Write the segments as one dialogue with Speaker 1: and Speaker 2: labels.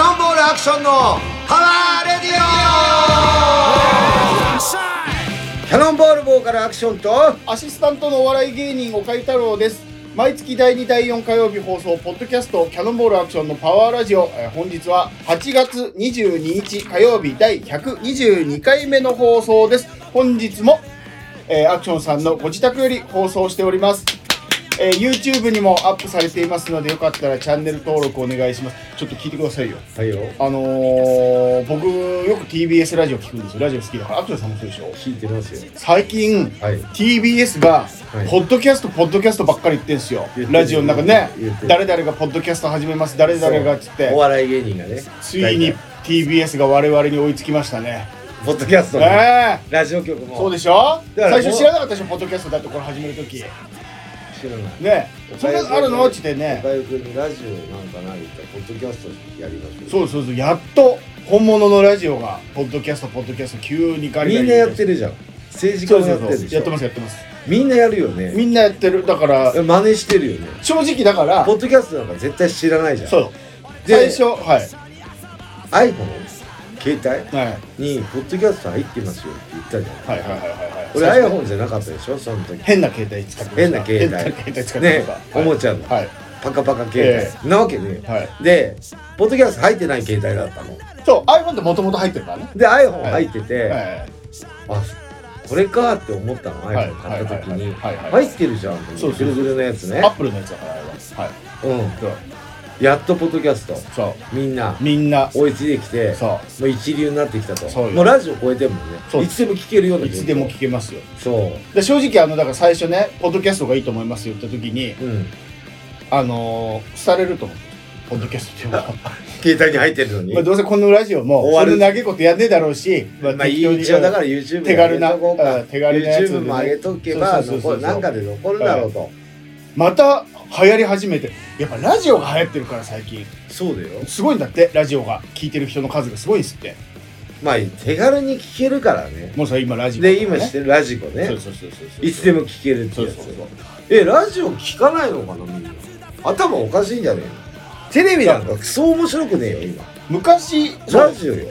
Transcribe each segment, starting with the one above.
Speaker 1: ションのパワーレディオキャノンボールボーカルアクションと
Speaker 2: アシスタントのお笑い芸人岡井太郎です毎月第2第4火曜日放送ポッドキャストキャノンボールアクションのパワーラジオ、えー本日は8月22日火曜日第122回目の放送です本日も、えーアクションさんのご自宅より放送しておりますえー YouTube にもアップされていますのでよかったらチャンネル登録お願いしますちょっと聞いてくださいよ
Speaker 1: はいよ
Speaker 2: あのー、僕よく TBS ラジオ聞くんですよラジオ好きだからアクションさんもそうでしょ
Speaker 1: 聞いてますよ
Speaker 2: 最近、
Speaker 1: はい
Speaker 2: TBS が、
Speaker 1: い
Speaker 2: ポッドキャスト、ポッドキャストばっかり言ってんすよ
Speaker 1: 言っ。てる
Speaker 2: ラジオの中ね
Speaker 1: 言って、る
Speaker 2: 誰々がポッドキャスト始めます、誰々がっつっ
Speaker 1: お
Speaker 2: て、
Speaker 1: 笑い芸人がね
Speaker 2: ついに
Speaker 1: 大体
Speaker 2: TBS が我々に追いつきましたね。
Speaker 1: ポッドキャストも
Speaker 2: ねえ
Speaker 1: ラジオ局も
Speaker 2: そうでしょ
Speaker 1: だから
Speaker 2: 最初知らなかったでしょ、ポッドキャストだってこれ始めるとき。
Speaker 1: 知らない
Speaker 2: ねそれがあるのっちてね
Speaker 1: 岡、井君にラジオなんかないってポッドキャストやりましょう
Speaker 2: そうそうそう、やっと本物のラジオが、ポッドキャスト、ポッドキャスト、急にガリ
Speaker 1: み
Speaker 2: ガリ。
Speaker 1: んなやってるじゃん政治
Speaker 2: そ
Speaker 1: 家
Speaker 2: う
Speaker 1: もや
Speaker 2: そう
Speaker 1: って
Speaker 2: そう
Speaker 1: るでしょ
Speaker 2: やってます、やってます。
Speaker 1: みんなやるよね
Speaker 2: みんなやってる。だから、
Speaker 1: 真似してるよね
Speaker 2: 正直だから
Speaker 1: ポ、ッドキャストなんか絶対知らないじゃん
Speaker 2: そう。
Speaker 1: で
Speaker 2: 最初、はい。
Speaker 1: iPhone 携
Speaker 2: はい。
Speaker 1: 帯に「ポッドキャスト入ってますよ」って言ったじゃん
Speaker 2: はいはいはいはいはい。
Speaker 1: 俺 iPhone じゃなかったでしょその時
Speaker 2: 変な携帯使ってました
Speaker 1: 変な携帯
Speaker 2: 変な携帯使って
Speaker 1: ね
Speaker 2: ました
Speaker 1: おもちゃの
Speaker 2: はい
Speaker 1: パカパカ携
Speaker 2: え
Speaker 1: 帯なわけね
Speaker 2: はい
Speaker 1: でポッドキャスト入ってない携帯だったの
Speaker 2: そう iPhone ってもともと入ってるからね
Speaker 1: で iPhone 入ってて、
Speaker 2: はい
Speaker 1: あこれかって思ったの
Speaker 2: はい
Speaker 1: iPhone 買った時に
Speaker 2: はいはいはいはい
Speaker 1: 入ってるじゃんと思
Speaker 2: そう
Speaker 1: って
Speaker 2: そう
Speaker 1: ぐるぐるのやつね
Speaker 2: アップルのやつだからあれははい
Speaker 1: うん
Speaker 2: そう
Speaker 1: やっとポッドキャスト
Speaker 2: そう
Speaker 1: みんな
Speaker 2: みんな
Speaker 1: 追いついてきて
Speaker 2: そ
Speaker 1: もう一流になってきたと
Speaker 2: そうよ
Speaker 1: もうラジオ超えてるもんね
Speaker 2: そう
Speaker 1: いつでも聞けるよう
Speaker 2: う
Speaker 1: ない
Speaker 2: つでも聞けますよ
Speaker 1: そう
Speaker 2: で正直あのだから最初ねポッドキャストがいいと思いますよ言った時に
Speaker 1: うん
Speaker 2: あのー廃れると思ってポッドキャストってい うのは
Speaker 1: 携帯に入ってるのに
Speaker 2: まあどうせこのラジオも
Speaker 1: 終わ
Speaker 2: そ
Speaker 1: る
Speaker 2: んな長いことやんねえだろうしま
Speaker 1: まあ
Speaker 2: 適当に
Speaker 1: 一応だから YouTube
Speaker 2: 手軽
Speaker 1: 上
Speaker 2: な
Speaker 1: げとこうか
Speaker 2: うん手軽なやつでね
Speaker 1: YouTube も上げとけば
Speaker 2: そうそう
Speaker 1: 残
Speaker 2: そうそう
Speaker 1: るなんかで残るだろうと
Speaker 2: また流行り始めてやっぱラジオが流行ってるから最近
Speaker 1: そうだよ
Speaker 2: すごいんだってラジオが聞いてる人の数がすごいんですって
Speaker 1: まあ手軽に聞けるからね
Speaker 2: もうさ今ラジオ、
Speaker 1: で今してるラジコ
Speaker 2: ねそ
Speaker 1: ね
Speaker 2: うそうそうそうそう
Speaker 1: いつでも聞けるって
Speaker 2: そう
Speaker 1: や
Speaker 2: そうそう
Speaker 1: つえラジオ聞かないのかなみんな頭おかしいんじゃねえのテレビなんかクソ面白くねえよ今
Speaker 2: 昔
Speaker 1: ラジオよ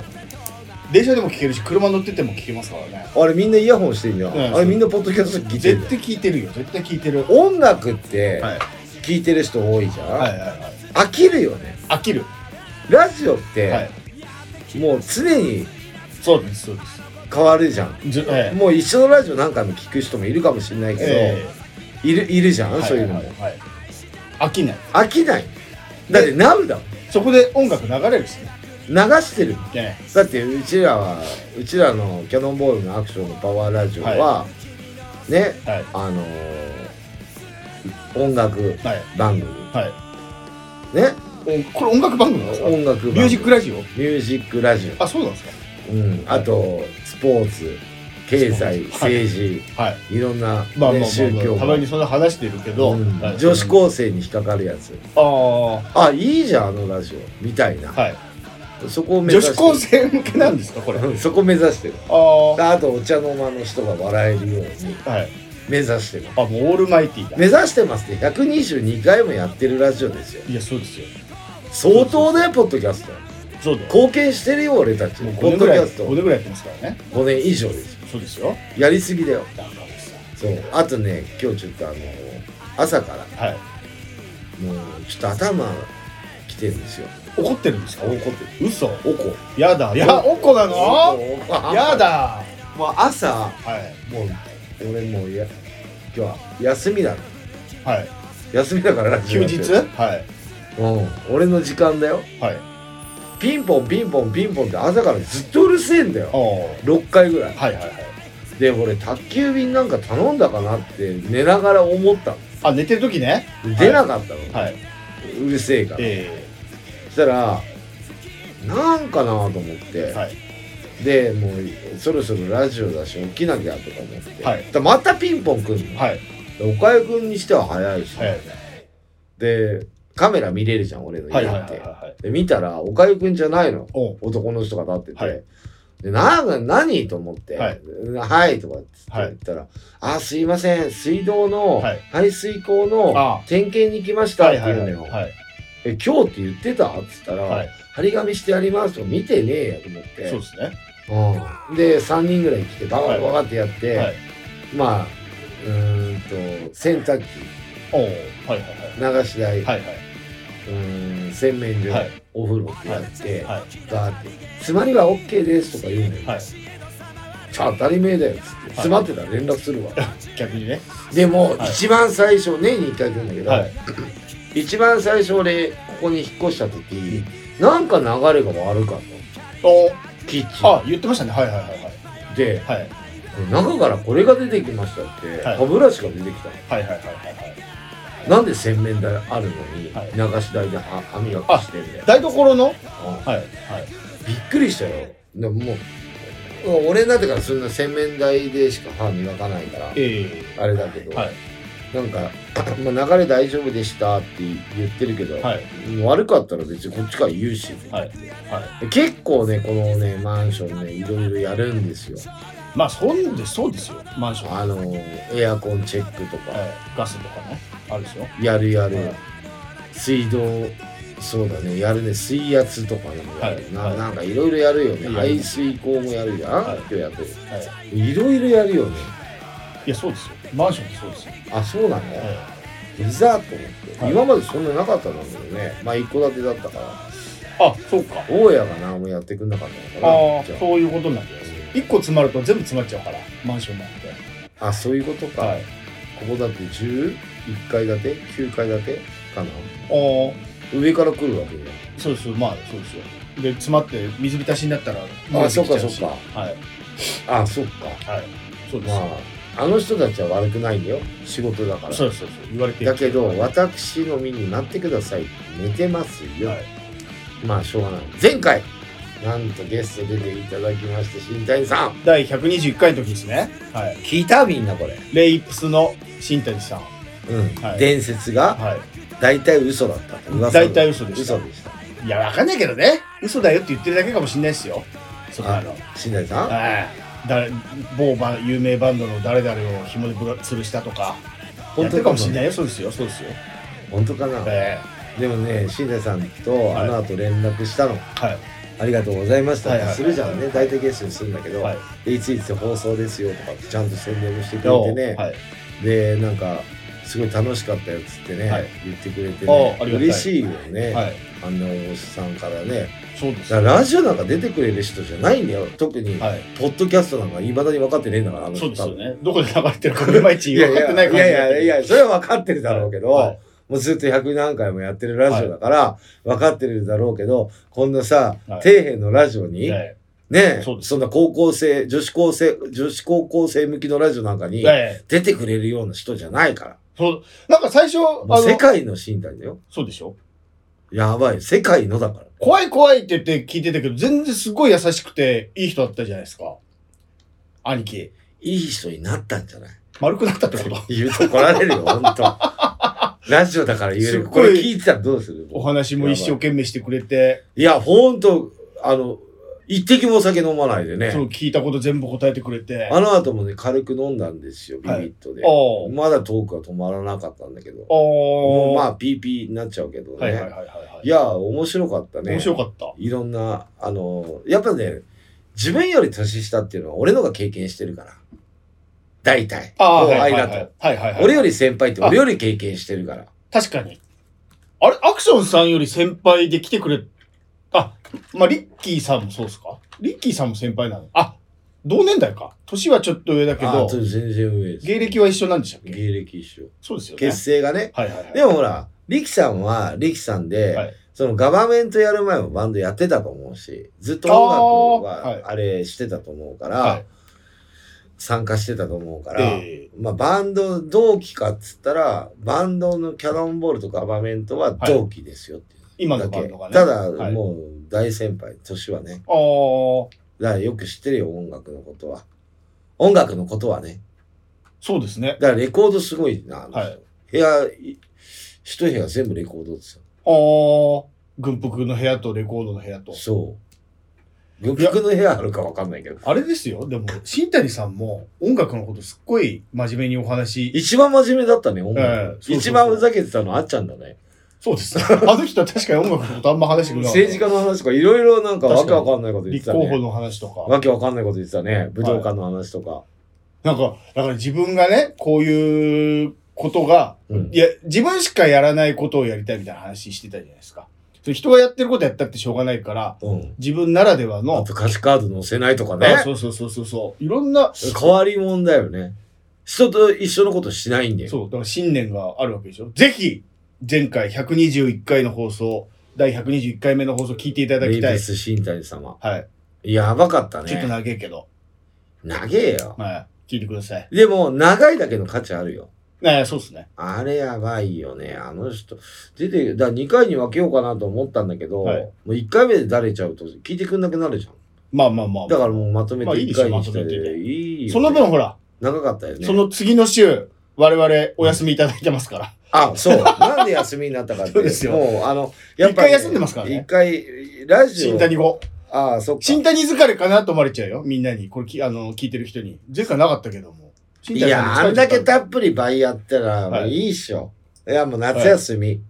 Speaker 2: 電車でも聞けるし車乗ってても聞けますからね
Speaker 1: あれみんなイヤホンしてんじゃ
Speaker 2: うん
Speaker 1: んあれみんなポッドキャスト聞いてる
Speaker 2: 絶対聞いてるよ絶対聞いてる
Speaker 1: 音楽って
Speaker 2: はい
Speaker 1: 聞いてる人多いじ
Speaker 2: はい
Speaker 1: ゃん
Speaker 2: はいはい
Speaker 1: 飽きるよね
Speaker 2: 飽きる
Speaker 1: ラジオっ
Speaker 2: は
Speaker 1: て
Speaker 2: い
Speaker 1: もう常に
Speaker 2: そうですそうです
Speaker 1: 変わるじゃん
Speaker 2: ずええ
Speaker 1: もう一緒のラジオ何回も聞く人もいるかもしれないけど、
Speaker 2: え
Speaker 1: いるいるじゃん、
Speaker 2: え
Speaker 1: そういうのも、
Speaker 2: はいはいはい飽きない
Speaker 1: 飽きないだってなるだもん
Speaker 2: そこで音楽流れるしね
Speaker 1: 流してる
Speaker 2: え
Speaker 1: だってうちらはうちらのキャノンボールのアクションのパワーラジオは、
Speaker 2: は
Speaker 1: ね
Speaker 2: えはい
Speaker 1: あのー音楽
Speaker 2: はい
Speaker 1: 番組
Speaker 2: はい
Speaker 1: ね
Speaker 2: えこれ音楽番組なんですかミ
Speaker 1: 音楽番組
Speaker 2: ュージックラジオ
Speaker 1: ミュージックラジ
Speaker 2: あそうなんです
Speaker 1: オ、うん、あとスポーツ経済
Speaker 2: スポーツはい
Speaker 1: 政治
Speaker 2: かはい
Speaker 1: いろんな、ね
Speaker 2: まあまあま
Speaker 1: 宗
Speaker 2: あま
Speaker 1: 教
Speaker 2: あたまにそんな話してるけど
Speaker 1: うん
Speaker 2: はい
Speaker 1: 女子高生に引っかかるやつ
Speaker 2: あ
Speaker 1: あいいじゃんあのラジオみたいな
Speaker 2: あはい
Speaker 1: そこを目
Speaker 2: 女
Speaker 1: 指し
Speaker 2: 子
Speaker 1: て
Speaker 2: 高生向けなんですかこれあ
Speaker 1: うんそこ目指してる
Speaker 2: あ
Speaker 1: あとお茶の間の人が笑えるように
Speaker 2: はい。
Speaker 1: 目指してる
Speaker 2: あ、もうオールマイティーだ。
Speaker 1: 目指してますって122回もやってるラジオですよ
Speaker 2: いや、そうですよ。
Speaker 1: 相当ねポッドキャスト
Speaker 2: そうだよ。
Speaker 1: 貢献してるよ俺たち
Speaker 2: もう
Speaker 1: ポッ
Speaker 2: 5
Speaker 1: ド
Speaker 2: 年ぐ
Speaker 1: キ
Speaker 2: らい、
Speaker 1: ャスト
Speaker 2: 5年ぐらいやってますからね。
Speaker 1: 5年以上ですよ
Speaker 2: そうですよ。
Speaker 1: やりすぎだよ
Speaker 2: だからさ。
Speaker 1: そうあとね今日ちょっとあの朝から
Speaker 2: はい。
Speaker 1: もうちょっと頭きてるんですよ
Speaker 2: 怒ってるんです
Speaker 1: あ
Speaker 2: か
Speaker 1: 怒ってる
Speaker 2: 嘘
Speaker 1: おこ
Speaker 2: やだ。いや、おこなの
Speaker 1: おこおこ
Speaker 2: やだ。
Speaker 1: もう朝
Speaker 2: はい。
Speaker 1: もう俺もうや今日は休みだ
Speaker 2: はい。
Speaker 1: 休みだからラジオ
Speaker 2: 休
Speaker 1: やってる
Speaker 2: 日はい。
Speaker 1: うん俺の時間だよ
Speaker 2: はい。
Speaker 1: ピンポンピンポンピンポンって朝からずっとうるせえんだよ
Speaker 2: お
Speaker 1: 6回ぐらい
Speaker 2: はいはいはい。
Speaker 1: で俺宅急便なんか頼んだかなって寝ながら思ったの
Speaker 2: あ、寝てる時ね。
Speaker 1: 出なかったの、
Speaker 2: はい。
Speaker 1: うるせえから、
Speaker 2: え
Speaker 1: そしたらなんかなと思って、
Speaker 2: え。はい。
Speaker 1: でもうそろそろラジオだし起きなきゃとか思って、
Speaker 2: はい
Speaker 1: だからまたピンポン来んの、
Speaker 2: はい。
Speaker 1: で岡井君にしては早いし、
Speaker 2: はい。
Speaker 1: でカメラ見れるじゃん俺の家
Speaker 2: は
Speaker 1: っ
Speaker 2: い
Speaker 1: て、
Speaker 2: はいはいはい。
Speaker 1: で見たら岡井君じゃないの
Speaker 2: おう
Speaker 1: 男の人が立ってて、
Speaker 2: はい
Speaker 1: でなんか何と思って「
Speaker 2: は
Speaker 1: はいい」とかって
Speaker 2: はい
Speaker 1: 言ったら「あすいません水道の
Speaker 2: はい
Speaker 1: 排水口の
Speaker 2: あ
Speaker 1: 点検に来ました」
Speaker 2: は
Speaker 1: っ
Speaker 2: い
Speaker 1: て
Speaker 2: はい
Speaker 1: 言う
Speaker 2: は
Speaker 1: の
Speaker 2: い。
Speaker 1: よ、
Speaker 2: はい。
Speaker 1: え今日って言ってた?」っつったら、
Speaker 2: はい
Speaker 1: 張り紙してあります」とか見てねえやと思って
Speaker 2: そうですね。
Speaker 1: うんで3人ぐらい来てバカ
Speaker 2: はい
Speaker 1: バカってやって、
Speaker 2: はい。
Speaker 1: まあうーんと洗濯機
Speaker 2: おお。はいはい
Speaker 1: 流し台、
Speaker 2: はい。はいう
Speaker 1: ーん洗面所、
Speaker 2: はい
Speaker 1: お風呂ってやって、
Speaker 2: はい。はい。
Speaker 1: ガーって「詰まりは OK です」とか言うんだよ、
Speaker 2: はい。
Speaker 1: 当たり前だよっつって詰まってたら連絡するわ、
Speaker 2: 逆にね。
Speaker 1: でも、
Speaker 2: はい
Speaker 1: 一番最初年に1回来るんだけど、
Speaker 2: はい。
Speaker 1: 一番最初俺ここに引っ越した時なんか流れが悪かった
Speaker 2: おお。
Speaker 1: キッチ
Speaker 2: あ、言ってましたね。はいはいはいはい。
Speaker 1: ンで
Speaker 2: はい。
Speaker 1: 中からこれが出てきましたって、
Speaker 2: はい
Speaker 1: 歯ブラシが出てきた
Speaker 2: はいはいはいはいはい。
Speaker 1: のなんで洗面台あるのに、
Speaker 2: はい
Speaker 1: 流し台で歯歯磨きしてんだよ、
Speaker 2: 台所の。はい
Speaker 1: うん
Speaker 2: はい。
Speaker 1: びっくりしたよでももうもう俺なんてからそんな洗面台でしか歯磨かないから
Speaker 2: え
Speaker 1: あれだけ
Speaker 2: え
Speaker 1: ど、
Speaker 2: はい
Speaker 1: なんか、まあ、流れ大丈夫でしたって言ってるけど、
Speaker 2: はい
Speaker 1: 悪かったら別にこっちから言うし、
Speaker 2: はいはい。
Speaker 1: 結構ねこのねマンションねいろいろやるんですよ
Speaker 2: まあそうですそうですよ。マンション。は
Speaker 1: あのエアコンチェックとか
Speaker 2: い。ガスとかね。あるですよ。
Speaker 1: やるやる、
Speaker 2: はい
Speaker 1: 水道そうだねやるね水圧とかね、
Speaker 2: はい
Speaker 1: な
Speaker 2: はい
Speaker 1: なんかいろいろやるよね、
Speaker 2: はい
Speaker 1: 排水口もやるじゃん、
Speaker 2: はい
Speaker 1: 今日やってる
Speaker 2: はい。
Speaker 1: いろいろやるよね
Speaker 2: いやそうですよ。マンションってそうですよ。
Speaker 1: あそうなの、
Speaker 2: はい
Speaker 1: ざと思って、
Speaker 2: はい
Speaker 1: 今までそんななかったんだけどねまあ一戸建てだったから
Speaker 2: い。あそうか。
Speaker 1: 大家が何もやってくんなかったのか
Speaker 2: あ
Speaker 1: な
Speaker 2: あ
Speaker 1: じゃ
Speaker 2: そういうことなんです。一個詰まると全部詰まっちゃうからマンションなんて。
Speaker 1: ああそういうことか、
Speaker 2: はい。
Speaker 1: ここだって11階建て9階建てかな
Speaker 2: おお。
Speaker 1: 上から来るわけよ
Speaker 2: そうですまあそうですよ。で詰まって水浸しになったら
Speaker 1: あそっかそっか
Speaker 2: はい
Speaker 1: あそっか
Speaker 2: はいそうです
Speaker 1: ま
Speaker 2: よ。
Speaker 1: ああの人たちは悪くないんだよ仕事だから
Speaker 2: そうですそうです言われてる
Speaker 1: だけど私の身になってください寝てますよ、
Speaker 2: はい
Speaker 1: まあしょうがない前回なんとゲスト出ていただきまして新谷さん
Speaker 2: 第121回の時ですね。はい。
Speaker 1: 聞いたみんなこれ、
Speaker 2: レイプスの新谷さん。
Speaker 1: うん
Speaker 2: はい
Speaker 1: 伝説が
Speaker 2: はい。
Speaker 1: 大体嘘だったと噂の
Speaker 2: 大体嘘でした
Speaker 1: 嘘でした
Speaker 2: いや、わかんないけどね。嘘だよって言ってるだけかもしれないですよ。そんなの。
Speaker 1: 新谷さん
Speaker 2: はい。誰某バ有名バンドの誰々を紐でぶら吊るしたとか。
Speaker 1: 本当
Speaker 2: やってるかもしれないいよ。そうですよ。そうですよ。
Speaker 1: 本当かな、
Speaker 2: え
Speaker 1: でもね新谷さんとあの後連絡したの、
Speaker 2: えはい。
Speaker 1: ありがとうございましたっ
Speaker 2: はい
Speaker 1: て
Speaker 2: はい
Speaker 1: するじゃんね大体ゲストにするんだけど、
Speaker 2: はい。
Speaker 1: でいついつ放送ですよとかってちゃんと宣伝もしてくれてね、
Speaker 2: はい。
Speaker 1: でなんかすごい楽しかったよっつってね、
Speaker 2: はい
Speaker 1: 言ってくれて
Speaker 2: おう
Speaker 1: ね
Speaker 2: ありがたい
Speaker 1: 嬉しいよね、
Speaker 2: はい。
Speaker 1: あのおっさんからね
Speaker 2: そうです
Speaker 1: だ
Speaker 2: よ。
Speaker 1: からラジオなんか出てくれる人じゃないんだよ特に、
Speaker 2: はい。
Speaker 1: ポッドキャストなんかいまだに分かってねえんだからあの
Speaker 2: そう
Speaker 1: 人多
Speaker 2: ですよ
Speaker 1: 分
Speaker 2: ね。どこで流れてるかいまい
Speaker 1: い
Speaker 2: ち
Speaker 1: や
Speaker 2: 分
Speaker 1: い
Speaker 2: かってな
Speaker 1: やい
Speaker 2: い感じ
Speaker 1: やいやいやそれは分かってる
Speaker 2: だ
Speaker 1: だろうけど、
Speaker 2: はい
Speaker 1: もうずっと100何回もやってるラジオだから分かってるだろうけどこんなさ、
Speaker 2: はい
Speaker 1: 底辺のラジオに、
Speaker 2: はい
Speaker 1: ねえ
Speaker 2: そう
Speaker 1: そ
Speaker 2: です
Speaker 1: んな高校生女子高生女子高校生向きのラジオなんかに
Speaker 2: ええ
Speaker 1: 出てくれるような人じゃないか
Speaker 2: そうなんか最初、あ
Speaker 1: らも
Speaker 2: の
Speaker 1: う、世界の身体だよ
Speaker 2: そうでしょ
Speaker 1: やばい世界のだから
Speaker 2: 怖い怖いって言って聞いてたけど、全然すごい優しくて、いい人だったじゃないですか。兄貴。
Speaker 1: いい人になったんじゃない
Speaker 2: 丸くなったってこと
Speaker 1: 言うと怒られる よ本当ラジオだから言え
Speaker 2: すっ
Speaker 1: る
Speaker 2: ごい
Speaker 1: これ聞いてたらどうする
Speaker 2: お話も一生懸命してくれて、
Speaker 1: いや本当あの一滴もお酒飲まないでね
Speaker 2: その聞いたこと全部答えてくれて。
Speaker 1: あの後もね、軽く飲んだんですよ、ビビットで。
Speaker 2: おー
Speaker 1: まだトークは止まらなかったんだけど。もう
Speaker 2: おー
Speaker 1: まあ、ピーピーになっちゃうけどね。
Speaker 2: はいはいはいはいはい。
Speaker 1: いや、面白かったね。
Speaker 2: 面白かった。
Speaker 1: いろんな、あの、やっぱね、自分より年下っていうのは俺のが経験してるから。大体。
Speaker 2: ああ、
Speaker 1: 後
Speaker 2: はい
Speaker 1: 輩
Speaker 2: は
Speaker 1: だ
Speaker 2: い
Speaker 1: と、
Speaker 2: はい。はいはいはい。
Speaker 1: 俺より先輩って俺より経験してるから。
Speaker 2: 確かに。あれ、アクションさんより先輩で来てくれ、あ、まあ、リッキーさんもそうですかリッキーさんも先輩なのあ、同年代か。年はちょっと上だけ
Speaker 1: あ
Speaker 2: ど
Speaker 1: あ、、全然上です。
Speaker 2: 芸歴は一緒なんでしたっけ
Speaker 1: 芸歴一緒。
Speaker 2: そうですよね
Speaker 1: 結。成がね。
Speaker 2: はいはいはい。
Speaker 1: でもほら、力さんは力さんで、
Speaker 2: はい
Speaker 1: そのガバメントやる前もバンドやってたと思うし、ずっと音楽
Speaker 2: あーはい
Speaker 1: はあれしてたと思うから、
Speaker 2: はい
Speaker 1: 参加してたと思うから、
Speaker 2: え
Speaker 1: まあバンド同期かっつったら、バンドのキャノンボールとガバメントは同期ですよっていう
Speaker 2: え今
Speaker 1: だ
Speaker 2: の
Speaker 1: け。
Speaker 2: バンドがね。
Speaker 1: ただ、
Speaker 2: はい
Speaker 1: もう大先輩、年はね。
Speaker 2: あー
Speaker 1: だからよく知ってるよ、音楽のことは。音楽のことはね。
Speaker 2: そうですね。
Speaker 1: だからレコードすごいな、あの人
Speaker 2: はい
Speaker 1: 部屋、い一部屋全部レコードですよ。
Speaker 2: あー軍服の部屋とレコードの部屋と。
Speaker 1: そう。予告の部屋あるかわかんないけど。
Speaker 2: あれですよ。でも、新谷さんも音楽のことすっごい真面目にお話 し。
Speaker 1: 一番真面目だったね、音楽。
Speaker 2: ええそうそうそう
Speaker 1: 一番ふざけてたのあっちゃんだね。
Speaker 2: そうです。あの人は確かに音楽のことあんま話してくれなかった
Speaker 1: 政治家の話とかいろいろなんかわけわかんないこと言って
Speaker 2: 立
Speaker 1: た
Speaker 2: 候補
Speaker 1: ね。
Speaker 2: の話とか。
Speaker 1: わけわかんないこと言ってたね。武道館の話とか。
Speaker 2: なんか、だから自分がね、こういうことが、
Speaker 1: うん
Speaker 2: いや、自分しかやらないことをやりたいみたいな話してたじゃないですか。それ人がやってることやったってしょうがないから、
Speaker 1: うん。
Speaker 2: 自分ならでは
Speaker 1: あ
Speaker 2: の、
Speaker 1: と歌詞カード載せないとか
Speaker 2: あ
Speaker 1: ね。
Speaker 2: そうそうそうそうそう、いろんな、
Speaker 1: 変わり者だよね。人と一緒のことしないんだよ。
Speaker 2: そう、だから信念があるわけでしょ。ぜひ、前回121回の放送、第121回目の放送聞いていただ
Speaker 1: メ
Speaker 2: き
Speaker 1: イ
Speaker 2: たい
Speaker 1: ビ。ス新谷様。
Speaker 2: はい。
Speaker 1: やばかった
Speaker 2: ちょっ
Speaker 1: ね。
Speaker 2: と長いけど、
Speaker 1: 長えよ。
Speaker 2: はい。聞いてください。
Speaker 1: でも、長いだけの価値あるよ。
Speaker 2: ねそうですね。
Speaker 1: あれやばいよね。あの人、出て、だ2回に分けようかなと思ったんだけど、
Speaker 2: はい
Speaker 1: もう1回目でだれちゃうと聞いてくんなくなるじゃん。
Speaker 2: まあまあまあ。
Speaker 1: だからもうまとめて
Speaker 2: まあいいで
Speaker 1: 1
Speaker 2: すよ
Speaker 1: 回にして、
Speaker 2: まとめてね
Speaker 1: いいよ
Speaker 2: その分ほら、
Speaker 1: 長かったよね。
Speaker 2: その次の週、我々お休みいただいてますから。
Speaker 1: あ、そう。なんで休みになったかって。
Speaker 2: そうですよ
Speaker 1: もう、あの、
Speaker 2: 一回休んでますからね
Speaker 1: 一回、ラジ
Speaker 2: 新
Speaker 1: オ。
Speaker 2: 谷語。
Speaker 1: ああ、そっか。
Speaker 2: 新谷疲れかなと思われちゃうよ。みんなに。これき、あの、聞いてる人に。前回なかったけども。新
Speaker 1: い
Speaker 2: 谷さ
Speaker 1: や、あ
Speaker 2: に疲れ
Speaker 1: ん
Speaker 2: ち
Speaker 1: だ
Speaker 2: ゃった
Speaker 1: けたっぷり倍やったら、も
Speaker 2: は
Speaker 1: う
Speaker 2: い
Speaker 1: いいっしょ。い、や、もう夏休み。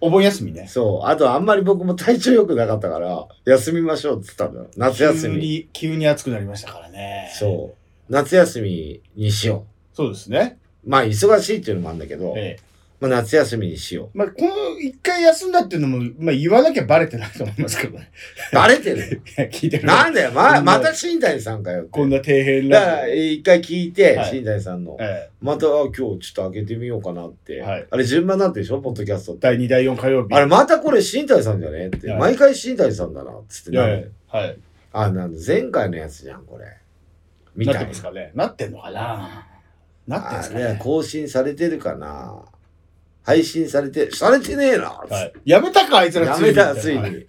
Speaker 2: お盆休みね。
Speaker 1: そう。あと、あんまり僕も体調良くなかったから、休みましょうって言ったんだよ。夏休
Speaker 2: 急
Speaker 1: み。
Speaker 2: に、急に暑くなりましたからね。う。
Speaker 1: そう。夏休みにしよ
Speaker 2: そうですね。
Speaker 1: う。まあ、忙しいっていうのもあるんだけど、
Speaker 2: ええ。
Speaker 1: まあ、夏休みにしよ
Speaker 2: まあ、この一回休んだっていうのも、まあ、言わなきゃバレてないと思いますけどね。
Speaker 1: う。バレてる。
Speaker 2: いや聞いてる。
Speaker 1: なんだよ、ま、
Speaker 2: こんな
Speaker 1: また新谷さんかよって。
Speaker 2: こんな底辺
Speaker 1: だ
Speaker 2: ラ
Speaker 1: か
Speaker 2: ジ
Speaker 1: ら、
Speaker 2: オ
Speaker 1: 一回聞いて、
Speaker 2: はい
Speaker 1: 新谷さんの。
Speaker 2: ええ。
Speaker 1: また今日ちょっと開けてみようかなって、
Speaker 2: はい
Speaker 1: あれ順番なんてでしょポッドキャストって
Speaker 2: 第2、第4火曜日。
Speaker 1: あれまたこれ新谷さんじゃねって、
Speaker 2: はい
Speaker 1: 毎回新谷さんだなっつって
Speaker 2: い
Speaker 1: な
Speaker 2: やい
Speaker 1: る
Speaker 2: やはい。
Speaker 1: あなんだ前回のやつじゃんこれみ
Speaker 2: なったて
Speaker 1: いな
Speaker 2: ますかね。なってんのかななってん
Speaker 1: あ
Speaker 2: すか
Speaker 1: れ
Speaker 2: ね。
Speaker 1: 更新されてるかな配信されてされてねえなっつって、
Speaker 2: はい。やめたか、あいつら
Speaker 1: やめたつい
Speaker 2: は
Speaker 1: に、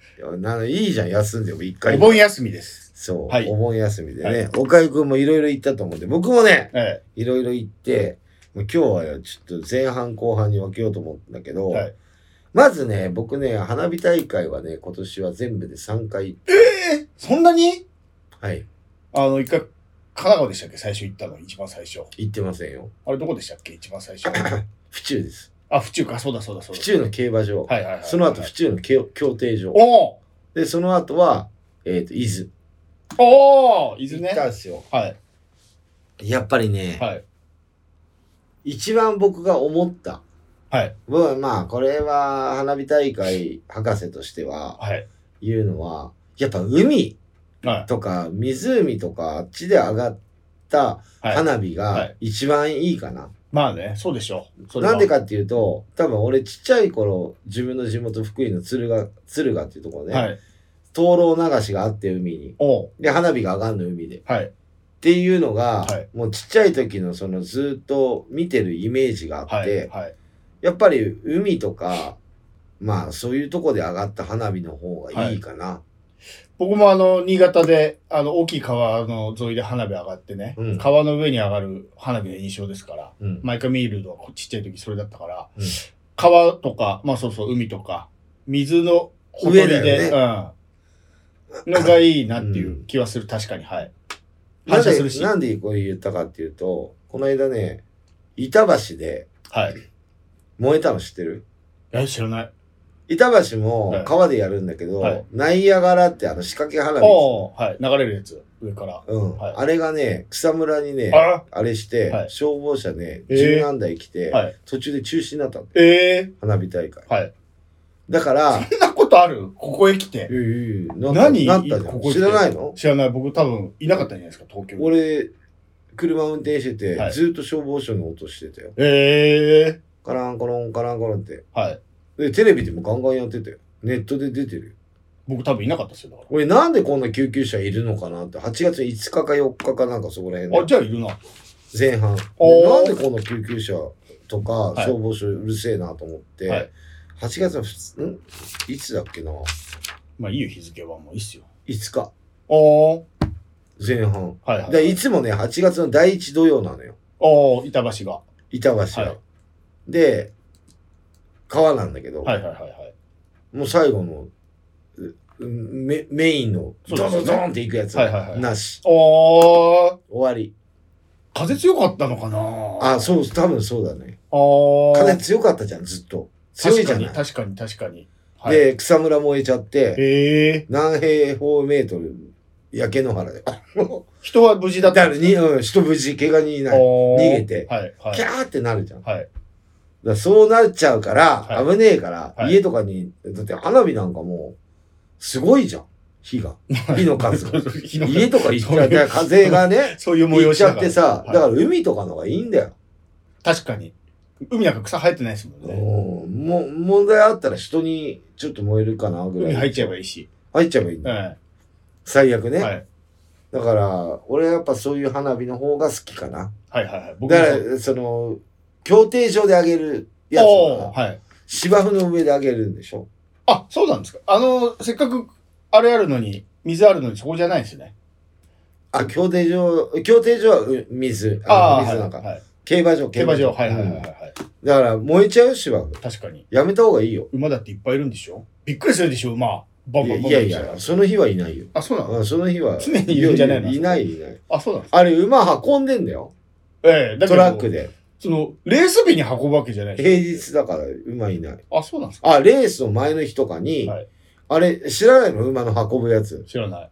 Speaker 1: ない、いいじゃん休んでも一回
Speaker 2: お盆休みです。
Speaker 1: そう、
Speaker 2: はい
Speaker 1: お盆休みで
Speaker 2: は
Speaker 1: ね、岡井くんもいろいろ行ったと思うんで僕もね
Speaker 2: え
Speaker 1: いろいろ行ってもう今日はちょっと前半後半に分けようと思うんだけ
Speaker 2: え。
Speaker 1: ど、
Speaker 2: はい。
Speaker 1: まずね、僕ね、花火大会はね、今年は全部で3回。
Speaker 2: えそんなに
Speaker 1: はい。
Speaker 2: あの、一回、神奈川でしたっけ最初行ったの、一番最初。
Speaker 1: 行ってませんよ。
Speaker 2: あれ、どこでしたっけ一番最初。
Speaker 1: 府中です。
Speaker 2: あ、府中か、そうだそうだそう
Speaker 1: 府
Speaker 2: だ。
Speaker 1: 中の競馬場。
Speaker 2: はいはいはい。
Speaker 1: その後、府中の競競艇場。
Speaker 2: おー
Speaker 1: で、その後は、えっ、と、伊豆。
Speaker 2: おー伊豆
Speaker 1: 行
Speaker 2: ね
Speaker 1: っ。たんですよ。
Speaker 2: はい。
Speaker 1: やっぱりね、
Speaker 2: はい。
Speaker 1: 一番僕が思った。
Speaker 2: はい。
Speaker 1: まあ、まあ、これは花火大会博士としては、
Speaker 2: はい。
Speaker 1: 言うのは、やっぱ海
Speaker 2: はい。
Speaker 1: とか湖とかあっちで上がった
Speaker 2: はい。
Speaker 1: 花火
Speaker 2: は
Speaker 1: が
Speaker 2: い
Speaker 1: 一番いいかな。
Speaker 2: まあね、そうでしょう。それは
Speaker 1: なんで。かっていうと、多分俺ちっちゃい頃、自分の地元福井の敦賀、敦賀っていうところね、
Speaker 2: はい。
Speaker 1: 灯籠流しがあって海に。
Speaker 2: おー
Speaker 1: で、花火が上がんの海で。っ
Speaker 2: はい。
Speaker 1: ていうのが、
Speaker 2: はい
Speaker 1: もうちっちゃい時のそのずっと見てるイメージがあっ
Speaker 2: は
Speaker 1: て、
Speaker 2: い。はい。
Speaker 1: やっぱり海とか、まあそういうとこで上がった花火の方がいいかな。
Speaker 2: 僕もあの、新潟で、あの、大きい川の沿いで花火上がってね、
Speaker 1: うん
Speaker 2: 川の上に上がる花火の印象ですから、
Speaker 1: うん。
Speaker 2: マイカミールドはちっちゃい時それだったから、
Speaker 1: うん
Speaker 2: 川とか、まあそうそう、海とか、水のほとり
Speaker 1: 上だ
Speaker 2: で、うん。のがいいなっていう気はする、確かに、はい。
Speaker 1: な
Speaker 2: 反
Speaker 1: ん
Speaker 2: 射する
Speaker 1: で、
Speaker 2: し。
Speaker 1: な
Speaker 2: は
Speaker 1: んでこれ言ったかっていうと、この間ね、板橋で
Speaker 2: い。
Speaker 1: 燃えたの知ってる
Speaker 2: え、知らない。
Speaker 1: 板橋も川でやるんだけど、
Speaker 2: はい
Speaker 1: ナイアガラってあの仕掛け花火、
Speaker 2: おおはい。流れるやつ、上から。
Speaker 1: うん
Speaker 2: はい
Speaker 1: あれがね草むらにねあ
Speaker 2: あ
Speaker 1: れして、
Speaker 2: はい
Speaker 1: 消防車ね
Speaker 2: えー
Speaker 1: 10何台来て、
Speaker 2: はい
Speaker 1: 途中で中止になったの
Speaker 2: ええ
Speaker 1: 花火大会
Speaker 2: はい。
Speaker 1: だから
Speaker 2: そんなことあるここへ来て。
Speaker 1: うんうんなった
Speaker 2: 何
Speaker 1: なったじゃん
Speaker 2: ここへ来て
Speaker 1: 知らないの
Speaker 2: 知らない。僕多分いなかったんじゃないですか、東京に。
Speaker 1: 俺車運転してて、
Speaker 2: はい
Speaker 1: ずっと消防署の音してたよ
Speaker 2: ええ
Speaker 1: カランコロンカランコロンって
Speaker 2: はい。
Speaker 1: でテレビでもガンガンやってたよネットで出てるよ
Speaker 2: 僕多分いなかったですよ、だか
Speaker 1: 俺なんでこんな救急車いるのかなって8月5日か4日かなんかそこら辺で
Speaker 2: ら。あ、じゃあいるな。
Speaker 1: 前半で
Speaker 2: お
Speaker 1: な
Speaker 2: ー
Speaker 1: んでこの救急車とか
Speaker 2: い
Speaker 1: 消防署うるせえなと思って、
Speaker 2: はい
Speaker 1: 8月のふつんいつだっけな
Speaker 2: まあいいよ、日付はもういいっすよ。
Speaker 1: 5日
Speaker 2: おー
Speaker 1: 前半
Speaker 2: はいはい。
Speaker 1: でいつもね8月の第1土曜なのよ
Speaker 2: おお板橋が。
Speaker 1: 板橋が、
Speaker 2: はい
Speaker 1: で川なんだけど、
Speaker 2: はいはいはいはい。
Speaker 1: もう最後のううんメメインの
Speaker 2: そ
Speaker 1: ド
Speaker 2: うですよね
Speaker 1: ドドンっていくやつ、
Speaker 2: はいはいはい
Speaker 1: なし
Speaker 2: おー、
Speaker 1: 終わり
Speaker 2: 風強かったのかな
Speaker 1: あそう多分そうだね
Speaker 2: あー
Speaker 1: 風強かったじゃんずっと強いじゃない。
Speaker 2: 確かに、確かに。確かに、
Speaker 1: で、草むら燃えちゃって、
Speaker 2: ええ
Speaker 1: 何平方メートル、焼け野原で。
Speaker 2: 人は無事だ
Speaker 1: だ
Speaker 2: っ
Speaker 1: か
Speaker 2: た
Speaker 1: らに、うん、人無事、怪我人いない。
Speaker 2: 逃
Speaker 1: 逃げて
Speaker 2: はい、は
Speaker 1: キ
Speaker 2: い。
Speaker 1: ャーってなるじゃん。だか
Speaker 2: はい。
Speaker 1: らそうなっちゃうから、
Speaker 2: はい
Speaker 1: 危ねえから、
Speaker 2: はい
Speaker 1: 家とかに、だって花火なんかもう、すごいじゃん。火が。火の数 が。家とか行っちゃう。だから風がね、
Speaker 2: そういう
Speaker 1: 行
Speaker 2: 催
Speaker 1: っ
Speaker 2: し
Speaker 1: ち
Speaker 2: だ
Speaker 1: ゃっ
Speaker 2: から
Speaker 1: てさ、
Speaker 2: はい
Speaker 1: だから海とかの方がいいんだよ。
Speaker 2: 確かに。海なんか草生えてないですもんね。
Speaker 1: うんも問題あったら人にちょっと燃えるかなぐらい。
Speaker 2: 海入っちゃえばいいし。
Speaker 1: 入っちゃえばいいんだよ。
Speaker 2: は
Speaker 1: 最悪
Speaker 2: い。
Speaker 1: ね。
Speaker 2: はい。
Speaker 1: だから、俺はやっぱそういう花火の方が好きかな。
Speaker 2: はいはいはい。僕
Speaker 1: だ
Speaker 2: も
Speaker 1: か
Speaker 2: そう
Speaker 1: ら、その、競艇場であげるやつ
Speaker 2: お
Speaker 1: は
Speaker 2: ーはい。
Speaker 1: 芝生の上であげるんでしょ
Speaker 2: あ、そうなんですか。あの、せっかく、あれあるのに、水あるのにそこじゃないんですね。
Speaker 1: あ、競艇場、競艇場はう水。
Speaker 2: ああ、
Speaker 1: の
Speaker 2: は
Speaker 1: 水
Speaker 2: い
Speaker 1: なんか。
Speaker 2: はい
Speaker 1: 競馬場、
Speaker 2: 競馬場。はいはいはい
Speaker 1: うん
Speaker 2: はい。
Speaker 1: だから、燃えちゃう芝生。
Speaker 2: 確かに。
Speaker 1: やめた方がいいよ。
Speaker 2: 馬だっていっぱいいるんでしょびっくりするでしょ、馬。バン
Speaker 1: いや
Speaker 2: バンバンバン
Speaker 1: いやいや、その日はいないよ。
Speaker 2: あ、そうなの
Speaker 1: うんその日は。
Speaker 2: 常にいるんじゃないの
Speaker 1: いない、いない。
Speaker 2: あ、そうなんですか。
Speaker 1: あれ、馬運んでんだよ。
Speaker 2: ええ、だ
Speaker 1: ト
Speaker 2: けど
Speaker 1: ラック。で。
Speaker 2: その、レース日に運ぶわけじゃないでし
Speaker 1: 平日だから、馬いない。
Speaker 2: ょ。あ、そうなんですか。
Speaker 1: あ、レースの前の日とかに、
Speaker 2: はい
Speaker 1: あれ、知らないの馬の運ぶやつ。
Speaker 2: 知らない。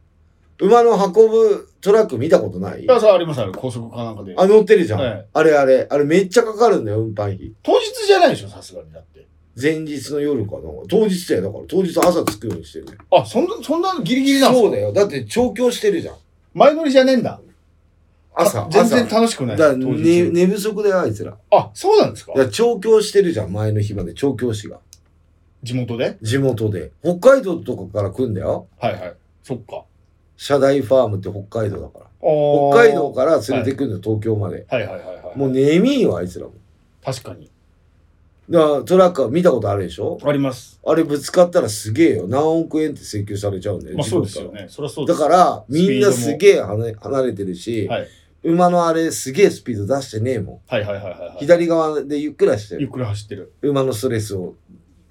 Speaker 1: 馬の運ぶトラック見たことない
Speaker 2: いや、さ、ありますある。高速かなんかで。
Speaker 1: あ、乗ってるじゃん。
Speaker 2: はい
Speaker 1: あれあれ。あれめっちゃかかるんだよ、運搬費。
Speaker 2: 当日じゃないでしょ、さすがにだって。
Speaker 1: 前日の夜かな。当日だよ、だから。当日朝着くようにしてるね。
Speaker 2: あ、そんな、そんなギリギリなんですか
Speaker 1: そうだよ。だって調教してるじゃん。
Speaker 2: 前乗りじゃねえんだ。
Speaker 1: 朝
Speaker 2: あ。全然
Speaker 1: 朝
Speaker 2: 楽しくな
Speaker 1: だ
Speaker 2: い。
Speaker 1: から
Speaker 2: 当日
Speaker 1: 寝寝不足だよ、あいつら。
Speaker 2: あ、そうなんですか
Speaker 1: だから調教してるじゃん、前の日まで。調教師が。
Speaker 2: 地元で
Speaker 1: 地元で。北海道とかから来んだよ。
Speaker 2: はいはい。そっか。
Speaker 1: 社大ファームって北海道だから。
Speaker 2: 北
Speaker 1: 北海道から連れてくんだよ、東京まで。
Speaker 2: はいはいはいはい。
Speaker 1: もう眠いよ、あいつらも。
Speaker 2: 確かに。
Speaker 1: だからトラックは見たことあるでしょ
Speaker 2: あります。
Speaker 1: あれぶつかったらすげえよ。何億円って請求されちゃうんだよ。
Speaker 2: まあ
Speaker 1: 地
Speaker 2: そう
Speaker 1: 獄
Speaker 2: ですよね。そりゃそうで
Speaker 1: だ
Speaker 2: す。
Speaker 1: から、
Speaker 2: スピードも
Speaker 1: みんなすげえ離れ離れてるし、
Speaker 2: はい
Speaker 1: 馬のあれすげえスピード出してねえもん。
Speaker 2: はいはいはいはいはい。
Speaker 1: 左側でゆっくりして
Speaker 2: ゆっ
Speaker 1: る。
Speaker 2: くり走ってる。
Speaker 1: 馬のストレスを、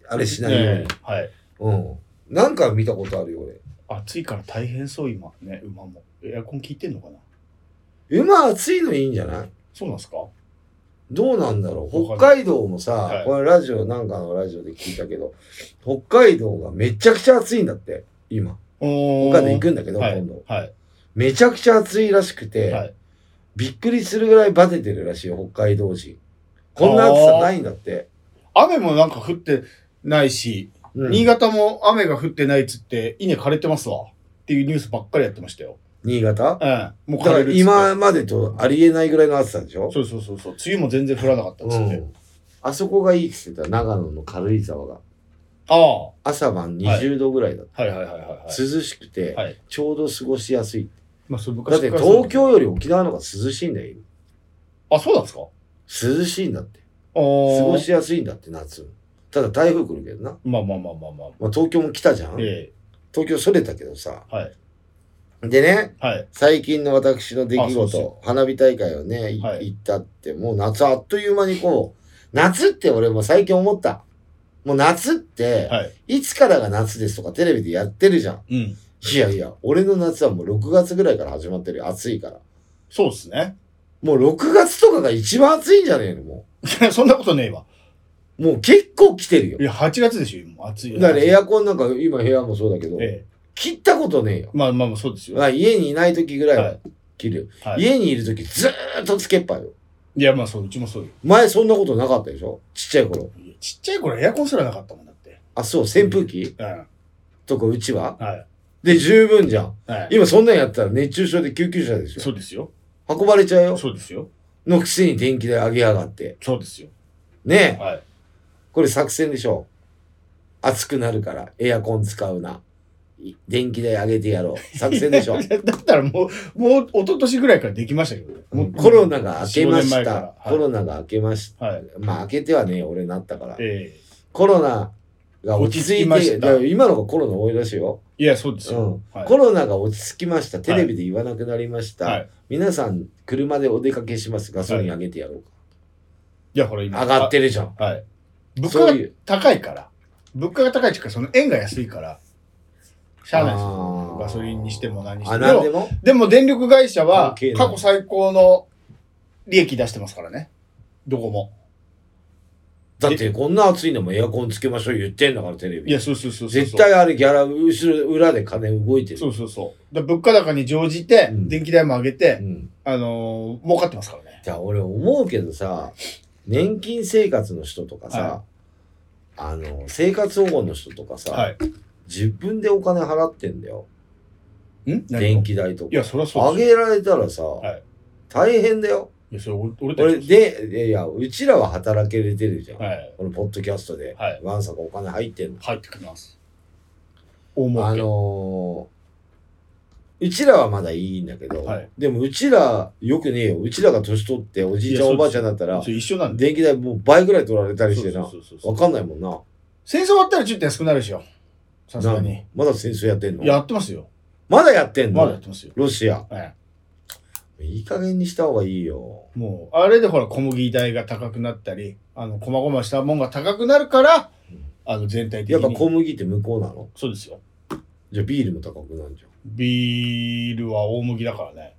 Speaker 1: あれしないように。
Speaker 2: ねえはい。
Speaker 1: うん。なんか見たことあるよ、俺。
Speaker 2: 暑いから大変そう、今。ね、馬も。エアコン効いてんのかな
Speaker 1: 馬暑いのいいんじゃない
Speaker 2: そうなんですか
Speaker 1: どうなんだろう
Speaker 2: わか
Speaker 1: 北
Speaker 2: んない
Speaker 1: 海道もさ、
Speaker 2: はい
Speaker 1: これラジオ、なんかのラジオで聞いたけど、北海道がめちゃくちゃ暑いんだって、今。
Speaker 2: お
Speaker 1: 北海道行くんだけど、
Speaker 2: はい
Speaker 1: 今度。
Speaker 2: はい。
Speaker 1: めちゃくちゃ暑いらしくて、
Speaker 2: はい。
Speaker 1: びっくりするぐらいバテてるらしいよ、北海道人。こんな暑さないんだって。
Speaker 2: 雨もなんか降ってないし、
Speaker 1: うん
Speaker 2: 新潟も雨が降ってないっつって、稲枯れてますわ。っていうニュースばっかりやってましたよ。
Speaker 1: 新潟
Speaker 2: ええ。もう
Speaker 1: だか
Speaker 2: 枯
Speaker 1: ら
Speaker 2: れるっつって。
Speaker 1: 今までとありえないぐらいの暑さでしょ
Speaker 2: そうそうそうそう。梅雨も全然降らなかったっつって。
Speaker 1: うんあそこがいいって言ってた長野の軽井沢が
Speaker 2: ああ。は
Speaker 1: 朝晩20度ぐらいだっ
Speaker 2: いはいはいはいはい。
Speaker 1: た、涼しくて、
Speaker 2: はい
Speaker 1: ちょうど過ごしやすい
Speaker 2: まあ、それ
Speaker 1: だ
Speaker 2: 昔
Speaker 1: って
Speaker 2: からそう
Speaker 1: 東京より沖縄の方が涼しいんだよ今
Speaker 2: あ、そうなんですか
Speaker 1: 涼しいんだって過
Speaker 2: 過
Speaker 1: ご
Speaker 2: ご
Speaker 1: しやすいんだって夏ただ台風来るけどな、
Speaker 2: まあまあまあまあまあ。
Speaker 1: まあ、東京も来たじゃん、
Speaker 2: え
Speaker 1: 東京それたけどさ
Speaker 2: えはい。
Speaker 1: でね
Speaker 2: はい。
Speaker 1: 最近の私の出来
Speaker 2: あそう
Speaker 1: 事
Speaker 2: そ
Speaker 1: 花火大会をねい
Speaker 2: はい
Speaker 1: 行ったってもう夏あっという間にこう夏って俺も最近思ったもう夏って、
Speaker 2: はい。
Speaker 1: いつからが夏ですとかテレビでやってるじゃん。
Speaker 2: うん。
Speaker 1: いやいや、俺の夏はもう6月ぐらいから始まってるよ。暑いから。
Speaker 2: そうですね。
Speaker 1: もう6月とかが一番暑いんじゃねえのも
Speaker 2: そんなことねえわ。
Speaker 1: う。もう結構来てるよ
Speaker 2: い。や、8月でしょ、今。暑いよ。
Speaker 1: だからエアコンなんか今部屋もそうだけど、
Speaker 2: ええ。
Speaker 1: 切ったことねえよ。
Speaker 2: まあまあまあ、そうですよ。
Speaker 1: まあ家にいない時ぐらい
Speaker 2: は
Speaker 1: は切るよ。
Speaker 2: い。はい。
Speaker 1: 家にいる時ずーっとつけっぱよ。
Speaker 2: いや、まあそう、うちもそうよ。
Speaker 1: 前そんなことなかったでしょちっちゃい頃。
Speaker 2: いやちっちゃい頃エアコンすらなかったもんだって。
Speaker 1: あ、そう、扇風機
Speaker 2: うん。
Speaker 1: とかうちは
Speaker 2: はい。
Speaker 1: で、十分じゃん。
Speaker 2: はい。
Speaker 1: 今そんなんやったら熱中症で救急車です
Speaker 2: そ
Speaker 1: よ。
Speaker 2: うですよ。
Speaker 1: 運ばれちゃうよ。
Speaker 2: そうですよ。
Speaker 1: のくせに電気代上げやがって。
Speaker 2: そうですよ。
Speaker 1: ねえ。
Speaker 2: はい。
Speaker 1: これ作戦でしょ暑くなるからエアコン使うな。い電気代上げてやろう。作戦でしょ
Speaker 2: だったらもう、もう、一昨年ぐらいからできましたけどね。もう
Speaker 1: コロナが明けま
Speaker 2: 4-5年
Speaker 1: し
Speaker 2: 前か
Speaker 1: た。
Speaker 2: らはい
Speaker 1: コロナが明けまし
Speaker 2: はい。
Speaker 1: た。まあ明けてはね、俺なったから。
Speaker 2: ええ。
Speaker 1: コロナが落ち着いて、
Speaker 2: 落ち着きました
Speaker 1: だから今のがコロナ多いらしいよ、
Speaker 2: いや、そうです
Speaker 1: う
Speaker 2: よ
Speaker 1: ん。
Speaker 2: はい
Speaker 1: コロナが落ち着きました。テレビで言わなくなりました。
Speaker 2: はい。
Speaker 1: 皆さん、車でお出かけします。ガソリン上げてやろうか。
Speaker 2: いや、ほら、今。
Speaker 1: 上がってるじゃん。
Speaker 2: はい。物価
Speaker 1: そう
Speaker 2: が
Speaker 1: いう。
Speaker 2: 高いから。物価が高いっていうか、その円が安いから。しゃあないです
Speaker 1: あ
Speaker 2: よ。
Speaker 1: ー
Speaker 2: ガソリンにしても何にし
Speaker 1: あ、
Speaker 2: て
Speaker 1: なんで
Speaker 2: も。
Speaker 1: も
Speaker 2: でも電力会社
Speaker 1: 関
Speaker 2: は
Speaker 1: 係ない
Speaker 2: 過去最高の利益出してますからね。どこも。
Speaker 1: だってこんな暑いのもエアコンつけましょう言ってんだからテレ
Speaker 2: いや、
Speaker 1: ビ。
Speaker 2: そうそうそうそう。
Speaker 1: 絶対あれギャラ、後ろ、裏で金動いてる。
Speaker 2: そうそうそう。だから物価高に乗じて、
Speaker 1: うん
Speaker 2: 電気代も上げて
Speaker 1: う、ん。
Speaker 2: あのー儲かってますからね。
Speaker 1: じゃあ俺思うけどさ、年金生活の人とかさ、
Speaker 2: は
Speaker 1: あの、生活保護の人とかさ、
Speaker 2: はい。
Speaker 1: 自分でお金払ってんだよ。電
Speaker 2: ん何が
Speaker 1: 気代とか
Speaker 2: い。や、そりゃそ
Speaker 1: 上
Speaker 2: うですよ。
Speaker 1: げられたらさ、
Speaker 2: い
Speaker 1: 大変だよ。
Speaker 2: いや、それ俺俺た
Speaker 1: 俺、
Speaker 2: ちです
Speaker 1: で、いやいや、うちらは働けれてるじゃん。
Speaker 2: はい。
Speaker 1: このポッドキャストで、
Speaker 2: はい
Speaker 1: ワンサがお金入ってんの。
Speaker 2: 入ってきます。大儲け。
Speaker 1: あのーうちらはまだいいんだけど、
Speaker 2: はい
Speaker 1: でもうちら、よくねえよ。うちらが年取って、おじいちゃん
Speaker 2: いや
Speaker 1: おばあちゃんだったら
Speaker 2: そ、れ一緒なんで。
Speaker 1: 電気代もう倍ぐらい取られたりしてな。
Speaker 2: そうそうそうそう
Speaker 1: わかんないもんな。
Speaker 2: 戦争終わったら10点少なるでしょ。さすが
Speaker 1: な
Speaker 2: に。
Speaker 1: まだ戦争やってんの
Speaker 2: やってますよ。
Speaker 1: まだやってんの、
Speaker 2: まだやってますよ。
Speaker 1: ロシア。
Speaker 2: え
Speaker 1: いい加減にした方がいいよ。
Speaker 2: え、もう、あれでほら、小麦代が高くなったり、あの、細々したもんが高くなるから、あの、全体的に。
Speaker 1: やっぱ小麦って向こうなの
Speaker 2: そうですよ。
Speaker 1: じゃあビールも高くなるじゃん。
Speaker 2: ビールは大麦だからね。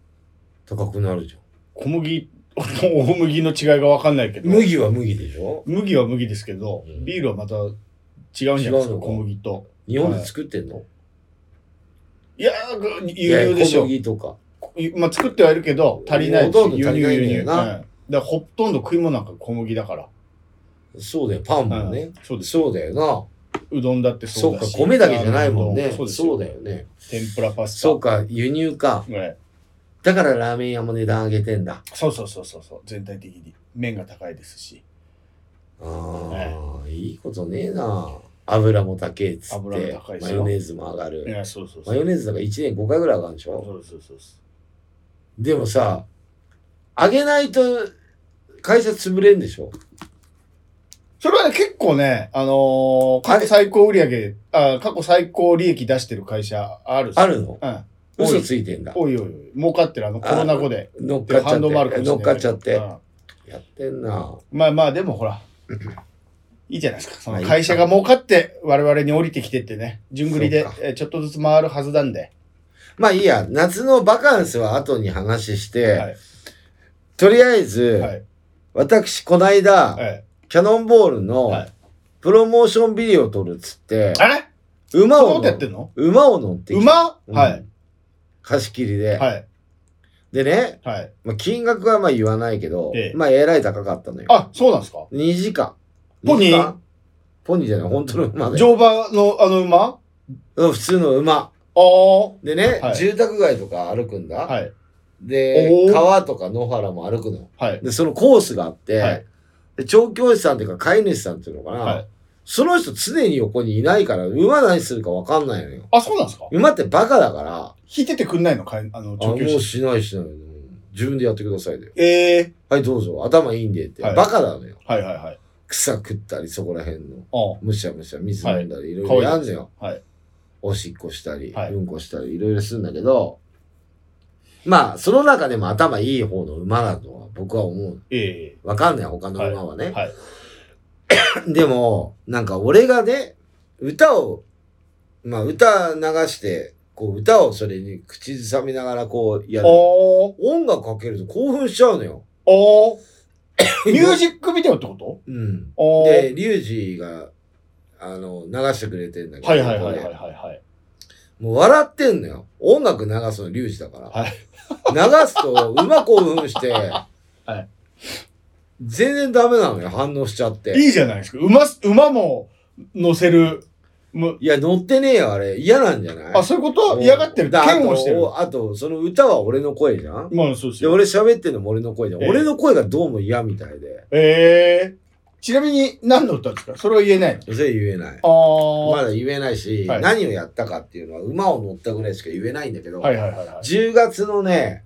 Speaker 1: 高くなるじゃん。
Speaker 2: 小麦 と大麦の違いが分かんないけど、
Speaker 1: 麦は麦でしょ
Speaker 2: 麦は麦ですけど、
Speaker 1: うん
Speaker 2: ビールはまた違うんじゃないです
Speaker 1: 違う
Speaker 2: か、
Speaker 1: のか
Speaker 2: 小麦と。
Speaker 1: 日本で作ってんの、
Speaker 2: いやー、ぐ輸入でし
Speaker 1: いや小
Speaker 2: ょ。
Speaker 1: 麦とか。
Speaker 2: まあ、作ってはいるけど、足りないです
Speaker 1: ほとんど足りないんだよな
Speaker 2: うんだからほとんど食い物なんか小麦だから。
Speaker 1: そうだよ、パンも
Speaker 2: う
Speaker 1: ね
Speaker 2: ん。そうです。
Speaker 1: そうだよな。
Speaker 2: うどんだって
Speaker 1: そ
Speaker 2: そうう
Speaker 1: か
Speaker 2: だし。、
Speaker 1: 米だけじゃないもんね。
Speaker 2: ラーメン
Speaker 1: そ
Speaker 2: もそう
Speaker 1: う
Speaker 2: ですよ。
Speaker 1: だよね。
Speaker 2: 天ぷらパスタ。
Speaker 1: そうか、輸入か。
Speaker 2: ええ
Speaker 1: だからラーメン屋も値段上げてんだ。
Speaker 2: そうそうそうそうそう。全体的に。麺が高いですし、
Speaker 1: ああ、いいことねえな。油も高えっつっ
Speaker 2: 油も
Speaker 1: て
Speaker 2: 高い、で
Speaker 1: マ
Speaker 2: すよ
Speaker 1: ヨネーズも上が
Speaker 2: い
Speaker 1: る。
Speaker 2: やそうそうそ
Speaker 1: マ
Speaker 2: う
Speaker 1: ヨネーズだから1年5回ぐらい上がるんでしょ
Speaker 2: そうそうそうそ
Speaker 1: でもさ、上げないと会社潰れんでしょ
Speaker 2: うそれはね、結構ね、あのー過去最高売上あ、過去最高利益出してる会社ある
Speaker 1: あるの
Speaker 2: うん。多
Speaker 1: 嘘
Speaker 2: い
Speaker 1: ついてんだ。
Speaker 2: おいおいおい、儲かってる、あの、コロナ後で。
Speaker 1: 乗っかっちゃ
Speaker 2: ハンドマ
Speaker 1: っ
Speaker 2: ル
Speaker 1: て。
Speaker 2: ク
Speaker 1: 乗っかっちゃって
Speaker 2: う。ん
Speaker 1: やってんな。
Speaker 2: まあまあ、でもほら、いいじゃないですか。そ
Speaker 1: まあい
Speaker 2: の
Speaker 1: い
Speaker 2: 会社が儲かって、我々に降りてきてってね、順繰りで
Speaker 1: そうか、
Speaker 2: えーちょっとずつ回るはずなんで。
Speaker 1: まあいいや、夏のバカンスは後に話して、
Speaker 2: はい
Speaker 1: とりあえず、
Speaker 2: はい。
Speaker 1: 私、こないだ、
Speaker 2: はい
Speaker 1: キャノンボールの
Speaker 2: はい
Speaker 1: プロモーションビデオを撮るっつって、
Speaker 2: あれ
Speaker 1: 馬
Speaker 2: そんな
Speaker 1: を
Speaker 2: ことやって
Speaker 1: 乗
Speaker 2: んの
Speaker 1: 馬を乗ってきた、
Speaker 2: 馬
Speaker 1: うん
Speaker 2: はい。
Speaker 1: 貸し切りで。
Speaker 2: はい。
Speaker 1: でね、
Speaker 2: はい。
Speaker 1: まあ、金額はまあ言わないけど、
Speaker 2: ええ
Speaker 1: まあえらい高かったのよ。
Speaker 2: あ、そうなんですか
Speaker 1: 2時間。
Speaker 2: ポ
Speaker 1: 二
Speaker 2: ニー
Speaker 1: 時間ポニーじゃない、本当の馬で。
Speaker 2: 乗馬のあの馬あ
Speaker 1: うん普通の馬。
Speaker 2: あ。
Speaker 1: でね、
Speaker 2: はい
Speaker 1: 住宅街とか歩くんだ。
Speaker 2: はい。
Speaker 1: で
Speaker 2: お、ー
Speaker 1: 川とか野原も歩くの。
Speaker 2: はい。
Speaker 1: で、そのコースがあって、
Speaker 2: はい
Speaker 1: で調教師さんっていうか飼い主さんっていうのかな、
Speaker 2: はい。
Speaker 1: その人常に横にいないから、馬何するか分かんないのよ。
Speaker 2: あ、そうなんですか
Speaker 1: 馬ってバカだから、
Speaker 2: 引いててくんないのかいあ
Speaker 1: あ
Speaker 2: の、
Speaker 1: も
Speaker 2: 調教
Speaker 1: う
Speaker 2: 師。
Speaker 1: しないしない。自分でやってくださいで。
Speaker 2: ええ
Speaker 1: はい、どうぞ。頭いいんでって。
Speaker 2: はい
Speaker 1: バカなのよ。
Speaker 2: はいはいはい。
Speaker 1: 草食ったり、そこら辺の。
Speaker 2: あ
Speaker 1: むしゃむしゃ水飲んだり、いろい
Speaker 2: か
Speaker 1: ろ
Speaker 2: わいい
Speaker 1: やんのよ。
Speaker 2: はい
Speaker 1: おしっこしたり、
Speaker 2: はい
Speaker 1: うんこしたり、いろいろするんだけど、まあ、その中でも頭いい方の馬だとは僕は思う。
Speaker 2: え
Speaker 1: わかんない、他の馬はね。
Speaker 2: えはい。
Speaker 1: でも、なんか俺がね、歌を、まあ歌流して、こう歌をそれに口ずさみながらこうや
Speaker 2: あ
Speaker 1: る。
Speaker 2: あ。
Speaker 1: 音楽かけると興奮しちゃうのよ。
Speaker 2: おーミュージックビデオってこと
Speaker 1: うん。
Speaker 2: おー
Speaker 1: で、リュウジが、あの、流してくれてんだけど、
Speaker 2: はいはいはいは
Speaker 1: こ
Speaker 2: いは
Speaker 1: こ
Speaker 2: いはい。
Speaker 1: でもう笑ってんのよ。音楽流すのリュウジだから。
Speaker 2: はい
Speaker 1: 流すと、馬興奮して、
Speaker 2: い
Speaker 1: 全然ダメなのよ、反応しちゃって。
Speaker 2: いいじゃないですか。馬す、馬も乗せる。む
Speaker 1: いや、乗ってねえよ、あれ。嫌なんじゃない
Speaker 2: あ、そういうこと嫌がってる。
Speaker 1: だ
Speaker 2: 嫌悪してる
Speaker 1: あ。と、あとその歌は俺の声じゃん
Speaker 2: まあ、そうです
Speaker 1: で、
Speaker 2: よ。
Speaker 1: 俺喋ってんのも俺の声じゃん。
Speaker 2: ええ
Speaker 1: 俺の声がどうも嫌みたいで。
Speaker 2: ええちなみに何の歌ですかそれは言えないの。
Speaker 1: それ言えない。
Speaker 2: あ
Speaker 1: まだ言えないし、
Speaker 2: はい
Speaker 1: 何をやったかっていうのは馬を乗ったぐらいしか言えないんだけど、
Speaker 2: あ。はいはいはいはい。
Speaker 1: 10月のね、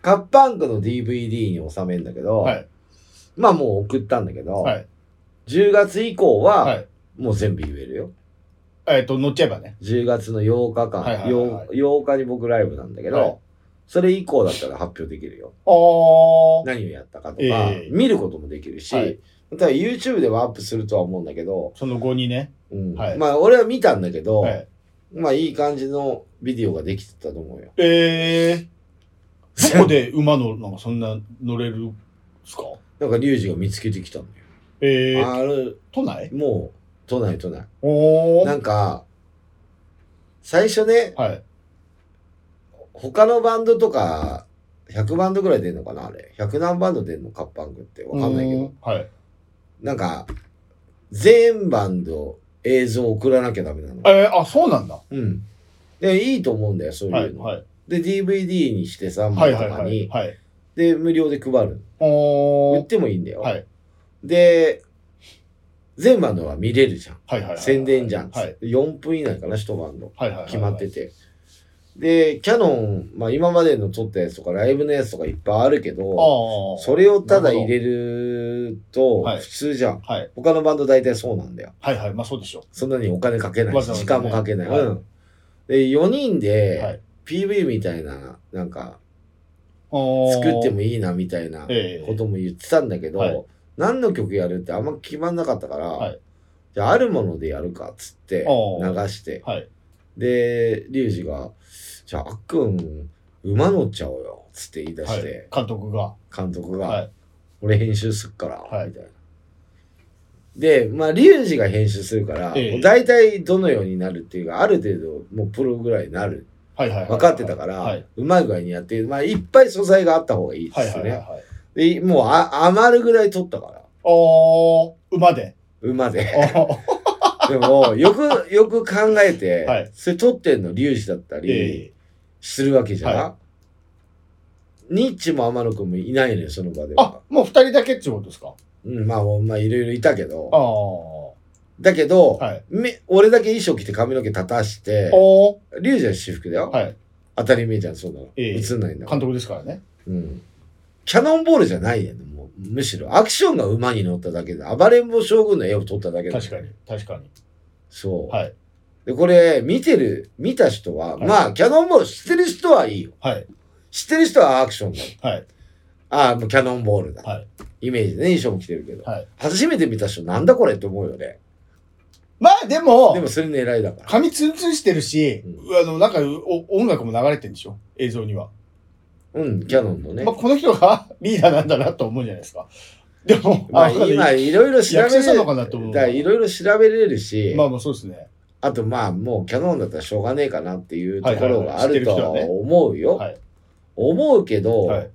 Speaker 1: カッパンクの DVD に収めんだけど、
Speaker 2: はい。
Speaker 1: まあもう送ったんだけど、
Speaker 2: はい
Speaker 1: 10月以降
Speaker 2: は。
Speaker 1: はいもう全部言えるよ。
Speaker 2: えっと、乗っちゃえばね。
Speaker 1: 10月の8日間、
Speaker 2: はいはいはいはい
Speaker 1: 8, 日に僕ライブなんだけど、
Speaker 2: はい
Speaker 1: それ以降だったら発表できるよ。
Speaker 2: ああ。
Speaker 1: 何をやったかとか、
Speaker 2: ええ
Speaker 1: 見ることもできるし、
Speaker 2: はい
Speaker 1: また YouTube ではアップするとは思うんだけど、
Speaker 2: その後にね。
Speaker 1: うん
Speaker 2: はい
Speaker 1: まあ俺は見たんだけど、
Speaker 2: はい。
Speaker 1: まあいい感じのビデオができてたと思うよ。
Speaker 2: ええ どこで馬の、なんかそんな乗れるっすか
Speaker 1: なんかリュウジが見つけてきたんだよ。
Speaker 2: ええー、
Speaker 1: ある、
Speaker 2: 都内
Speaker 1: もう、都内都内。
Speaker 2: おお
Speaker 1: なんか、最初ね、
Speaker 2: はい。
Speaker 1: 他のバンドとか、100バンドぐらい出んのかなあれ。100何バンド出んのカッパングって。わかんないけ
Speaker 2: う
Speaker 1: ど。
Speaker 2: ん。はい。
Speaker 1: なんか、全バンド映像送らなきゃダメなの。
Speaker 2: えー、あ、そうなんだ。
Speaker 1: うん。で、いいと思うんだよ、そう
Speaker 2: はいい、
Speaker 1: うの。
Speaker 2: はい。
Speaker 1: で、DVD にして3
Speaker 2: は
Speaker 1: 枚
Speaker 2: い、
Speaker 1: と
Speaker 2: はい、
Speaker 1: か
Speaker 2: は
Speaker 1: に、
Speaker 2: い。はい。
Speaker 1: で、無料で配る。
Speaker 2: お
Speaker 1: 売っ
Speaker 2: ー
Speaker 1: てもいいんだよ。
Speaker 2: はい、
Speaker 1: で、全バンドは見れるじゃん。
Speaker 2: はい、はい。
Speaker 1: 宣伝じゃん。
Speaker 2: はい、
Speaker 1: 4分以内かな、一晩の。
Speaker 2: はい、はい。
Speaker 1: 決まってて。で、キャノン、まあ今までの撮ったやつとかライブのやつとかいっぱいあるけ
Speaker 2: あ
Speaker 1: ど、
Speaker 2: あ。
Speaker 1: それをただ入れると
Speaker 2: はい
Speaker 1: 普通じゃん。
Speaker 2: はい、
Speaker 1: 他のバンド大体そうなんだよ。
Speaker 2: はい、はい。まあ、そうでしょ
Speaker 1: そんなにお金かけない
Speaker 2: わ
Speaker 1: し、
Speaker 2: ざわざ
Speaker 1: 時
Speaker 2: ね
Speaker 1: 間もかけない。
Speaker 2: はい
Speaker 1: うん。で、4人
Speaker 2: う。は
Speaker 1: で
Speaker 2: い。
Speaker 1: PV みたいな、なんか
Speaker 2: おー
Speaker 1: 作ってもいいなみたいな
Speaker 2: ええ
Speaker 1: ことも言ってたんだけ
Speaker 2: はい
Speaker 1: ど、何の曲やるってあんま決まんなかったか
Speaker 2: は
Speaker 1: ら
Speaker 2: い、
Speaker 1: じゃああるものでやるかっつって
Speaker 2: お
Speaker 1: 流
Speaker 2: ー
Speaker 1: して、
Speaker 2: はい。
Speaker 1: で、リュウジが、じゃあ、あっくん、馬乗っちゃおうよ、つって言い出
Speaker 2: は
Speaker 1: し
Speaker 2: い
Speaker 1: て、。
Speaker 2: 監督が。
Speaker 1: 監督が、
Speaker 2: はい。
Speaker 1: 俺編集すっから、
Speaker 2: はい
Speaker 1: みたいな。で、まあ、リュウジが編集するから、
Speaker 2: ええ
Speaker 1: もう大体どのようになるっていうか、ある程度、もうプロぐらいになる。
Speaker 2: はい、はい。
Speaker 1: 分かってたから、
Speaker 2: はい。
Speaker 1: うまい具合にやって、まあ、いっぱい素材があった方がいいで
Speaker 2: はい、
Speaker 1: す
Speaker 2: は
Speaker 1: よ
Speaker 2: い、
Speaker 1: ね。
Speaker 2: はい。
Speaker 1: でもうあ、余るぐらい撮ったから、
Speaker 2: おー、馬で。
Speaker 1: 馬
Speaker 2: お
Speaker 1: で。
Speaker 2: ー
Speaker 1: でも、よ く、よく考えて、
Speaker 2: はい
Speaker 1: それ撮ってんの、リュウジだったり、
Speaker 2: え
Speaker 1: するわけじゃん、
Speaker 2: は
Speaker 1: ニッチも天野くんもいないのよ、その場で
Speaker 2: ーあ
Speaker 1: は。、
Speaker 2: もう二人だけってことですか
Speaker 1: うん、まあ、まあ、いろいろいたけ
Speaker 2: あ
Speaker 1: ど。
Speaker 2: あ。は
Speaker 1: だけど、
Speaker 2: い。
Speaker 1: め俺だけ衣装着て髪の毛立たして、
Speaker 2: おー、
Speaker 1: リュウジは私服だよ。
Speaker 2: はい。
Speaker 1: 当たり前じゃん、そんなの。
Speaker 2: ええ
Speaker 1: 映んないんだか
Speaker 2: 監
Speaker 1: ら。
Speaker 2: 督ですからね。
Speaker 1: うん。キャノンボールじゃないやん、もう。むしろ、アクションが馬に乗っただけで、暴れん坊将軍の絵を撮っただけだ
Speaker 2: 確かに。確かに。
Speaker 1: そう。
Speaker 2: はい。
Speaker 1: で、これ、見てる、見た人は、
Speaker 2: はい
Speaker 1: まあ、キャノンボール知ってる人はいいよ。
Speaker 2: はい。
Speaker 1: 知ってる人はアクションだよ。
Speaker 2: はい。
Speaker 1: ああ、もうキャノンボールだ。
Speaker 2: はい
Speaker 1: イメージね、衣装も着てるけど。
Speaker 2: はい
Speaker 1: 初めて見た人、なんだこれって思うよね。
Speaker 2: まあでも、
Speaker 1: でも、それ狙いだから。
Speaker 2: 髪ツンツンしてるし、
Speaker 1: う
Speaker 2: あの、なんかお音楽も流れてるんでしょ映像には。
Speaker 1: うん、キャノンのね
Speaker 2: まあ、。この人が リーダーなんだなと思うじゃないですか。でも、
Speaker 1: まあ、
Speaker 2: の
Speaker 1: 今、いろいろ調べ
Speaker 2: 役者
Speaker 1: れ
Speaker 2: さん
Speaker 1: る。
Speaker 2: の
Speaker 1: だか
Speaker 2: かなと思う。
Speaker 1: らいろいろ調べれるし、
Speaker 2: まあまあそうですね。
Speaker 1: あとまあもうキャノンだったらしょうがねえかなっていうところが
Speaker 2: はいはいはい
Speaker 1: あるとは思うよ。
Speaker 2: はい
Speaker 1: 思うけど、
Speaker 2: はい。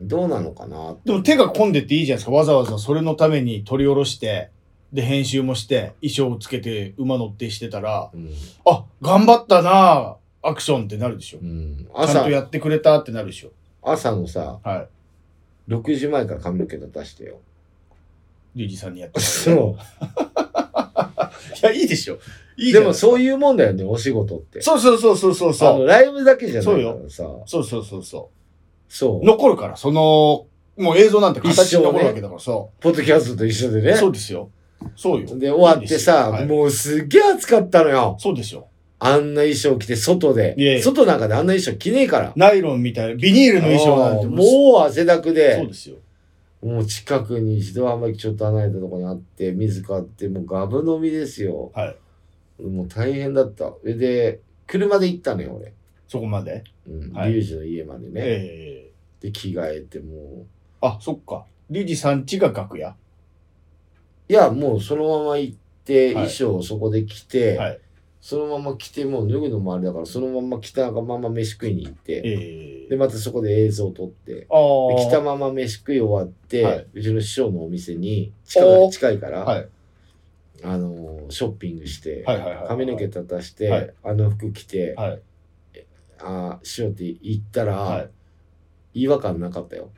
Speaker 1: どうなのかな。
Speaker 2: でも手が込んでっていいじゃないですか。わざわざそれのために取り下ろして、で、編集もして、衣装をつけて、馬乗ってしてたら、
Speaker 1: うん
Speaker 2: あ、頑張ったなあアクションってなるでしょ
Speaker 1: う。ん、
Speaker 2: ちゃん
Speaker 1: 朝
Speaker 2: と、やってくれたってなるでしょ。
Speaker 1: 朝のさ、
Speaker 2: は
Speaker 1: 6時前から髪の毛立たしてよ。
Speaker 2: い。リュウジさんにやってもらう
Speaker 1: そ。
Speaker 2: いや、いいでしょ。いいうじ
Speaker 1: で
Speaker 2: ゃない
Speaker 1: も
Speaker 2: すか
Speaker 1: そういうもんだよね、お仕事って。
Speaker 2: そうそうそうそうそう
Speaker 1: あ
Speaker 2: そ
Speaker 1: の
Speaker 2: う。
Speaker 1: ライブだけじゃな
Speaker 2: そう
Speaker 1: いか
Speaker 2: よ
Speaker 1: らさ。
Speaker 2: そうそうそうそ。
Speaker 1: そうう。
Speaker 2: 残るから、その、もう映像なんて形に残るわけだから、そ
Speaker 1: ポッドキャストと一緒で
Speaker 2: う。
Speaker 1: ね。
Speaker 2: そうですよ。そうよ。
Speaker 1: で、終わってさ、
Speaker 2: いいんですよはい
Speaker 1: もうすっげえ暑かったのよ。
Speaker 2: そうですよ。
Speaker 1: あんな衣装着て外で。
Speaker 2: いえいえ
Speaker 1: 外なんかであんな衣装着ねえから。
Speaker 2: ナイロンみたいな、ビニールの衣装なんて
Speaker 1: もう汗だく
Speaker 2: そう
Speaker 1: で、
Speaker 2: ですよ。
Speaker 1: もう近くに一度あんまりちょっと離れたとこにあって、水買って、もうガブ飲みですよ。
Speaker 2: はい。
Speaker 1: もう大変だった。それで、車で行ったのよ、俺。
Speaker 2: そこまで。
Speaker 1: うん。
Speaker 2: はい
Speaker 1: リュウジの家までね。
Speaker 2: ええ
Speaker 1: で、着替えて、もう。
Speaker 2: あ、そっか。リュウジさん家が楽屋。
Speaker 1: いや、もうそのまま行って、
Speaker 2: はい
Speaker 1: 衣装をそこで着て、
Speaker 2: はい
Speaker 1: そのまま着て、もう脱ぐのもあれだから、そのまま着たまま飯食いに行って、
Speaker 2: ええ
Speaker 1: で、またそこで映像を撮って、
Speaker 2: ああ。
Speaker 1: で着たまま飯食い終わって、
Speaker 2: はいう
Speaker 1: ちの師匠のお店に近く
Speaker 2: おー
Speaker 1: 近いから、
Speaker 2: はい
Speaker 1: あのーショッピングして、
Speaker 2: はいはいはい。
Speaker 1: 髪の毛。立たして、
Speaker 2: はい
Speaker 1: あの服着て、
Speaker 2: はい。
Speaker 1: ああしようって言ったら、
Speaker 2: はい。
Speaker 1: 違和感なかったよ。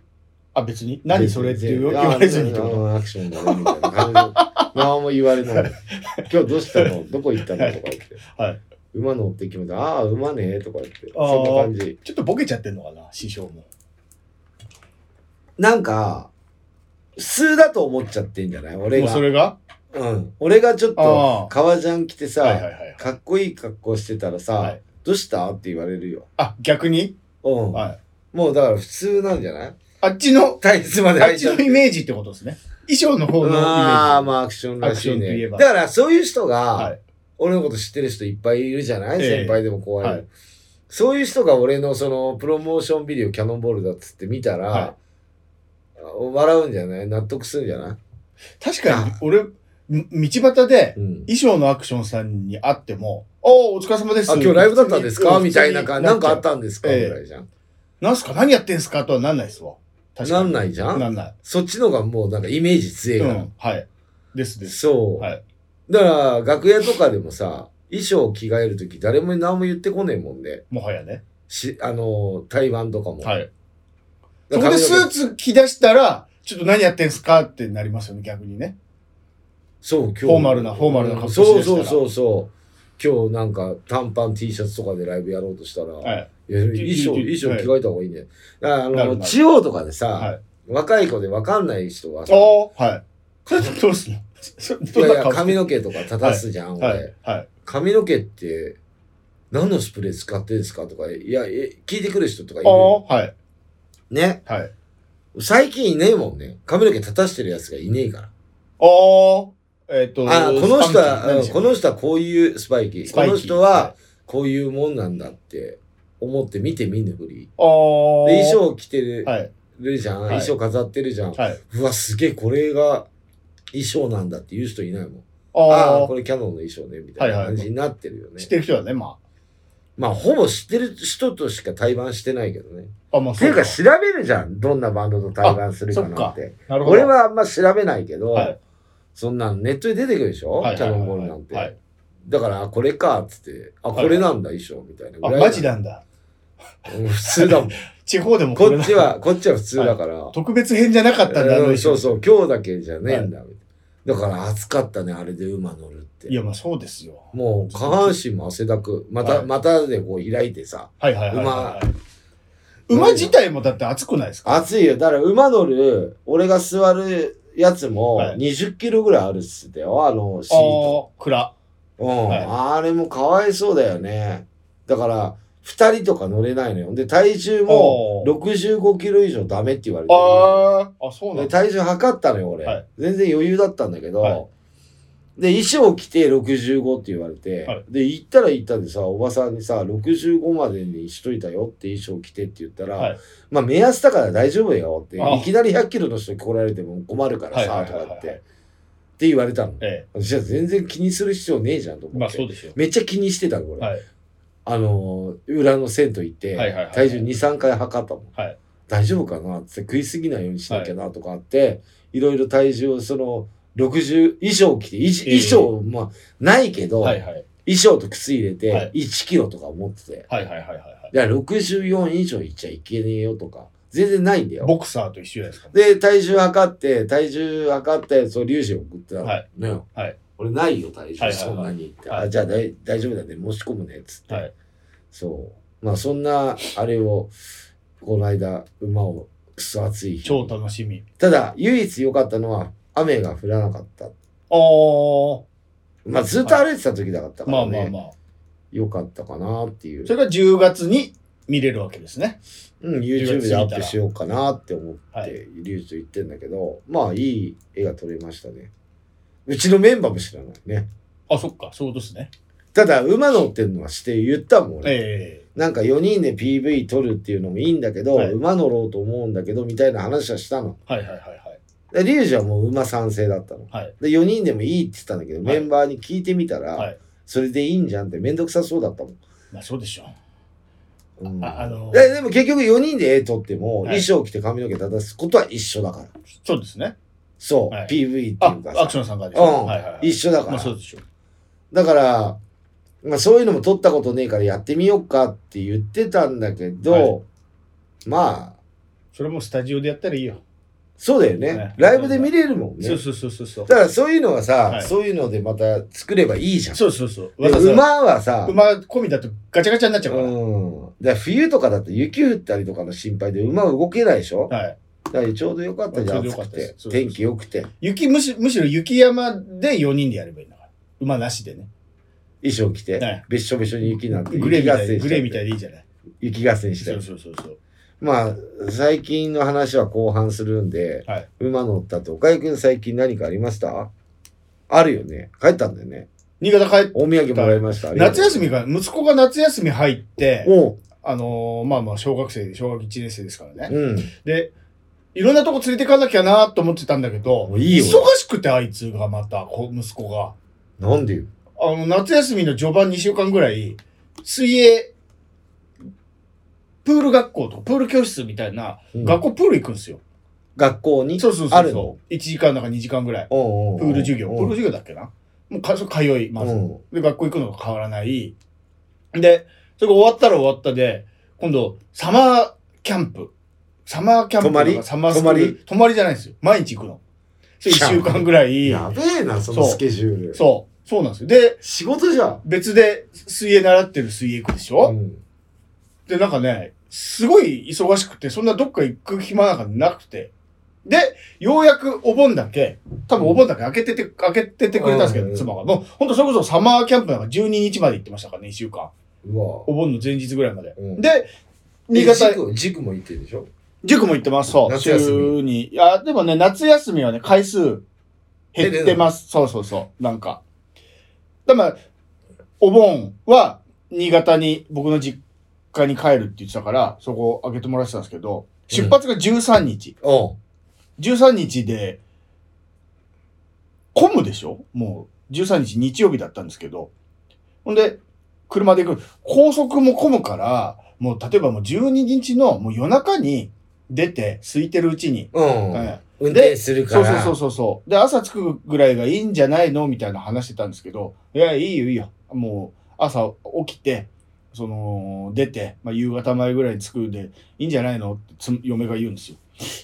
Speaker 2: あ、別に何それって言わ言われずにってこと
Speaker 1: とアクションだねみたいな感じ何も言われない。今日どうしたのどこ行ったのとか言って。
Speaker 2: はい
Speaker 1: 馬乗ってきました。ああ、馬ねとか言って。
Speaker 2: あー
Speaker 1: そんな感じ。
Speaker 2: ちょっとボケちゃってんのかな、師匠も。
Speaker 1: なんか、普通だと思っちゃってんじゃない俺
Speaker 2: もう
Speaker 1: が
Speaker 2: そ。れが
Speaker 1: うん。俺がちょっと、
Speaker 2: あ
Speaker 1: 革ジャン着て
Speaker 2: あ。
Speaker 1: さ、
Speaker 2: はいはいはい。
Speaker 1: かっこいい格好してたらさ、
Speaker 2: はい
Speaker 1: どうしたって言われるよ。
Speaker 2: あ、逆に
Speaker 1: うん。
Speaker 2: はい。
Speaker 1: もうだから普通なんじゃない
Speaker 2: あっちの、
Speaker 1: タイツまで
Speaker 2: あ
Speaker 1: 履
Speaker 2: っ
Speaker 1: い
Speaker 2: ち
Speaker 1: ちゃっ
Speaker 2: の
Speaker 1: て。
Speaker 2: イメージってことですね。衣装の方のイメージ。
Speaker 1: ああ、まあアクションらしい
Speaker 2: アクションとい
Speaker 1: ね。
Speaker 2: えば
Speaker 1: だからそういう人が、
Speaker 2: はい。
Speaker 1: 俺のこと知ってる人いっぱいいるじゃない、
Speaker 2: ええ
Speaker 1: 先輩でも後輩でも、
Speaker 2: はい
Speaker 1: そういう人が俺のそのプロモーションビデオキャノンボールだっつって見たら、
Speaker 2: は
Speaker 1: 笑うんじゃない納得するんじゃない
Speaker 2: 確かに、俺、み道端で、
Speaker 1: うん。
Speaker 2: 衣装のアクションさんに会っても、おーお疲れ様です。
Speaker 1: あ、今日ライブだったんですか
Speaker 2: うん
Speaker 1: みたいな感じ。なんかあっ。
Speaker 2: 普通に
Speaker 1: たんですか
Speaker 2: ええ
Speaker 1: ぐらいじゃん。
Speaker 2: なんすか何やってんすかとはなんないっすわ。確か
Speaker 1: な
Speaker 2: に。
Speaker 1: んないじゃ
Speaker 2: なんんな
Speaker 1: そっちのがもうなんかイメージ
Speaker 2: い。
Speaker 1: 強いうから。
Speaker 2: ん。はい。ですです。
Speaker 1: そう。
Speaker 2: はい
Speaker 1: だから、楽屋とかでもさ、衣装を着替えるとき誰も何も言ってこねえもんね。
Speaker 2: もはやね。
Speaker 1: し、あの、台湾とかも。
Speaker 2: はい。
Speaker 1: だ
Speaker 2: そ
Speaker 1: か
Speaker 2: こ
Speaker 1: ら髪
Speaker 2: でス
Speaker 1: の毛
Speaker 2: ーツ着出したら、ちょっと何やってんすかってなりますよね、逆にね。
Speaker 1: そう、今日。
Speaker 2: フォーマルなフォーマルな格好しだした
Speaker 1: そう
Speaker 2: ら
Speaker 1: そうそうそう。今日なんか短パン T シャツとかでライブやろうとしたら、
Speaker 2: はい。
Speaker 1: いや衣装、
Speaker 2: い
Speaker 1: 衣
Speaker 2: い
Speaker 1: 装着替えた方がいいね。だからあ
Speaker 2: なるほ
Speaker 1: の、
Speaker 2: ど
Speaker 1: 地方とかでさ、
Speaker 2: はい。
Speaker 1: 若い子でわかんない人はさ、い
Speaker 2: おーはい。それどうすんのそれど
Speaker 1: や
Speaker 2: ん
Speaker 1: い
Speaker 2: な
Speaker 1: や、
Speaker 2: 顔
Speaker 1: 髪の毛とか立たすじゃん、俺。
Speaker 2: はい。はい。
Speaker 1: 髪の毛って、何のスプレー使ってんですかとか、いや、え聞いてくる人とかいるよ。
Speaker 2: おーはい。
Speaker 1: ね。
Speaker 2: はい。
Speaker 1: 最近いねえもんね。髪の毛立たしてるやつがいねえから。
Speaker 2: おーえっと、
Speaker 1: あ、この人
Speaker 2: スパンキー何
Speaker 1: は、
Speaker 2: で
Speaker 1: うん
Speaker 2: した
Speaker 1: この人はこういうスパイキー。
Speaker 2: ス
Speaker 1: こ
Speaker 2: パイキー
Speaker 1: の人は、こういうもんなんだって思って見て見ぬふり。
Speaker 2: お
Speaker 1: で
Speaker 2: ー
Speaker 1: 衣装着てる,、
Speaker 2: はい。
Speaker 1: じゃん、
Speaker 2: はい
Speaker 1: 衣装飾ってるじゃん。
Speaker 2: はい。
Speaker 1: うわ、すげえ、これが衣装なんだって言う人いないもん。ああー、
Speaker 2: あ
Speaker 1: これキャノンの衣装ね、みたいな感じになってるよ
Speaker 2: あ、
Speaker 1: ね。
Speaker 2: 知ってる人だね、ま
Speaker 1: まあ、ほぼ知ってる人としか対バンしてないけどね。
Speaker 2: あ。あ、まあ、
Speaker 1: っていうか、
Speaker 2: そ
Speaker 1: 調べるじゃん。どんなバンドと対バンするかなって。
Speaker 2: なるほど。
Speaker 1: 俺、はあんま調べないけど、
Speaker 2: はい。
Speaker 1: そんなんネットで出てくるでしょ、
Speaker 2: はい
Speaker 1: キャノンボールなんて。
Speaker 2: はいはい
Speaker 1: だから、あこれか、っつって、あ、これなんだ、衣装、みたいなぐ
Speaker 2: あ、
Speaker 1: らい。
Speaker 2: マジなんだ。
Speaker 1: うん普通 だもん。
Speaker 2: 地方でも
Speaker 1: こ
Speaker 2: れ
Speaker 1: っちは、こっちは普通だから。
Speaker 2: 特別編じゃなかったんだ、あの
Speaker 1: うん
Speaker 2: 衣
Speaker 1: そ
Speaker 2: 装
Speaker 1: うそう、今日だけじゃねえんだ、みたいな。だから、暑かったね、あれで馬乗るって。
Speaker 2: いや、まあそうですよ。
Speaker 1: もう、下半身も汗だく。また、
Speaker 2: はい
Speaker 1: またでこう開いてさ。
Speaker 2: はいはいはいはい、はい。馬自体もだって熱くないですか
Speaker 1: 暑いよ。だから、馬乗る、俺が座るやつも、
Speaker 2: はい
Speaker 1: 20キロぐらいあるっつってたよ、あの、シー
Speaker 2: あ
Speaker 1: ト。
Speaker 2: ー、蔵。
Speaker 1: うん、
Speaker 2: はい
Speaker 1: あれもかわいそうだよね。だから、二人とか乗れないのよ。で、体重も
Speaker 2: おー
Speaker 1: 65キロ以上ダメって言われてる
Speaker 2: あー、あ、そうな
Speaker 1: で
Speaker 2: んだ。
Speaker 1: 体重測ったのよ、俺、
Speaker 2: はい
Speaker 1: 全然余裕だったんだけど。
Speaker 2: はい
Speaker 1: で、衣装着て65って言われて、
Speaker 2: はい
Speaker 1: で、行ったら行ったでさ、おばさんにさ、65までにしといたよって衣装着てって言ったら、
Speaker 2: はい
Speaker 1: まあ目安だから大丈夫よって、
Speaker 2: あ
Speaker 1: いきなり100キロの人に来られても困るから
Speaker 2: は
Speaker 1: さ、
Speaker 2: いはい
Speaker 1: と
Speaker 2: はいはい
Speaker 1: かって、って言われたの。
Speaker 2: え
Speaker 1: じゃあ全然気にする必要ねえじゃんと
Speaker 2: え。
Speaker 1: 思
Speaker 2: ま
Speaker 1: っ
Speaker 2: あ
Speaker 1: て。
Speaker 2: そうですよ。
Speaker 1: めっちゃ気にしてたの、これ。
Speaker 2: はい。
Speaker 1: あのー、裏の銭湯行って、
Speaker 2: はいはいはい
Speaker 1: 体重2、3回測ったもん。
Speaker 2: はい
Speaker 1: 大丈夫かなって食いすぎないようにしなきゃなとかあって、い、ろいろ体重を、その、60、衣装着て、い
Speaker 2: え
Speaker 1: 衣
Speaker 2: え
Speaker 1: 装、まあ、ないけど、
Speaker 2: はいはい。
Speaker 1: 衣装と靴入れ
Speaker 2: は
Speaker 1: て
Speaker 2: い、
Speaker 1: 1キロとか持ってて、
Speaker 2: はいはいはいはいはい。
Speaker 1: いや、64以上いっちゃいけねえよとか、全然ないんだよ。
Speaker 2: ボクサーと一緒じゃないですか。
Speaker 1: で、体重測って、体重測ったやつを粒子に送ったら、
Speaker 2: はい
Speaker 1: ね、
Speaker 2: はい
Speaker 1: 俺ないよ、体重、
Speaker 2: はいはいはい
Speaker 1: そんなにって、
Speaker 2: は
Speaker 1: あ、
Speaker 2: い
Speaker 1: じゃあ大大丈夫だね、申し込むね、っつって。
Speaker 2: はい
Speaker 1: そう。まあ、そんな、あれを、この間、馬を、くそ暑い日。
Speaker 2: 超楽しみ。
Speaker 1: ただ、唯一良かったのは、雨が降らなかった。
Speaker 2: あー、
Speaker 1: まあ、ずっと歩いてた時だったか
Speaker 2: ま
Speaker 1: ら
Speaker 2: あまあ
Speaker 1: ね、
Speaker 2: まあ。
Speaker 1: 良かったかなっていう
Speaker 2: そ。れが10月に見れるわけですね。
Speaker 1: うん、
Speaker 2: 10
Speaker 1: YouTube
Speaker 2: 月
Speaker 1: でア
Speaker 2: 過ぎ
Speaker 1: ッ
Speaker 2: たら
Speaker 1: プしようかなって思っ
Speaker 2: は
Speaker 1: て、リュウジと言ってんだけど、まあ、いい絵が撮れましたね。うちのメンバーも知らないね。
Speaker 2: あ、そっか、そういうことですね。
Speaker 1: ただ、馬乗ってんのはして言ったもん、俺。
Speaker 2: え
Speaker 1: なんか4人で PV 撮るっていうのもいいんだけど、
Speaker 2: はい
Speaker 1: 馬乗ろうと思うんだけど、みたいな話はしたの。
Speaker 2: えはいはいはいはい。
Speaker 1: で、リュウジはもう馬賛成だったの。
Speaker 2: はい
Speaker 1: で、4人でもいいって言ったんだけど、
Speaker 2: はい
Speaker 1: メンバーに聞いてみたら、
Speaker 2: はい
Speaker 1: それでいいんじゃんってめんどくさそうだったもん。
Speaker 2: まあそうでしょ
Speaker 1: う
Speaker 2: う。
Speaker 1: ん
Speaker 2: ああの
Speaker 1: ででも結局4人で絵撮っても、
Speaker 2: はい
Speaker 1: 衣装着て髪の毛立たすことは一緒だから。
Speaker 2: そうですね。
Speaker 1: そう、
Speaker 2: はい
Speaker 1: PV って
Speaker 2: あ、
Speaker 1: い
Speaker 2: ア
Speaker 1: う
Speaker 2: ク
Speaker 1: かさ
Speaker 2: ションさんがでし
Speaker 1: う
Speaker 2: ょ。
Speaker 1: ん、
Speaker 2: はいはいはい。
Speaker 1: 一緒だか
Speaker 2: まあ
Speaker 1: ら。
Speaker 2: そうでしょう。
Speaker 1: だから、まあ、そういうのも撮ったことねえからやってみようかって言ってたんだけど、
Speaker 2: はい
Speaker 1: まあ、
Speaker 2: それもスタジオでやったらいいよ。
Speaker 1: そうだよね。
Speaker 2: ね
Speaker 1: ライブで見れるもんね。
Speaker 2: そうそうそうそうそう。
Speaker 1: だからそういうのはさ、
Speaker 2: はい
Speaker 1: そういうのでまた作ればいいじゃん。
Speaker 2: そうそうそう。
Speaker 1: で
Speaker 2: わざわざ
Speaker 1: 馬はさ、
Speaker 2: 馬込みだとガチャガチャになっちゃう
Speaker 1: う
Speaker 2: から。
Speaker 1: ん。だから冬とかだと雪降ったりとかの心配で馬は動けないでしょ、
Speaker 2: はい、
Speaker 1: だからちょうどよかったじゃん。
Speaker 2: ちょうどよ
Speaker 1: 暑
Speaker 2: か
Speaker 1: く
Speaker 2: ったで
Speaker 1: て
Speaker 2: すそう。そうそう
Speaker 1: 天気良くて。
Speaker 2: 雪むしむしろ雪山で4人でやればいいんだから馬なしでね
Speaker 1: 衣装着て、
Speaker 2: はい
Speaker 1: べっしょべしょに雪なんて。
Speaker 2: グレーみたい
Speaker 1: 雪合戦しちゃって
Speaker 2: グレーみたいでいいじゃない
Speaker 1: 雪合戦して
Speaker 2: そうそうそうそう
Speaker 1: まあ、最近の話は後半するんで、
Speaker 2: はい
Speaker 1: 馬乗ったって、岡井くん最近何かありましたあるよね。帰ったんだよね。
Speaker 2: 新潟帰って
Speaker 1: お土産もらいました。ありがと
Speaker 2: 夏
Speaker 1: う
Speaker 2: 休みか息子が夏休み入って
Speaker 1: おう、
Speaker 2: あのーまあまあ小学生小学1年生ですからね
Speaker 1: うん。
Speaker 2: でいろんなとこ連れてかなきゃなと思ってたんだけど
Speaker 1: も、ういいよ
Speaker 2: 忙しくてあいつがまた、こ息子が。
Speaker 1: なんでよ。
Speaker 2: あの、夏休みの序盤2週間ぐらい、水泳、プール学校とか、プール教室みたいな、
Speaker 1: うん
Speaker 2: 学校プール行くんですよ。
Speaker 1: 学校に。
Speaker 2: そうそうそうそう。
Speaker 1: あるの
Speaker 2: ?1 時間だか2時間ぐらい。
Speaker 1: おうおうおう
Speaker 2: プール授業。プ
Speaker 1: お
Speaker 2: ー
Speaker 1: う
Speaker 2: ル授業だっけなもうか、そう通います。
Speaker 1: うん
Speaker 2: で、学校行くのが変わらない。で、それが終わったら終わったで、今度、サマーキャンプ。サマーキャンプとか
Speaker 1: 泊まり
Speaker 2: サマースクール
Speaker 1: 泊ま
Speaker 2: 泊まりじゃないんですよ。毎日行くの。それ1週間ぐらい。
Speaker 1: やべえな、そのスケジュール。
Speaker 2: そう。そうなんですよ。で、
Speaker 1: 仕事じゃん。
Speaker 2: 別で水泳習ってる水泳行くでしょ、
Speaker 1: うん
Speaker 2: で、なんかね、すごい忙しくて、そんなどっか行く暇なんかなくて。で、ようやくお盆だけ、多分お盆だけ開けてて、開けててくれたんですけ
Speaker 1: う
Speaker 2: ど、
Speaker 1: ん
Speaker 2: 妻が。もう、ほんとそれこそサマーキャンプなんか12日まで行ってましたからね、1週間。
Speaker 1: うわ。
Speaker 2: お盆の前日ぐらいまで。
Speaker 1: うん
Speaker 2: で、新潟、
Speaker 1: 塾塾も行ってるでしょ
Speaker 2: 塾も行ってます、そう。
Speaker 1: 夏休み
Speaker 2: 週に。いや、でもね、夏休みはね、回数減ってます。そうそうそう。なんか。だから、お盆は、新潟に、僕の実家に帰るって言ってたから、そこを開けてもらってたんですけど、出発が13日。
Speaker 1: お
Speaker 2: 13日で、混むでしょもう、13日日曜日だったんですけど。ほんで、車で行く。高速も混むから、もう例えばもう12日のもう夜中に出て、空いてるうちに。
Speaker 1: うん。
Speaker 2: はい
Speaker 1: 運転するか
Speaker 2: そう
Speaker 1: ら。
Speaker 2: そうそうそうそう。で、朝着くぐらいがいいんじゃないのみたいな話してたんですけど、いや、いいよいいよ。もう、朝起きて、その、出て、まあ、夕方前ぐらいに着くんで、いいんじゃないのってつ嫁が言うんですよ。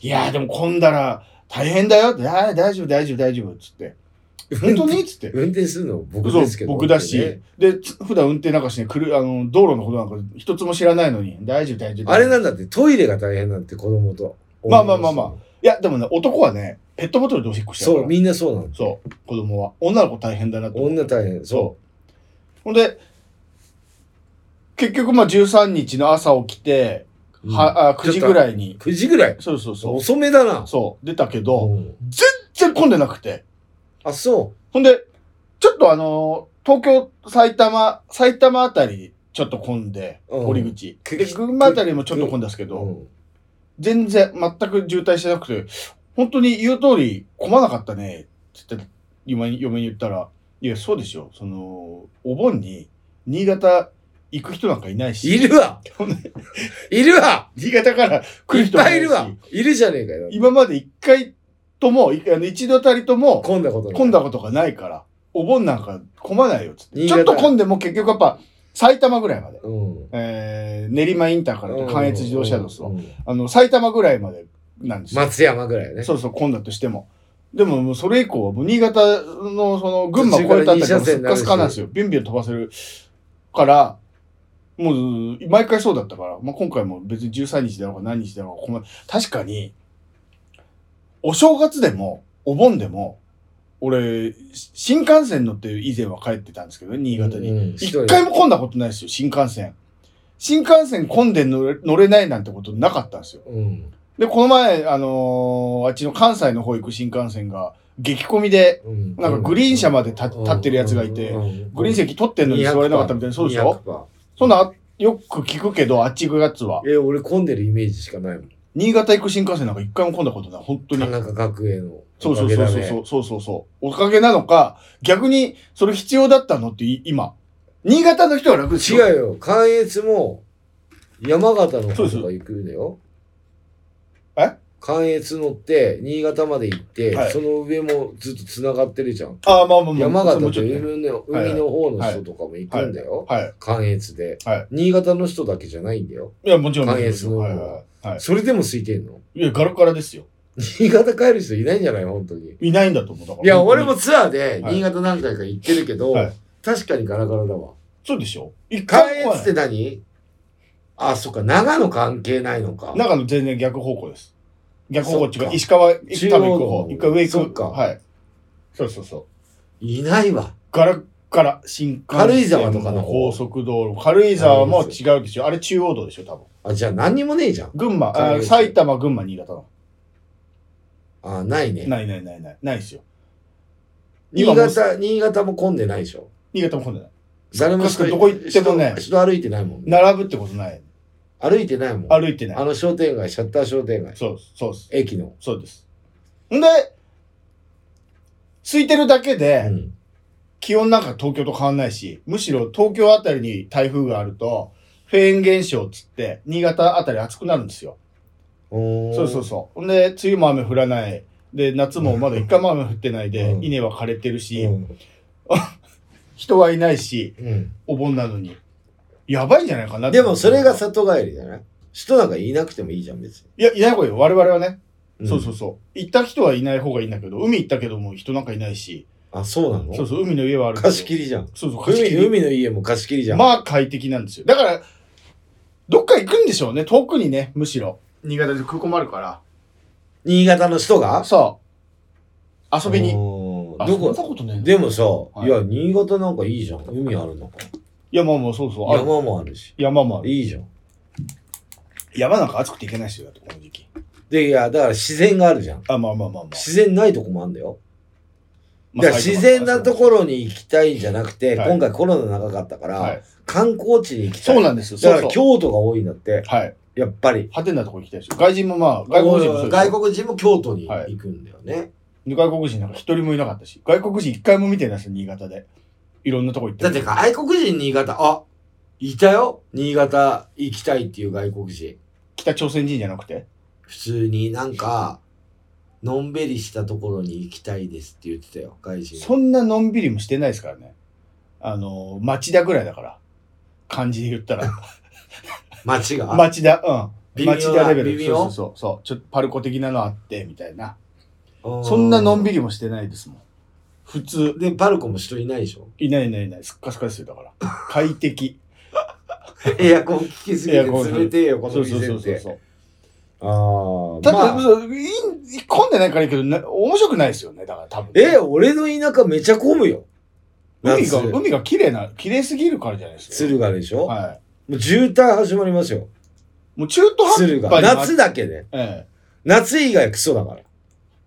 Speaker 2: いやー、でも混んだら大変だよって、あー大丈夫大丈夫大丈夫っつって。本当にっつって。
Speaker 1: 運転するの 僕
Speaker 2: そう
Speaker 1: ですけど。
Speaker 2: 僕だし、
Speaker 1: ね
Speaker 2: で、つ普段運転なんかしね、くる、あの、道路のことなんか一つも知らないのに、大丈夫大丈夫。
Speaker 1: あれなんだって、トイレが大変なんて子供と。
Speaker 2: まあまあまあまあいや、でもね、男はね、ペットボトルでおしっこしちゃうか
Speaker 1: そう、
Speaker 2: ら。
Speaker 1: みんなそうなの。
Speaker 2: そう、子供は。女の子大変だなと思って
Speaker 1: 女大変。そ
Speaker 2: そう。ほんで、結局まあ13日の朝起きて、
Speaker 1: う。
Speaker 2: はあ9時ぐ
Speaker 1: い。
Speaker 2: らいに、
Speaker 1: 9時ぐらい。
Speaker 2: そうそうそう、
Speaker 1: 遅めだな。
Speaker 2: そう、出たけど、
Speaker 1: うん
Speaker 2: 全然混んでなくて。
Speaker 1: あ、そ
Speaker 2: ほんで、ちょっとあのー東京、埼玉、埼玉あたり、ちょっと混んで、
Speaker 1: うん
Speaker 2: 折り口。
Speaker 1: く
Speaker 2: で、
Speaker 1: く
Speaker 2: 群馬あたりもちょっと混んだんですけ
Speaker 1: う。
Speaker 2: ど、
Speaker 1: うん
Speaker 2: 全然、全く渋滞してなくて、本当に言う通り、混まなかったね、つって、嫁に嫁に言ったら、いや、そうでしょ、その、お盆に、新潟行く人なんかいないし、
Speaker 1: いる わいるわ
Speaker 2: 新潟から来
Speaker 1: い
Speaker 2: る
Speaker 1: っ
Speaker 2: 人も
Speaker 1: ぱ
Speaker 2: な
Speaker 1: い
Speaker 2: い
Speaker 1: い
Speaker 2: し
Speaker 1: るわいるじゃねえかよ。
Speaker 2: 今まで一回とも、いあの一度たりとも、
Speaker 1: 混んだことない。
Speaker 2: 混んだことがないから、お盆なんか混まないよ、つって。
Speaker 1: 新
Speaker 2: ち
Speaker 1: 潟
Speaker 2: ょっと混んでも結局やっぱ、埼玉ぐらいまで。
Speaker 1: うん。
Speaker 2: えー、練馬インターからね関越自動車道ですわ
Speaker 1: うん
Speaker 2: あの、埼玉ぐらいまでなんですよ。
Speaker 1: 松山ぐらいね。
Speaker 2: そうそう、混んだとしても。でも、もうそれ以降は、もう新潟の、その、群馬越えたあたり
Speaker 1: 途中から二
Speaker 2: から
Speaker 1: 車
Speaker 2: すっ
Speaker 1: 線にな
Speaker 2: か
Speaker 1: るし
Speaker 2: すかなんですよ。ビュンビュン飛ばせるから、もう、毎回そうだったから、まあ、今回も別に13日だろうが何日だろうがこの、確かに、お正月でも、お盆でも、俺、し新幹線乗って以前は帰ってたんですけどね、新潟に。
Speaker 1: に
Speaker 2: 一回も混んだことないですよ、新幹線。新幹線混んで乗れ乗れないなんてことなかったんですよ。
Speaker 1: うん。
Speaker 2: で、この前、あのーあっちの関西の方行く新幹線が、激混みで、
Speaker 1: うん
Speaker 2: なんかグリーン車まで立立ってるやつがいて、グリーン席取ってんのに座れなかったみたいな、そうでしょ
Speaker 1: ょ
Speaker 2: そんなん、よく聞くけど、あっち行くやつは。
Speaker 1: え、俺混んでるイメージしかないもん。
Speaker 2: 新潟行く新幹線なんか一回も混んだことない、本当
Speaker 1: 田
Speaker 2: に。
Speaker 1: 中角栄の。
Speaker 2: そうそうそうそうそう、そうそうそう。おかげなのか、逆に、それ必要だったのってい、今。新潟の人は楽ですよ。
Speaker 1: 違うよ。関越も、山形の方とか行くんだよ。
Speaker 2: え
Speaker 1: 関越乗って、新潟まで行って、
Speaker 2: はい
Speaker 1: その上もずっと繋がってるじゃん。
Speaker 2: ああ、まあまあまあ。
Speaker 1: 山形
Speaker 2: も
Speaker 1: と
Speaker 2: ちょっとね
Speaker 1: 海の
Speaker 2: はいはい
Speaker 1: 海の方の人とかも行くんだよ。
Speaker 2: はい。
Speaker 1: 関越で、
Speaker 2: はい
Speaker 1: 新潟の人だけじゃないんだよ。
Speaker 2: いや、もちろん。
Speaker 1: 関越の
Speaker 2: はいはいはい。
Speaker 1: それでも空いてんの
Speaker 2: いや、ガラガラですよ。
Speaker 1: 新潟帰る人いないんじゃない本当に。
Speaker 2: いないんだと思う。だから
Speaker 1: いや、俺もツアーで
Speaker 2: はい
Speaker 1: 新潟何回か行ってるけど、
Speaker 2: はい
Speaker 1: 確かにガラガラだわ。
Speaker 2: そうでしょ一
Speaker 1: 関
Speaker 2: も来ない
Speaker 1: 越って何あ、そっか、長野関係ないのか。
Speaker 2: 長野全然逆方向です。逆方向っ
Speaker 1: そ
Speaker 2: ていう
Speaker 1: っ
Speaker 2: か、
Speaker 1: か
Speaker 2: 石川行くため行く
Speaker 1: 中央の
Speaker 2: 方。
Speaker 1: 方
Speaker 2: 一回上
Speaker 1: そ
Speaker 2: 行
Speaker 1: っ
Speaker 2: く。
Speaker 1: か
Speaker 2: はい。そうそうそう。
Speaker 1: いないわ。
Speaker 2: ガラッガラ、新幹線。
Speaker 1: 軽井沢とかの方
Speaker 2: 高速道路。軽井沢も違うでしょ。あれ中央道でしょ、多分。
Speaker 1: あ、じゃあ何にもねえじゃん。
Speaker 2: 群馬、
Speaker 1: 軽
Speaker 2: あ
Speaker 1: 井沢
Speaker 2: 埼玉、群馬、新潟の。
Speaker 1: あ、ないね。
Speaker 2: ないないないない。ないですよ。
Speaker 1: 新
Speaker 2: 今も
Speaker 1: 潟、新潟も混んでないでしょ。
Speaker 2: 新潟も混んでない。
Speaker 1: 誰も
Speaker 2: 確かにどこ行ってもね
Speaker 1: 人人歩いてないもんね。
Speaker 2: 並ぶってことない。
Speaker 1: 歩いてないもん。
Speaker 2: 歩いてない
Speaker 1: あ。の商店街、シャッター商店街、
Speaker 2: そうです。そうです。
Speaker 1: 駅の。
Speaker 2: そうです。んで、空いてるだけ
Speaker 1: う
Speaker 2: で、
Speaker 1: ん。
Speaker 2: 気温なんか東京と変わんないし、むしろ東京あたりに台風があると、フェーン現象っつって、新潟あたり暑くなるんですよ。
Speaker 1: おー
Speaker 2: そうそうそう。ほんで、梅雨も雨降らない。で、夏もまだ一回も雨降ってないで、
Speaker 1: うん
Speaker 2: 稲は枯れてるし、
Speaker 1: うん
Speaker 2: 人はいないし、
Speaker 1: うん。
Speaker 2: お盆なのに。やばいんじゃないかなって
Speaker 1: でもそれが、里帰りじゃない人なんかいなくてもいいじゃん、別に。
Speaker 2: いや、いない方がいいよ。我々はね、
Speaker 1: ん
Speaker 2: そうそうそう。行った人はいない方がいいんだけど、海行ったけども人なんかいないし、
Speaker 1: あ、そうなの
Speaker 2: そうそう、海の家はあるけど。
Speaker 1: 貸し切りじゃん。
Speaker 2: そうそう、貸し切
Speaker 1: 海
Speaker 2: り。
Speaker 1: 海の家も貸し切りじゃん。
Speaker 2: まあ快適なんですよ。だから、どっか行くんでしょうね。遠くにね、むしろ。新潟で空港もあるか
Speaker 1: 新潟の人
Speaker 2: ら。
Speaker 1: が
Speaker 2: そう。遊びに。
Speaker 1: おー
Speaker 2: あ
Speaker 1: ど
Speaker 2: そんな
Speaker 1: こ
Speaker 2: ことね。
Speaker 1: でもさ、
Speaker 2: い
Speaker 1: い、や、新潟なんかいいじゃん。海あるのか。
Speaker 2: 山もそうそう。ある
Speaker 1: 山もあるし。
Speaker 2: 山もある。
Speaker 1: いいじゃん。
Speaker 2: 山なんか暑くていけないですよ、だってこの時期。
Speaker 1: で、いや、だから自然があるじゃん。
Speaker 2: あ、まあまあまあまあ。
Speaker 1: 自然ないとこもあるんだよ。
Speaker 2: まあ
Speaker 1: だから自然なとこ
Speaker 2: ろ。
Speaker 1: ろに行きたいんじゃなくて、
Speaker 2: はい
Speaker 1: 今回コロナ長かったから、
Speaker 2: はい。
Speaker 1: 観光地に行きたい。
Speaker 2: そうなんですよ。
Speaker 1: だ
Speaker 2: そう
Speaker 1: か
Speaker 2: そ
Speaker 1: ら
Speaker 2: う。
Speaker 1: 京都が多いんだって、
Speaker 2: はい。
Speaker 1: やっぱり。
Speaker 2: 派手なとこ行きたいですよ。外人もまあ、外国人もそうです
Speaker 1: 外国人も京都に行くんだよね。
Speaker 2: 外国人なんか一人もいなかったし、外国人一回も見てないですよ、新潟で。いろんなとこ行って
Speaker 1: だ
Speaker 2: る
Speaker 1: って外国人新潟、あ、いたよ。新潟行きたいっていう外国人。
Speaker 2: 北朝鮮人じゃなくて。
Speaker 1: 普通になんか、のんびりしたところに行きたいですって言ってたよ、外人。
Speaker 2: そんなのんびりもしてないですからね。あの、町田ぐらいだから。漢字で言ったら。
Speaker 1: 街が。
Speaker 2: 町田、うん。
Speaker 1: 微妙な
Speaker 2: 町田レベル。
Speaker 1: 微
Speaker 2: そ
Speaker 1: 妙
Speaker 2: うそうそうそう。ちょっとパルコ的なのあって、みたいな。
Speaker 1: う
Speaker 2: そんなのんびりもしてないですもん。普通。
Speaker 1: で、パルコも人いないでしょ
Speaker 2: いないいないいない。すっかすかですよ、だから。快適。
Speaker 1: エアコン効きすぎ
Speaker 2: エ
Speaker 1: て
Speaker 2: アコン
Speaker 1: 冷てえよ、こ
Speaker 2: そ
Speaker 1: の
Speaker 2: うそう
Speaker 1: 店
Speaker 2: そ
Speaker 1: っ
Speaker 2: うそう
Speaker 1: て。
Speaker 2: そう。
Speaker 1: ああ。
Speaker 2: ただ、
Speaker 1: まあ
Speaker 2: そういい混んでないからいいけど、な面白くないですよね、だから多分。
Speaker 1: え、俺の田舎めちゃ混むよ。
Speaker 2: 海が、
Speaker 1: 夏
Speaker 2: 海が綺麗な、綺麗すぎるからじゃないですか。
Speaker 1: 敦賀でしょ、
Speaker 2: は
Speaker 1: もう渋滞始まりますよ。
Speaker 2: い。もう中途半
Speaker 1: 敦賀。
Speaker 2: 端に。
Speaker 1: 夏だけね。
Speaker 2: ええ。
Speaker 1: 夏以外クソだから。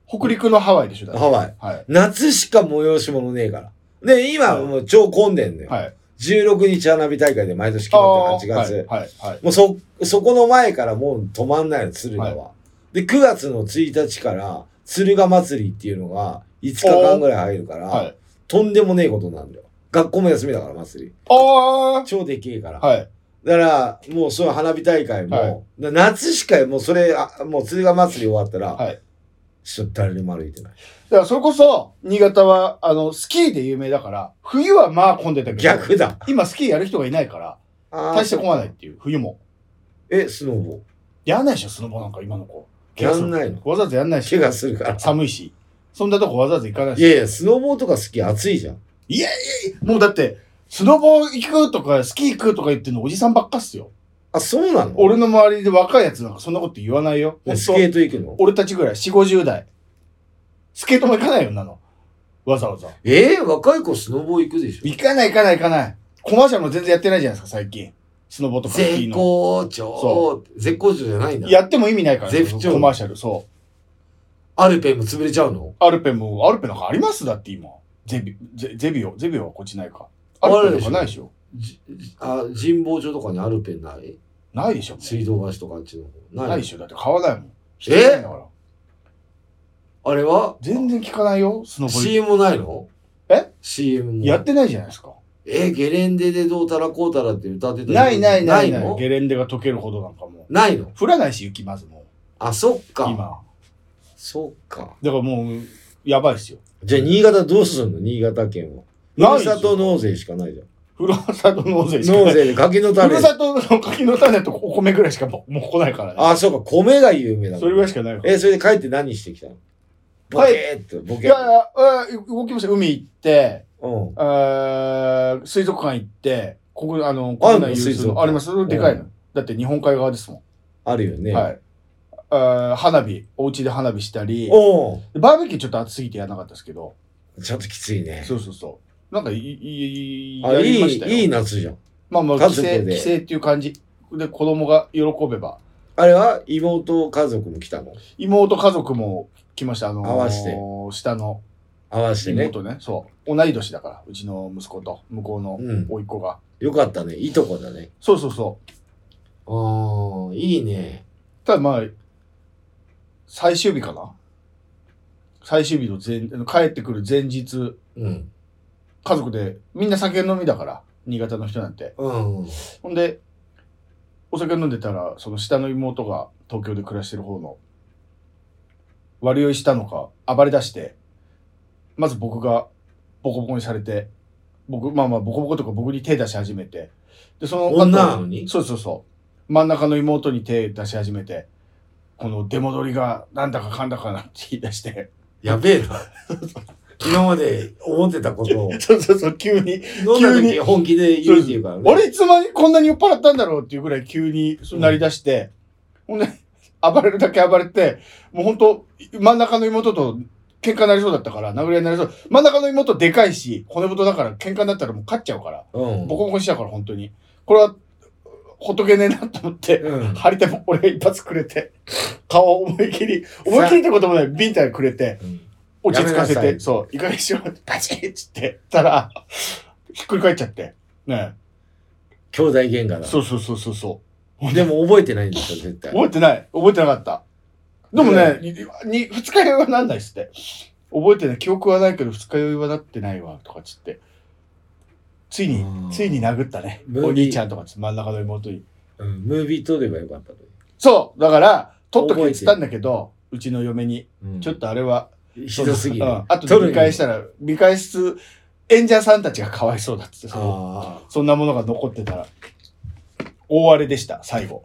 Speaker 2: 北陸のハワイでしょ、だって
Speaker 1: ハワイ。
Speaker 2: はい。
Speaker 1: 夏しか催し物ねえから。で、今
Speaker 2: はい
Speaker 1: もう超混んでんのよ。
Speaker 2: はい。
Speaker 1: 16日花火大会で毎年決
Speaker 2: あ
Speaker 1: ま
Speaker 2: あ
Speaker 1: ってる8月。
Speaker 2: はい。はい。はい
Speaker 1: もうそ、そこの前からもう止まんないの、敦賀は。で、9月の1日から、敦賀祭りっていうのが5日間ぐらい入るから、
Speaker 2: はい。
Speaker 1: とんでもねえことになるんだよ。学校も休みだから、祭り。
Speaker 2: ああ
Speaker 1: 超でけえから。
Speaker 2: はい。
Speaker 1: だから、もうそういう花火大会も、
Speaker 2: はい
Speaker 1: な夏しか、もうそれ、あもう鶴ヶ祭り終わったら、
Speaker 2: はい
Speaker 1: ちょっと誰でも歩いてない。
Speaker 2: だからそれこそ、新潟は、あの、スキーで有名だから、冬はまあ混んでたけど、
Speaker 1: 逆だ。
Speaker 2: 今スキーやる人がいないから、大して混まないっていう、冬も。
Speaker 1: え、スノボ。
Speaker 2: やんないでしょ、スノボなんか今の子。
Speaker 1: やんないの。
Speaker 2: わざわざやんないし
Speaker 1: 怪。我するから。
Speaker 2: 寒いし。そんなとこわざわざ行かない
Speaker 1: い
Speaker 2: し。
Speaker 1: やいや、スノボとか好き、暑いじゃん。
Speaker 2: もうだって、スノボ行くとか、スキー行くとか言ってるのおじさんばっかっすよ。
Speaker 1: あ、そうなの
Speaker 2: 俺の周りで若いやつなんかそんなこと言わないよ。ほん
Speaker 1: ス
Speaker 2: と
Speaker 1: ケート行くの
Speaker 2: 俺たちぐらい、4、50代。スケートも行かないよ、んなの。わざわざ。
Speaker 1: えー、若い子スノボ行くでしょ
Speaker 2: 行かない行かない行かない。コマーシャルも全然やってないじゃないですか、最近。スノボとかスキー
Speaker 1: 絶
Speaker 2: の。
Speaker 1: 好調
Speaker 2: そ。
Speaker 1: 絶好調じゃないんだ。
Speaker 2: やっても意味ないから、
Speaker 1: 絶不調
Speaker 2: コマーシャル、そう。
Speaker 1: アルペンも潰れちゃうの
Speaker 2: アルペンも、アルペンなんかありますだって今。ゼビ、ゼゼビオ、ゼビオはこっちないか。アルペンとかないでしょ。
Speaker 1: じあ、神保町とかにアルペンない
Speaker 2: ないでしょ。も
Speaker 1: 水道橋とかあっちの
Speaker 2: う
Speaker 1: 方。
Speaker 2: ないでしょ。だって買わないも
Speaker 1: え
Speaker 2: ん。人いないんだから
Speaker 1: あれは
Speaker 2: 全然聞かないよ、スノボ。
Speaker 1: CM もないの
Speaker 2: え
Speaker 1: ?CM も。
Speaker 2: やってないじゃないですか。
Speaker 1: えー、ゲレンデでどうたらこうたらって歌ってた
Speaker 2: ないないない
Speaker 1: ない
Speaker 2: ない。
Speaker 1: の
Speaker 2: ゲレンデが溶けるほどなんかもう。
Speaker 1: ないの
Speaker 2: 降らないし、雪まずも
Speaker 1: あ、そっ
Speaker 2: う。
Speaker 1: か。
Speaker 2: 今。
Speaker 1: そっか。
Speaker 2: だからもう、やばいですよ。
Speaker 1: じゃあ、新潟どうすんの新潟県は。
Speaker 2: ない
Speaker 1: ふる
Speaker 2: でしょ
Speaker 1: さと納税しかないじゃん。
Speaker 2: ふるさと納税しか
Speaker 1: 納税で柿の
Speaker 2: ふ
Speaker 1: 種
Speaker 2: る。さとの柿の種とお米ぐらいしかもうもう来ないからね。
Speaker 1: あ、そうか。米が有名だもん
Speaker 2: それぐらいしかないから。
Speaker 1: え、それで帰って何してきたのボケーっと、ボ
Speaker 2: い
Speaker 1: ケ
Speaker 2: や
Speaker 1: ーっ
Speaker 2: いや、えー動きました。海行って、
Speaker 1: と。うん。
Speaker 2: えー水族館行って、ここ、あの、
Speaker 1: あるの
Speaker 2: 国内有数の
Speaker 1: 水族館
Speaker 2: あります。それでかいの。だって日本海側ですも
Speaker 1: あるよね。
Speaker 2: ん。はい。えー花火、お家で花火したり、
Speaker 1: おお。
Speaker 2: バーベキューちょっと暑すぎてやらなかったですけど、
Speaker 1: ちょっときついね。
Speaker 2: そうそうそう。なんかいい、いい、
Speaker 1: あ、い
Speaker 2: やりま
Speaker 1: い、
Speaker 2: したよ
Speaker 1: いい夏じゃん。
Speaker 2: まあまあ、
Speaker 1: 家
Speaker 2: 帰省、
Speaker 1: 族で
Speaker 2: 帰省っていう感じ。で、子供が喜べば。
Speaker 1: あれは妹家族も来たの
Speaker 2: 妹家族も来ました。あのー
Speaker 1: 合わせて
Speaker 2: 下の
Speaker 1: 合わせてね。
Speaker 2: 妹ね。そう。同い年だから、うちの息子と、向こうの
Speaker 1: うん。
Speaker 2: 甥っ子が。
Speaker 1: よかったね。いとこだね。
Speaker 2: そうそうそ
Speaker 1: ああ、いいね。
Speaker 2: ただまあ、最終日かな。最終日の前、帰ってくる前日、
Speaker 1: うん。
Speaker 2: 家族で、みんな酒飲みだから、新潟の人なんて。
Speaker 1: うん。
Speaker 2: ほんで、お酒飲んでたら、その下の妹が東京で暮らしてる方の、悪酔いしたのか、暴れ出して、まず僕がボコボコにされて、僕、まあまあ、ボコボコとか僕に手出し始めて、で、その後
Speaker 1: 女なのに
Speaker 2: そうそうそう。真ん中の妹に手出し始めて、この出戻りがなんだかかんだかなって言い出して、
Speaker 1: やべえな。 今まで思ってたことを、
Speaker 2: そうそうそう、 急に、
Speaker 1: 飲んだ時本気で言うっていうからね。
Speaker 2: 俺いつまにこんなに酔っ払ったんだろうっていうぐらい急になりだして、ほんで、暴れるだけ暴れて、もうほんと、真ん中の妹と喧嘩になりそうだったから、殴り合いになりそう。真ん中の妹でかいし、骨太だから喧嘩になったらもう勝っちゃうから、
Speaker 1: うん。
Speaker 2: ボコボコにしちゃうから本当に。これは、ほっとけねえなと思って、
Speaker 1: うん。
Speaker 2: 張り手も俺が一発くれて、顔を思いっきり、思いっきりってこともない、ビンタでくれて、落ち着かせ
Speaker 1: やめなさ
Speaker 2: て、
Speaker 1: い
Speaker 2: そう、いかにしろ、パチッつって、たら、ひっくり返っちゃって、ねえ
Speaker 1: 兄弟喧嘩だ。
Speaker 2: そうそうそうそうそう。
Speaker 1: でも覚えてないんですよ、絶対。
Speaker 2: 覚えてない。覚えてなかった。でもね
Speaker 1: ね、
Speaker 2: にに二日酔いはなんないっすって。覚えてない。記憶はないけど、二日酔いはなってないわ、とかっつって。ついに
Speaker 1: うん、
Speaker 2: ついに殴ったね。
Speaker 1: 無理
Speaker 2: お兄ちゃんとかっつって真ん中の妹に。
Speaker 1: うん。ムービー撮ればよかったのに。
Speaker 2: そうだから、取っとけって言ったんだけど、うちの嫁に、
Speaker 1: うん
Speaker 2: ちょっとあれは、
Speaker 1: ひどすぎる。
Speaker 2: うんあとで見返したら、見返す演者さんたちがかわいそうだっつって、その
Speaker 1: ああ。
Speaker 2: そんなものが残ってたら、大荒れでした、最後。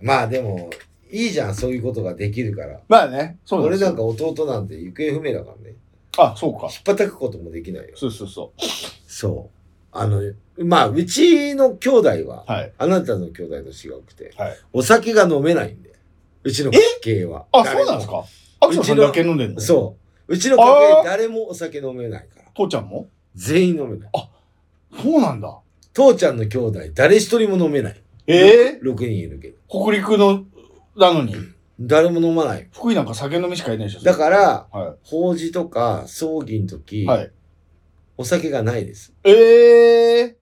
Speaker 1: まあでも、いいじゃん、そういうことができるから。
Speaker 2: まあね、そう
Speaker 1: 俺
Speaker 2: ですよ
Speaker 1: なんか弟なんて行方不明だからね。
Speaker 2: あ、そうか。
Speaker 1: ひっぱたくこともできないよ。
Speaker 2: そうそうそう。
Speaker 1: そう。あの、まあ、うちの兄弟は、
Speaker 2: はい。
Speaker 1: あなたの兄弟と違くて、
Speaker 2: はい
Speaker 1: お酒が飲めないんで、うちの家系は。
Speaker 2: あ、
Speaker 1: 誰
Speaker 2: そ
Speaker 1: も
Speaker 2: うなんですかアクションさんだけ飲んでんのう。
Speaker 1: そう。うちの家
Speaker 2: あ
Speaker 1: 系
Speaker 2: ー
Speaker 1: 誰もお酒飲めないから。
Speaker 2: 父ちゃんも
Speaker 1: 全員飲めない。
Speaker 2: そうなんだ。
Speaker 1: 父ちゃんの兄弟、誰一人も飲めない。
Speaker 2: ええ
Speaker 1: ?6 人いるけど。
Speaker 2: 北陸の、なのに、
Speaker 1: 誰も飲まない。
Speaker 2: 福井なんか酒飲みしかいないでしょ
Speaker 1: だか、ら、
Speaker 2: は
Speaker 1: 法事とか葬儀の時、
Speaker 2: い。はい。
Speaker 1: お酒がないです。
Speaker 2: ええ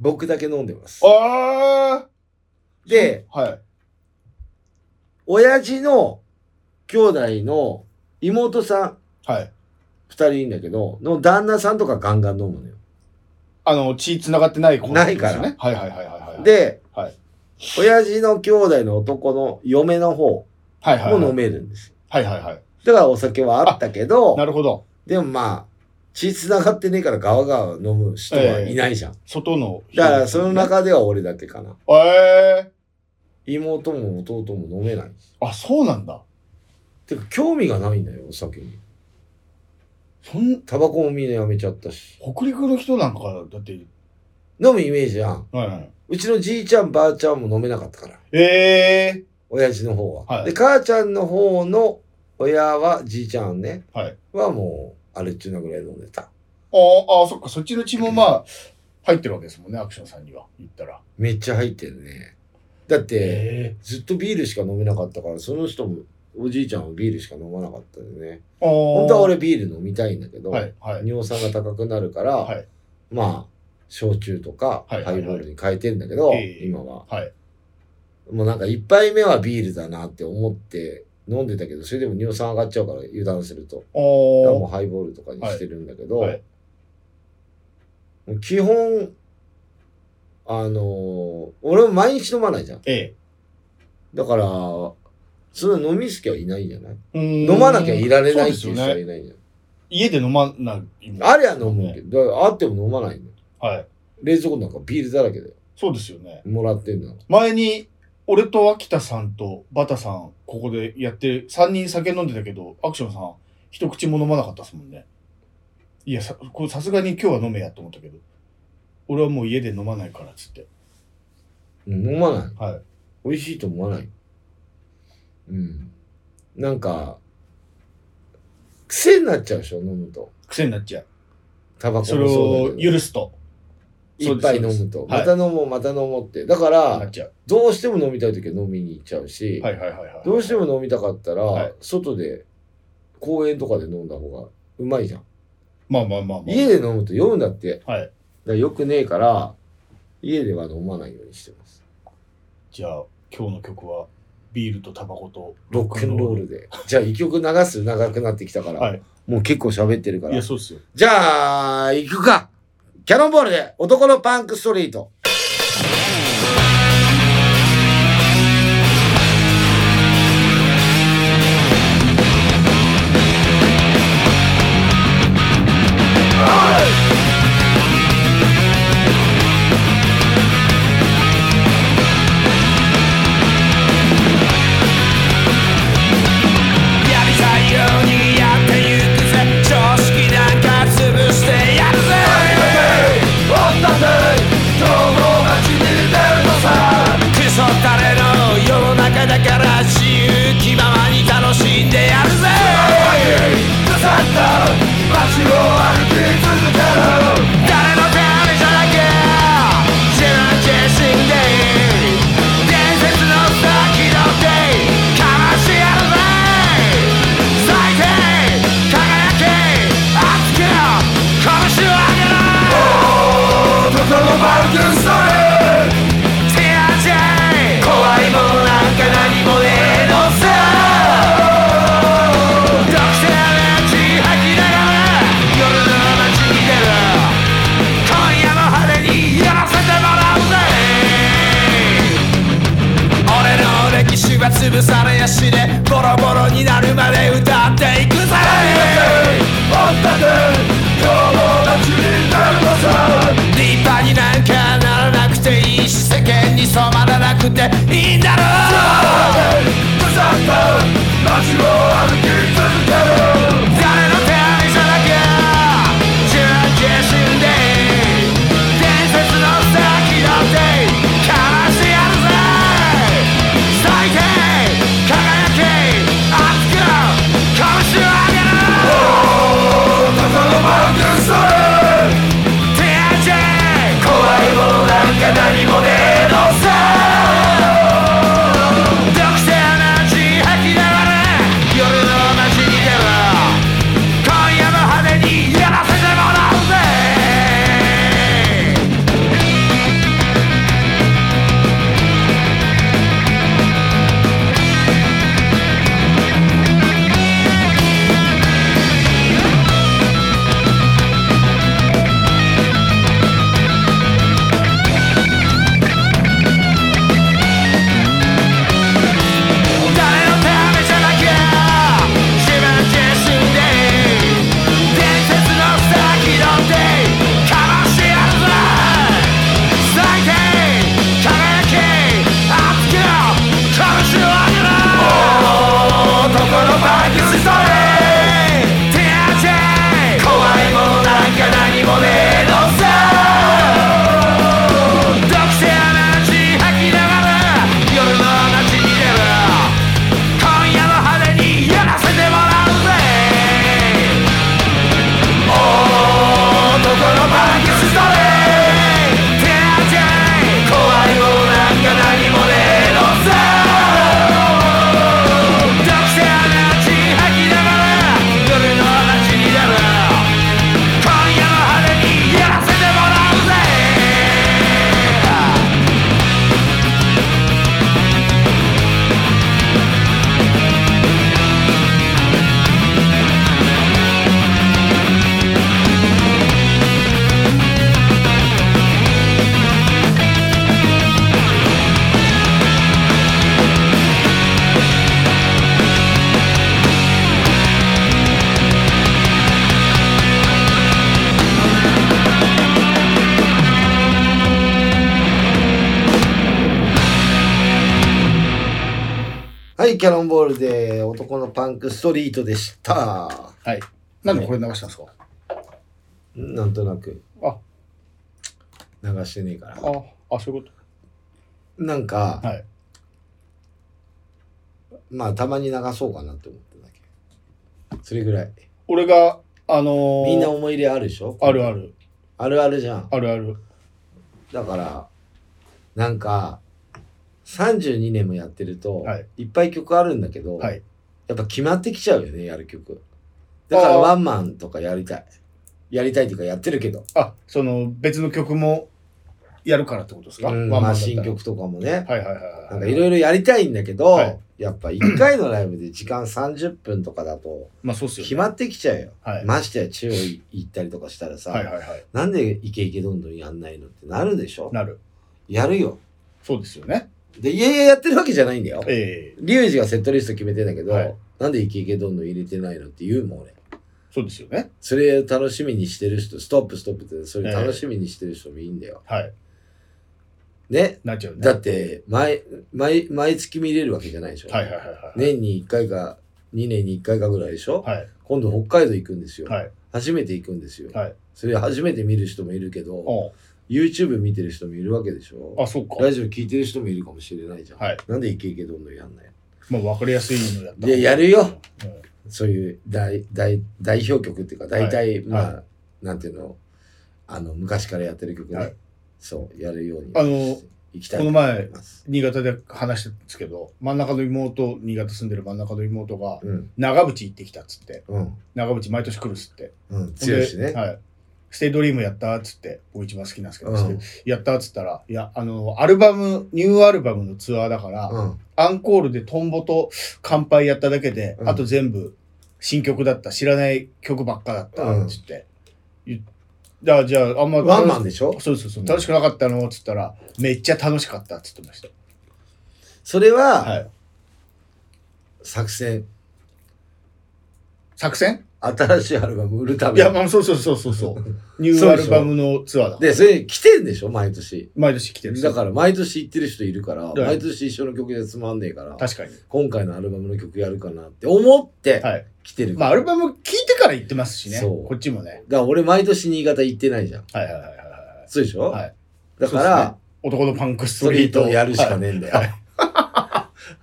Speaker 1: 僕だけ飲んでます。
Speaker 2: ああ
Speaker 1: で、
Speaker 2: はい。
Speaker 1: 親父の兄弟の妹さん、
Speaker 2: はい。
Speaker 1: 二人いいんだけど、の旦那さんとかガンガン飲むのよ。
Speaker 2: あの、血繋がってない子
Speaker 1: ないから
Speaker 2: ですよね。はいはいはいはいはい。、
Speaker 1: で、
Speaker 2: はい
Speaker 1: 親父の兄弟の男の嫁の方
Speaker 2: はいはい。
Speaker 1: も飲めるんですよ。
Speaker 2: はいはいはい。
Speaker 1: だからお酒はあったけど
Speaker 2: な、るほど。
Speaker 1: でもまあ、血繋がってねえからガワガワ飲む人はいないじゃん。
Speaker 2: 外の。
Speaker 1: だからその。中では俺だけかな。
Speaker 2: ええ
Speaker 1: 妹も弟も飲めない。
Speaker 2: あ、そうなんだ。
Speaker 1: てか興味がないんだよ、お酒に。
Speaker 2: そん、
Speaker 1: タバコもみんなやめちゃったし。
Speaker 2: 北陸の人なんか、だって、
Speaker 1: 飲むイメージやん。
Speaker 2: はいはい。
Speaker 1: うちのじいちゃん、ばあちゃんも飲めなかったから。
Speaker 2: ええ
Speaker 1: 親父の方は。
Speaker 2: はい
Speaker 1: で、母ちゃんの方の親は、じいちゃんね、
Speaker 2: はい
Speaker 1: はもう、あれっちゅうなぐらい飲んでた。
Speaker 2: ああ、そっか、そっちの血もまあ、入ってるわけですもんね、アクションさんには。言ったら。
Speaker 1: めっちゃ入ってるね。だって、
Speaker 2: え
Speaker 1: ずっとビールしか飲めなかったから、その人も、おじいちゃんはビールしか飲まなかったんでね。
Speaker 2: えー。本
Speaker 1: 本当は俺ビール飲みたいんだけど、
Speaker 2: はい、はい。
Speaker 1: 尿酸が高くなるから、
Speaker 2: はい
Speaker 1: まあ、焼酎とか、
Speaker 2: はい
Speaker 1: ハイボールに変えてんだけど、
Speaker 2: ええ
Speaker 1: 今は。
Speaker 2: はい。
Speaker 1: もうなんか、一杯目はビールだなって思って飲んでたけど、それでも尿酸上がっちゃうから、油断すると。だからも
Speaker 2: お
Speaker 1: うハイボールとかにしてるんだけど、
Speaker 2: はいはい
Speaker 1: もう基本あのー俺も毎日飲まないじゃん
Speaker 2: え
Speaker 1: だからそんな飲み好きはいないんじゃない
Speaker 2: え。飲
Speaker 1: 飲まなきゃいられないっていう人
Speaker 2: ね。
Speaker 1: はいないんじゃ
Speaker 2: 家で飲まない。
Speaker 1: ない、あれは飲むけ
Speaker 2: ど。
Speaker 1: どだからあっても飲まないんだよ
Speaker 2: はい。
Speaker 1: 冷蔵庫なんかビールだらけだよ
Speaker 2: そうですよね。
Speaker 1: もらってんだから
Speaker 2: 前に、俺と秋田さんとバタさん、ここでやって、3人酒飲んでたけど、アクションさん、一口も飲まなかったですもんね。いや、さこれさすがに今日は飲めやと思ったけど、俺はもう家で飲まないからっつって。
Speaker 1: うん飲まない
Speaker 2: はい。
Speaker 1: 美味しいと思わないうんなんか癖になっちゃうでしょ飲むと
Speaker 2: 癖になっちゃう。
Speaker 1: タバコも
Speaker 2: そ
Speaker 1: そう
Speaker 2: れ
Speaker 1: だけど
Speaker 2: を許すと。
Speaker 1: 一杯飲むと、
Speaker 2: はい
Speaker 1: また飲もう、また飲もうって。だか
Speaker 2: なっ
Speaker 1: ら、
Speaker 2: ちゃう。
Speaker 1: どうしても飲みたい時は飲みに行っちゃうし、
Speaker 2: はいはいはいはい。
Speaker 1: どうしても飲みたかったら、
Speaker 2: はい
Speaker 1: 外で、公園とかで飲んだ方がうまいじゃん。
Speaker 2: まあまあまあまあ。
Speaker 1: 家で飲むと酔うんだって。だか
Speaker 2: はい。
Speaker 1: らよくねえから、家では飲まないようにしてます。
Speaker 2: じゃあ今日の曲はビールとタバコと
Speaker 1: ロックンロールで。じゃあ、一曲流す長くなってきたから、
Speaker 2: はい
Speaker 1: もう結構喋ってるか
Speaker 2: い
Speaker 1: ら
Speaker 2: や。そうですよ
Speaker 1: じゃあ、行くか。キャノンボールで男のパンクストリート。
Speaker 3: 「やりたいようにやってゆくぜ」「常識なんか潰してやるぜ」「女で今日も街に出るのさ」「クソタレの世の中だから自由気ままに楽しんでやるぜ」「腐った街を歩き続ける」「誰のためじゃなきゃ自分自身で伝説の先の手かましてやるぜ」「最低輝け熱く拳を上げろ」「男のバルクンストレー」「ティアジェイ」「怖いもんなんか何もねえのさ」「独占の血吐きながら夜の街に出る」「今夜も派手にやらせてもらうぜ」俺の歴史は潰されやしねボロボロになるまで歌っていくぜ立派になんかならなくていいし世間に染まらなくていいんだろう街を歩き続ける誰の手にじゃなきゃ自分自身で伝説の先だってかわしてやるぜ最低輝き熱くかわし上げる男のマウンテンストレー手足怖いものなんか何もねえのさ「毒性の血吐きながら夜の街に出ろ」「今夜も派手にやらせてもらうぜ」誰のためじゃなきゃ自分自身で伝説の先の手かましてやるぜ最低輝き熱く拳を上げろ男のバイクストレー手当て怖いものなんか何もねえのさ「毒性の血吐きながら夜の街に出る」「今夜の派手にやらせてもらうぜ」「男のバイクストレー」「手当て怖いもんなんか何もねえのさ」「毒性の血吐きながら夜の街に出る」「今夜の派手にやらせてもらうぜ」
Speaker 1: はい、キャノンボールで男のパンクストリートでした。
Speaker 2: はいなんでこれ流したんですか
Speaker 1: なんとなく
Speaker 2: あ
Speaker 1: 流してねえから。
Speaker 2: ああそういうこ
Speaker 1: なんか、
Speaker 2: とはい
Speaker 1: まあたまに流そうかなって思ってるだけ。それぐらい。
Speaker 2: 俺があのー、
Speaker 1: みんな思い入れあるでしょ
Speaker 2: あるあ。る
Speaker 1: あるあるじゃん。
Speaker 2: あるある
Speaker 1: だから、なんか、32年もやってると、
Speaker 2: はい
Speaker 1: い、っぱい曲あるんだけど、
Speaker 2: はい
Speaker 1: やっぱ決まってきちゃうよね、やる曲。だから
Speaker 2: あー
Speaker 1: ワンマンとかやりたい。やりたいっていうかやってるけど。
Speaker 2: あその別の曲もやるからってことですか、
Speaker 1: うんま
Speaker 2: ワンマン
Speaker 1: あ
Speaker 2: だったら
Speaker 1: 新曲とかもね。
Speaker 2: はいは
Speaker 1: な
Speaker 2: い
Speaker 1: ん
Speaker 2: は
Speaker 1: か
Speaker 2: い
Speaker 1: い
Speaker 2: はい。
Speaker 1: ろいろやりたいんだけど、
Speaker 2: はい
Speaker 1: やっぱ1回のライブで時間30分とかだと
Speaker 2: まあそうっすよ、
Speaker 1: 決
Speaker 2: ね。
Speaker 1: まってきちゃうよ。
Speaker 2: はい。
Speaker 1: ましてや中央行ったりとかしたらさ、
Speaker 2: はいはいはい。
Speaker 1: なんでイケイケどんどんやんないのってなるでしょ
Speaker 2: なる。
Speaker 1: やるよ。
Speaker 2: そうですよね。
Speaker 1: で、いやいややってるわけじゃないんだよ。
Speaker 2: ええ
Speaker 1: リュウジがセットリスト決めてんだけど、
Speaker 2: はい
Speaker 1: なんでイケイケどんどん入れてないのって言うもん俺。
Speaker 2: そうですよね。
Speaker 1: それを楽しみにしてる人、ストップストップって、それ楽しみにしてる人もいいんだよ。
Speaker 2: はい。
Speaker 1: ね。
Speaker 2: なっちゃうね。
Speaker 1: だって、毎、毎、毎月見れるわけじゃないでしょ。
Speaker 2: はいはいはいはい。
Speaker 1: 年に1回か、2年に1回かぐらいでしょ。
Speaker 2: はい。
Speaker 1: 今度北海道行くんですよ。
Speaker 2: はい。
Speaker 1: 初めて行くんですよ。
Speaker 2: はい
Speaker 1: それ初めて見る人もいるけど、
Speaker 2: お
Speaker 1: YouTube 見てる人もいるわけでしょ。
Speaker 2: あ、そうか。
Speaker 1: ラジオ聞いてる人もいるかもしれないじゃん。
Speaker 2: はい
Speaker 1: なんでイケイケどんどんやんない
Speaker 2: まあ分かりやすいのやった。
Speaker 1: いややるよ
Speaker 2: うん。
Speaker 1: そういう大大代表曲っていうか大体、
Speaker 2: はい
Speaker 1: まあ、
Speaker 2: は
Speaker 1: なんていうのあの昔からやってる曲ね、
Speaker 2: はい
Speaker 1: そうやるように
Speaker 2: あの
Speaker 1: 行きたい
Speaker 2: この前
Speaker 1: と思います
Speaker 2: 新潟で話してたんですけど、真ん中の妹、新潟住んでる真ん中の妹が、
Speaker 1: うん
Speaker 2: 長渕行ってきたっつって、
Speaker 1: うん
Speaker 2: 長渕毎年来るっつって。
Speaker 1: うん強いし
Speaker 2: ほん
Speaker 1: ね
Speaker 2: ではい。ステイドリームやったっつって、僕一番好きなんですけど、
Speaker 1: うん
Speaker 2: ステイやったっつったら、いや、あの、アルバム、ニューアルバムのツアーだから、
Speaker 1: うん
Speaker 2: アンコールでトンボと乾杯やっただけで、
Speaker 1: うん
Speaker 2: あと全部新曲だった、知らない曲ばっかだった、
Speaker 1: うん
Speaker 2: つって。言っじゃあ、じゃあ、あんま
Speaker 1: ワンマンでしょ
Speaker 2: そうそうそうう、
Speaker 1: ん
Speaker 2: 楽しくなかったのっつったら、めっちゃ楽しかったっつってました。
Speaker 1: それは、
Speaker 2: はい。
Speaker 1: 作戦
Speaker 2: 作戦
Speaker 1: 新しいアルバム売るた
Speaker 2: い
Speaker 1: め
Speaker 2: や、まあ、そうそうそうそうそう。ニューアルバムのツアーだ。
Speaker 1: でそれ来てんでしょ毎年
Speaker 2: 毎年来てる。
Speaker 1: だから毎年行ってる人いるから、
Speaker 2: い
Speaker 1: 毎年一緒の曲でつまんねえから
Speaker 2: 確かに。
Speaker 1: 今回のアルバムの曲やるかなって思って
Speaker 2: はい。
Speaker 1: 来てるか
Speaker 2: まあ、
Speaker 1: ら、
Speaker 2: アルバム聴いてから行ってますしね。
Speaker 1: そう
Speaker 2: こっちもね。
Speaker 1: だから俺毎年新潟行ってないじゃん
Speaker 2: はいはいはいはいはい。
Speaker 1: そうでしょ、
Speaker 2: はい
Speaker 1: だか
Speaker 2: そう
Speaker 1: ら、
Speaker 2: ですね男のパンクス
Speaker 1: スト
Speaker 2: ト
Speaker 1: リ
Speaker 2: リー
Speaker 1: ー
Speaker 2: ト
Speaker 1: トをやるしか
Speaker 2: はい
Speaker 1: ねえんだよ。
Speaker 2: はい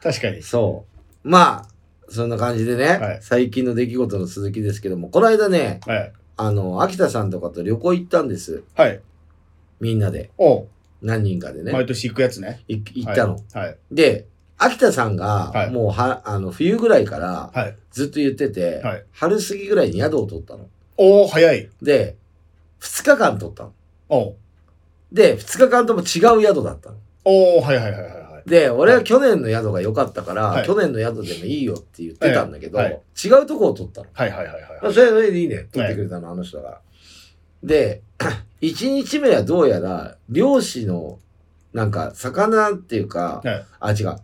Speaker 2: 確かに。
Speaker 1: そう。まあ、そんな感じでね、
Speaker 2: はい
Speaker 1: 最近の出来事の続きですけども、この間ね、
Speaker 2: はい。
Speaker 1: あの、秋田さんとかと旅行行ったんです。
Speaker 2: はい。
Speaker 1: みんなで。
Speaker 2: おう
Speaker 1: 何人かでね。
Speaker 2: 毎年行くやつね。
Speaker 1: い行ったの。
Speaker 2: はい。
Speaker 1: で、秋田さんが、
Speaker 2: はい
Speaker 1: もうは、あの、冬ぐらいから、
Speaker 2: はい。
Speaker 1: ずっと言ってて、
Speaker 2: はい
Speaker 1: 春過ぎぐらいに宿を取ったの。
Speaker 2: おお早い。
Speaker 1: で、2日間取ったの。
Speaker 2: おう
Speaker 1: で、2日間とも違う宿だったの。
Speaker 2: おおはいはいはいはいはい。
Speaker 1: で、俺
Speaker 2: は
Speaker 1: はい去年の宿が良かったから、
Speaker 2: はい
Speaker 1: 去年の宿でもいいよって言ってたんだけど、
Speaker 2: はいはい
Speaker 1: 違うとこを取ったの。
Speaker 2: はいはいはいはい
Speaker 1: ま
Speaker 2: は
Speaker 1: あ、
Speaker 2: い。
Speaker 1: それはそれでいいね。取ってくれたの、あの人が。で、1日目はどうやら、漁師の、なんか、魚っていうか、あ、
Speaker 2: はい
Speaker 1: 違う。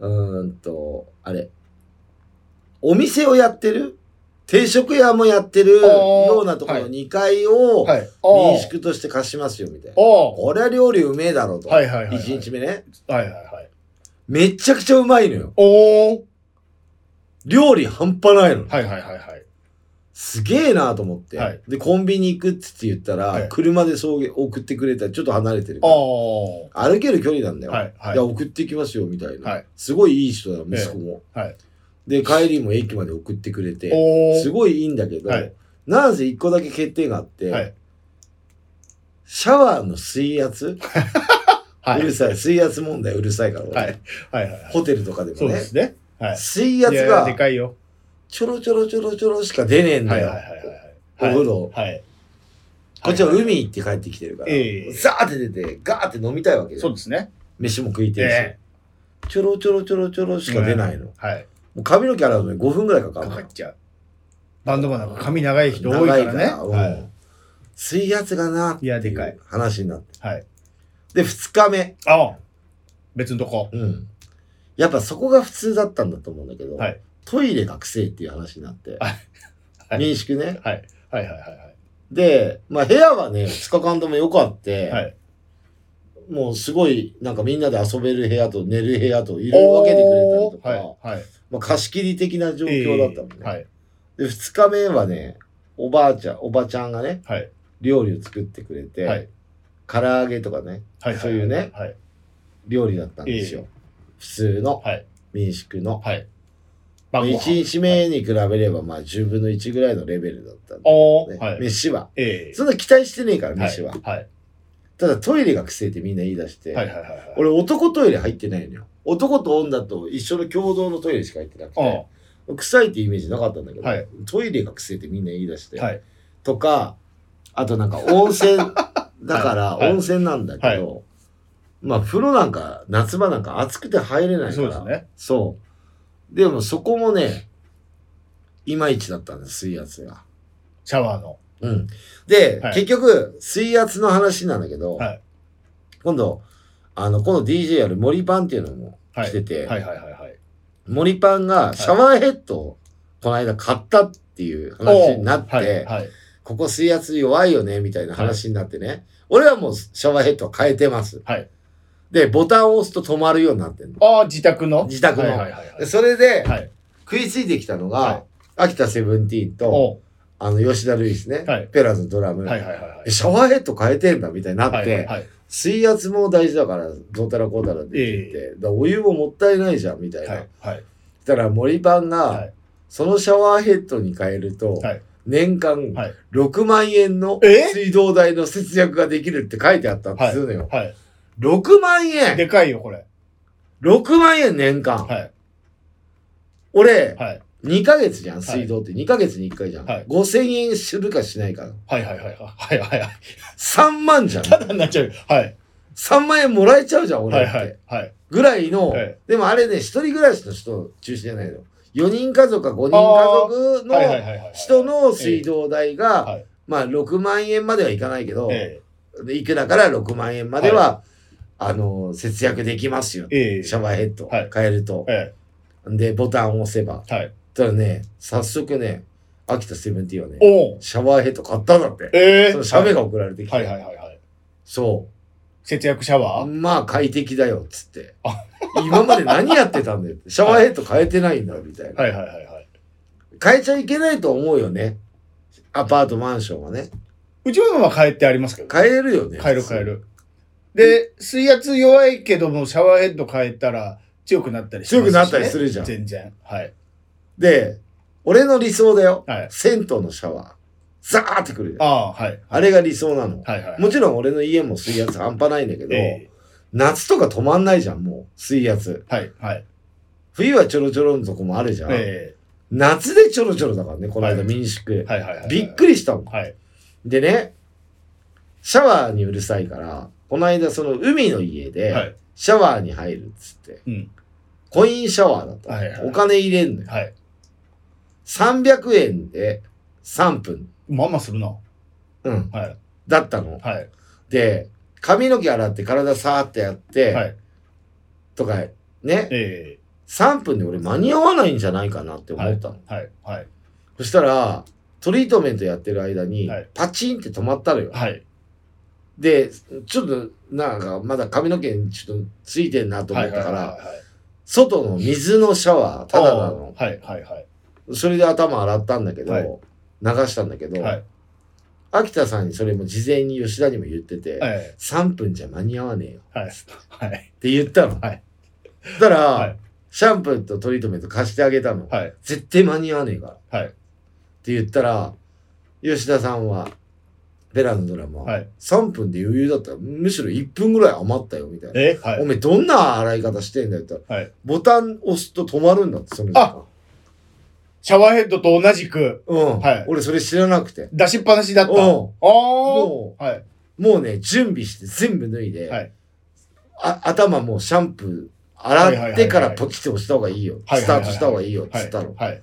Speaker 1: うーんと、あれ。お店をやってる定食屋もやってる
Speaker 2: おー
Speaker 1: ようなところの2階を
Speaker 2: はい。お
Speaker 1: 民
Speaker 2: お
Speaker 1: 宿として貸しますよ、みたいな。
Speaker 2: おお
Speaker 1: これは料理うめえだろうと。
Speaker 2: はいはいはいはい
Speaker 1: 1日目ね。
Speaker 2: はいはいはい。
Speaker 1: めちゃくちゃうまいのよ。
Speaker 2: おお
Speaker 1: 料理半端ないの。
Speaker 2: はいはいはいはい。
Speaker 1: すげえなと思って、
Speaker 2: はい
Speaker 1: で、コンビニ行くっつって言ったら、
Speaker 2: はい
Speaker 1: 車で送迎送ってくれたら、ちょっと離れてるから
Speaker 2: おお
Speaker 1: 歩ける距離なんだよ。
Speaker 2: はいはい
Speaker 1: や、送ってきますよ、みたいな、
Speaker 2: はい
Speaker 1: すごいいい人だ、息子も、
Speaker 2: ええはい
Speaker 1: で、帰りも駅まで送ってくれて、
Speaker 2: お
Speaker 1: すごいいいんだけど、
Speaker 2: はい
Speaker 1: なぜ一個だけ欠点があって、
Speaker 2: はい
Speaker 1: シャワーの水圧、
Speaker 2: はいう
Speaker 1: るさい、水圧問題うるさいから、俺
Speaker 2: はいはいはいはい。
Speaker 1: ホテルとかで
Speaker 2: そう
Speaker 1: も
Speaker 2: で
Speaker 1: ね、
Speaker 2: すね。はい。
Speaker 1: 水圧
Speaker 2: いやで
Speaker 1: が
Speaker 2: かいよ。
Speaker 1: ちょろちょろちょろちょろしか出ねえん
Speaker 2: は
Speaker 1: だ
Speaker 2: い
Speaker 1: よ。
Speaker 2: はいはいはい。
Speaker 1: お風呂
Speaker 2: はい。
Speaker 1: こっちは海行って帰ってきてるから、
Speaker 2: ええ
Speaker 1: ザーって出て、ガーって飲みたいわけよ
Speaker 2: そうですね。
Speaker 1: 飯も食いてるし、
Speaker 2: え
Speaker 1: ちょろちょろちょろちょろしか出ないの。も
Speaker 2: えはい。
Speaker 1: う髪の毛洗うのに5分ぐらいかか
Speaker 2: か
Speaker 1: る
Speaker 2: かっ
Speaker 1: の。
Speaker 2: ちゃう。バンドマンなんか髪長い人多いからね。
Speaker 1: うん
Speaker 2: は
Speaker 1: 水圧がなって
Speaker 2: いやでか
Speaker 1: い
Speaker 2: いう
Speaker 1: 話になって。
Speaker 2: い。はい。
Speaker 1: で、2日目。
Speaker 2: ああ別のとこ。
Speaker 1: うん。やっぱそこが普通だったんだと思うんだけど、
Speaker 2: はい
Speaker 1: トイレがくせえっていう話になって、
Speaker 2: はい
Speaker 1: 民宿ね。
Speaker 2: はい。はいはいは
Speaker 1: で、まあ部屋はね、2日間ともよくあって、
Speaker 2: いはい。はい。
Speaker 1: もうすごい、なんかみんなで遊べる部屋と寝る部屋といろいろ分けてくれたりとか、
Speaker 2: はい。はい。
Speaker 1: まあ、貸し切り的な状況だったもんね。
Speaker 2: はい。
Speaker 1: で、二日目はね、おばあちゃん、おばちゃんがね、
Speaker 2: はい。
Speaker 1: 料理を作ってくれて、
Speaker 2: はい
Speaker 1: 唐揚げとかね、
Speaker 2: はい。
Speaker 1: そういうね
Speaker 2: はい。
Speaker 1: 料理だったんですよ。
Speaker 2: え
Speaker 1: 普通の
Speaker 2: はい。
Speaker 1: 民宿の。
Speaker 2: はい。
Speaker 1: まあ
Speaker 2: 晩ご飯
Speaker 1: 一日目に比べれば、まあ、10分の1ぐらいのレベルだったんで、
Speaker 2: おお
Speaker 1: ね
Speaker 2: はい。
Speaker 1: 飯は。
Speaker 2: ええ。
Speaker 1: そんな期待してねえから、飯は。
Speaker 2: はい。
Speaker 1: ただトイレがくせえってみんな言い出して、
Speaker 2: はいはいはいはい。
Speaker 1: 俺男トイレ入ってないのよ。男と女と一緒の共同のトイレしか入ってなくて、
Speaker 2: あ
Speaker 1: 臭いってイメージなかったんだけど、
Speaker 2: はい
Speaker 1: トイレがくせえってみんな言い出して、
Speaker 2: あはい。
Speaker 1: とか、あとなんか温泉、だから
Speaker 2: はい
Speaker 1: 温泉なんだけど、
Speaker 2: はい
Speaker 1: まあ風呂なんか夏場なんか暑くて入れないから。
Speaker 2: そうですね。
Speaker 1: そう。でもそこもね、いまいちだったんです、水圧が。
Speaker 2: シャワーの。
Speaker 1: うん。で、
Speaker 2: はい
Speaker 1: 結局、水圧の話なんだけど、
Speaker 2: はい
Speaker 1: 今度、あの、この DJ やる森パンっていうのも
Speaker 2: はい
Speaker 1: 来てて、
Speaker 2: はいはいはいはい。
Speaker 1: 森パンがシャワーヘッドをこの間買ったっていう話になって、
Speaker 2: はいはい。
Speaker 1: ここ水圧弱いよね、みたいな話になってね、俺はもうシャワーヘッドは変えてます。
Speaker 2: はい
Speaker 1: で、ボタンを押すと止まるようになってんの。
Speaker 2: ああ、自宅の
Speaker 1: 自宅の
Speaker 2: はいはいはいは
Speaker 1: で
Speaker 2: い。
Speaker 1: それで、
Speaker 2: はい。
Speaker 1: 食いついてきたのが、
Speaker 2: はい
Speaker 1: 秋田セブンティーンと、
Speaker 2: おう
Speaker 1: あの、吉田ルイスね、
Speaker 2: はい
Speaker 1: ペラーズのドラム、
Speaker 2: はいはいはいはい
Speaker 1: え。シャワーヘッド変えてんだみたいになって、
Speaker 2: はいはいはい。
Speaker 1: 水圧も大事だから、どうたらこうたらって言って、だからお湯ももったいないじゃんみたいな。
Speaker 2: はいはい。
Speaker 1: そしたら森版が、
Speaker 2: はい
Speaker 1: そのシャワーヘッドに変えると、
Speaker 2: はい
Speaker 1: 年間
Speaker 2: はい
Speaker 1: 6万円の
Speaker 2: え
Speaker 1: 水道代の節約ができるって書いてあったんですよ、
Speaker 2: はい。
Speaker 1: 6万円
Speaker 2: でかいよ、これ。
Speaker 1: !6 万円年間、
Speaker 2: はい。
Speaker 1: 俺、
Speaker 2: はい。
Speaker 1: 2ヶ月じゃん、
Speaker 2: はい
Speaker 1: 水道って。2ヶ月に1回じゃん。
Speaker 2: はい
Speaker 1: 5000円するかしないか。
Speaker 2: はいはいはいはい。はいはい。
Speaker 1: 3万じゃん。
Speaker 2: ただになっちゃうよ。はい。
Speaker 1: 3万円もらえちゃうじゃん、俺
Speaker 2: は
Speaker 1: っ
Speaker 2: い
Speaker 1: て。
Speaker 2: はい。はい。
Speaker 1: ぐらいの、
Speaker 2: はい
Speaker 1: でもあれね、一人暮らしの人中心じゃないの。4人家族か5人家族
Speaker 2: はいはい
Speaker 1: の
Speaker 2: はいはい。
Speaker 1: 人の水道代が、
Speaker 2: はい
Speaker 1: まあ6万円まではいかないけど、
Speaker 2: え
Speaker 1: いくらから6万円までは、あの、節約できますよ。
Speaker 2: え。ええ。
Speaker 1: シャワーヘッド
Speaker 2: はい
Speaker 1: 変えると。
Speaker 2: え
Speaker 1: で、ボタンを押せば。
Speaker 2: え。はい。
Speaker 1: たらね、早速ね、秋田セブンティーンはね、
Speaker 2: おう
Speaker 1: シャワーヘッド買ったんだって。
Speaker 2: ええ。
Speaker 1: その写メが送られてきて。
Speaker 2: はいはいはいはい。
Speaker 1: そ
Speaker 2: 節約シャワ
Speaker 1: う。
Speaker 2: ー
Speaker 1: まあ快適だよ、つって。今まで何やってたんだよって。シャワーヘッド変えてないんだ、みたいな。
Speaker 2: はいはいはいはい。
Speaker 1: 変えちゃいけないと思うよね。アパート、マンションはね。
Speaker 2: うちのは変えてありますけど。
Speaker 1: 変えるよね。
Speaker 2: 変える変え。る。で、水圧弱いけども、シャワーヘッド変えたら強くなったりしますしね
Speaker 1: 強くなったりするじゃん
Speaker 2: 全然。はい。
Speaker 1: で、俺の理想だよ。
Speaker 2: はい
Speaker 1: 銭湯のシャワー。ザーってくるじゃん
Speaker 2: ああ、はい。
Speaker 1: あれが理想なの。
Speaker 2: はいはい。
Speaker 1: もちろん俺の家も水圧半端ないんだけど、
Speaker 2: え
Speaker 1: 夏とか止まんないじゃん、もう。水圧。
Speaker 2: えはいはい。
Speaker 1: 冬はちょろちょろのとこもあるじゃん。
Speaker 2: え
Speaker 1: 夏でちょろちょろだからね、この間
Speaker 2: はい
Speaker 1: 民宿。
Speaker 2: えはいはいはい。
Speaker 1: びっくりしたもん。
Speaker 2: はい。
Speaker 1: でね、シャワーにうるさいから、この間その海の家
Speaker 2: は
Speaker 1: で
Speaker 2: い、
Speaker 1: シャワーに入るっつって、
Speaker 2: うん。
Speaker 1: コインシャワーだったの、
Speaker 2: はいはい
Speaker 1: お金入れんのよ。
Speaker 2: はい。
Speaker 1: 300円で3分。
Speaker 2: まんまするな。
Speaker 1: うん。
Speaker 2: はい。
Speaker 1: だったの。
Speaker 2: はい。
Speaker 1: で、髪の毛洗って体さーってやって、
Speaker 2: はい。
Speaker 1: とか、ね、
Speaker 2: え
Speaker 1: 3分で俺間に合わないんじゃないかなって思ったの。
Speaker 2: えはい。はい。
Speaker 1: そしたら、トリートメントやってる間に
Speaker 2: はい、
Speaker 1: パチンって止まったのよ。
Speaker 2: はい。
Speaker 1: で、ちょっと、なんか、まだ髪の毛にちょっとついてんなと思ったから、
Speaker 2: はいはいはいはい
Speaker 1: 外の水のシャワー、ただなの。
Speaker 2: はいはいはい。
Speaker 1: それで頭洗ったんだけど、
Speaker 2: はい
Speaker 1: 流したんだけど、
Speaker 2: はい。
Speaker 1: 秋田さんにそれも事前に吉田にも言ってて、
Speaker 2: え
Speaker 1: 3分じゃ間に合わねえよ
Speaker 2: えはい。はい。
Speaker 1: って言ったの。
Speaker 2: はい
Speaker 1: そしたら、
Speaker 2: はい
Speaker 1: シャンプーとトリートメント貸してあげたの。
Speaker 2: はい。
Speaker 1: 絶対間に合わねえから。
Speaker 2: はい
Speaker 1: って言ったら、吉田さんは、ベラのドラマ、
Speaker 2: はい。
Speaker 1: 3分で余裕だったら、むしろ1分ぐらい余ったよ、みたいな。
Speaker 2: ええは
Speaker 1: お
Speaker 2: い。
Speaker 1: めえどんな洗い方してんだよって言ったら、
Speaker 2: はい
Speaker 1: ボタン押すと止まるんだって、その時間。
Speaker 2: シャワーヘッドと同じく
Speaker 1: うん、
Speaker 2: はい
Speaker 1: 俺それ知らなくて。
Speaker 2: 出しっぱなしだった。
Speaker 1: うん
Speaker 2: ああ。
Speaker 1: も
Speaker 2: はい。
Speaker 1: う、もうね、準備して全部脱いで、
Speaker 2: はい
Speaker 1: あ頭もうシャンプー洗ってからポチって押した方がいいよ。
Speaker 2: はい
Speaker 1: スタートした方がいいよ、
Speaker 2: は
Speaker 1: つ
Speaker 2: い。
Speaker 1: ったの。
Speaker 2: はい。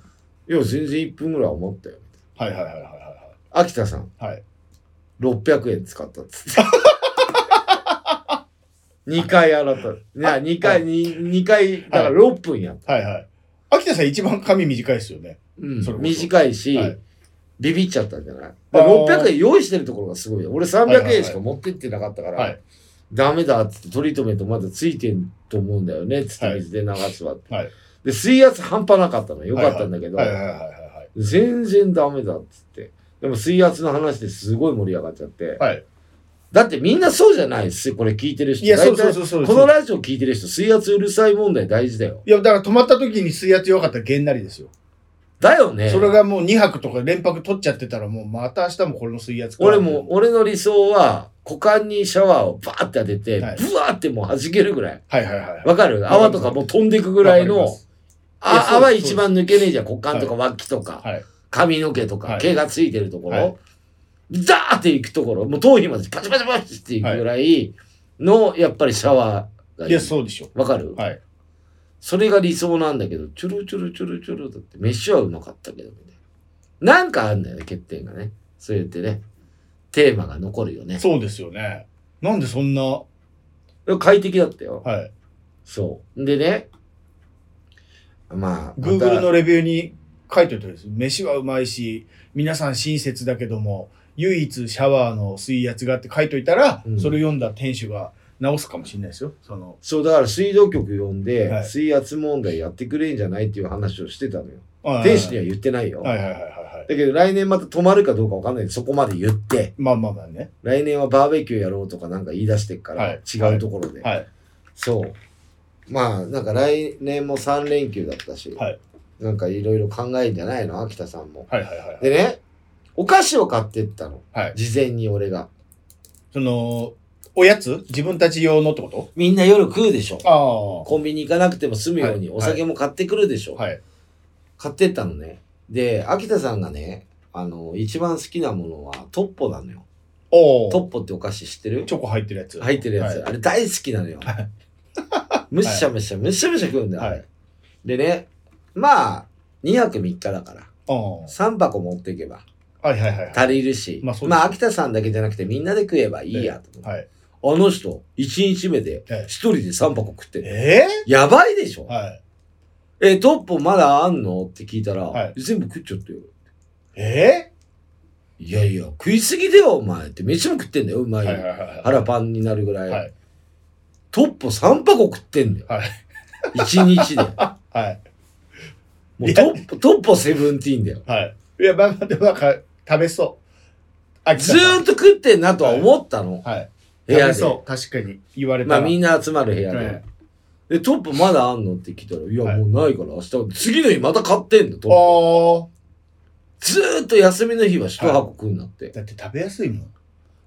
Speaker 1: いや、全然1分ぐらい思ったよ。
Speaker 2: はいはいはいはい
Speaker 1: 秋田さん、
Speaker 2: はい。はい。
Speaker 1: 600円使ったっつって。2回洗った。いや、2回、に二回、だから6分やん。
Speaker 2: はいはい。秋田さん一番髪短いですよね。
Speaker 1: うん
Speaker 2: それこそ
Speaker 1: 短いし、
Speaker 2: はい
Speaker 1: ビビっちゃったんじゃない
Speaker 2: あー
Speaker 1: 600円用意してるところがすごいよ俺
Speaker 2: はいはい
Speaker 1: 300
Speaker 2: はい
Speaker 1: 円しか持ってってなかったから、
Speaker 2: はい
Speaker 1: ダメだっつってトリートメントまだついてんと思うんだよねっつって水で流すわって、
Speaker 2: はい
Speaker 1: で水圧半端なかったのよかったんだけど、
Speaker 2: はいはいはいはいはい。
Speaker 1: 全然ダメだっつってでも水圧の話ですごい盛り上がっちゃって、
Speaker 2: はい
Speaker 1: だってみんなそうじゃないっすこれ聞いてる人
Speaker 2: いや、そう
Speaker 1: 大
Speaker 2: そう
Speaker 1: 体
Speaker 2: そうそう。
Speaker 1: このラジオ聞いてる人水圧うるさい問題大事だよ
Speaker 2: いや、だから止まった時に水圧弱かったらげんなりですよ。
Speaker 1: だよね
Speaker 2: それがもう2泊とか連泊取っちゃってたらもうまた明日もこれの水圧か
Speaker 1: 俺も、。俺の理想は、股間にシャワーをバーって当てて、
Speaker 2: はい
Speaker 1: ブワーってもう弾けるぐらい。
Speaker 2: はいはいはい。
Speaker 1: わかる
Speaker 2: かりま
Speaker 1: 泡
Speaker 2: す
Speaker 1: とかもう飛んでくぐらい
Speaker 2: わかり
Speaker 1: の
Speaker 2: ま、すいや
Speaker 1: あ
Speaker 2: そう
Speaker 1: 泡
Speaker 2: です
Speaker 1: 一番抜けねえじゃん。股間とか脇とか、
Speaker 2: はい。
Speaker 1: 髪の毛とか、
Speaker 2: はい
Speaker 1: 毛がついてるところ。
Speaker 2: はい
Speaker 1: ザーって行くところ、もう頭皮までパチパチパチって行くぐらいの、やっぱりシャワーがい
Speaker 2: い
Speaker 1: い
Speaker 2: や、。そうでしょ。
Speaker 1: わかる
Speaker 2: はい。
Speaker 1: それが理想なんだけど、チュルチュルチュルチュルだって、飯はうまかったけど、みたいな。なんかあるんだよね、欠点がね。そう言ってね。テーマが残るよね。
Speaker 2: そうですよね。なんでそんな、は
Speaker 1: 快適だったよ。
Speaker 2: い。
Speaker 1: そう。でね、まあ、また
Speaker 2: Google のレビューに書いてるとりです。飯はうまいし、皆さん親切だけども、唯一シャワーの水圧があって書いといたら、
Speaker 1: うん
Speaker 2: それ読んだ店主が直すかもしれないですよ。その、
Speaker 1: そう、だから水道局呼んで、
Speaker 2: はい
Speaker 1: 水圧問題やってくれんじゃないっていう話をしてたのよ。
Speaker 2: あ
Speaker 1: 天使には言ってないよ。
Speaker 2: はいはいはいはいは
Speaker 1: だ
Speaker 2: い。
Speaker 1: けど来年また止まるかどうかわかんないんでそこまで言って、
Speaker 2: まあまあまあね。
Speaker 1: 来年はバーベキューやろうとかなんか言い出してっから、
Speaker 2: はい
Speaker 1: 違うところで。
Speaker 2: はい。
Speaker 1: そう。まあ、なんか来年も3連休だったし、
Speaker 2: はい
Speaker 1: なんかいろいろ考えんじゃないの秋田さんも。
Speaker 2: はいはいはいはい。
Speaker 1: でね、お菓子を買ってったの。
Speaker 2: はい
Speaker 1: 事前に俺が。
Speaker 2: その、おやつ自分たち用のってこ
Speaker 1: みんな夜食うでしょ
Speaker 2: と。あ
Speaker 1: コンビニ行かなくても済むように
Speaker 2: はい
Speaker 1: お酒も買ってくるでしょ、
Speaker 2: あ。はい。
Speaker 1: 買ってったのね。で、秋田さんがね、あの、一番好きなものはトッポなのよ。
Speaker 2: おお。
Speaker 1: トッポってお菓子知ってる
Speaker 2: チョコ入ってるやつ。
Speaker 1: 入ってるやつ、
Speaker 2: はい
Speaker 1: あれ大好きなのよ。むっしゃむしゃ、むっしゃむしゃ食うんだよ、あれ
Speaker 2: はい
Speaker 1: でね、まあ、2泊3日だから、
Speaker 2: うん
Speaker 1: 3箱持っていけば
Speaker 2: はいはいはいはい。
Speaker 1: 足りるし、
Speaker 2: ま
Speaker 1: ま
Speaker 2: あ
Speaker 1: あ、
Speaker 2: そうです
Speaker 1: 秋田さんだけじゃなくてみんなで食えばいいやと思って、
Speaker 2: はい。
Speaker 1: あの人、1日目で
Speaker 2: ええ
Speaker 1: 1人で3箱食ってる。
Speaker 2: え
Speaker 1: やばいでしょ、
Speaker 2: ー、はい。
Speaker 1: え、トッポまだあんのって聞いたら、
Speaker 2: はい
Speaker 1: 全部食っちゃったよ。
Speaker 2: え
Speaker 1: いやいや、食いすぎだよ、お前って。飯も食ってんだよ、うま
Speaker 2: ー、
Speaker 1: い。
Speaker 2: はいはいはいは
Speaker 1: 腹パンになるぐらい。
Speaker 2: い。はい。
Speaker 1: トッポ3箱食ってんだよ。
Speaker 2: はい
Speaker 1: 一日で。
Speaker 2: はい。
Speaker 1: もうトッポ、トッポセブンティーンだよ。
Speaker 2: はい。いや、まあまあ、でもなんか、食べそう。あ、
Speaker 1: ずーっと食ってんなとは思ったの。
Speaker 2: はい。
Speaker 1: 部
Speaker 2: 食
Speaker 1: 屋
Speaker 2: べ
Speaker 1: で。
Speaker 2: そう。確かに。言われ
Speaker 1: ま
Speaker 2: た
Speaker 1: あ
Speaker 2: ら。
Speaker 1: みんな集まる部屋で。
Speaker 2: はい
Speaker 1: で、トップまだあんのって聞いたら、いや、
Speaker 2: はい
Speaker 1: もうないから明日、次の日また買ってんの、トップ。
Speaker 2: おー。
Speaker 1: ずーっと休みの日は一箱食うんだって。
Speaker 2: だって食べやすいもん。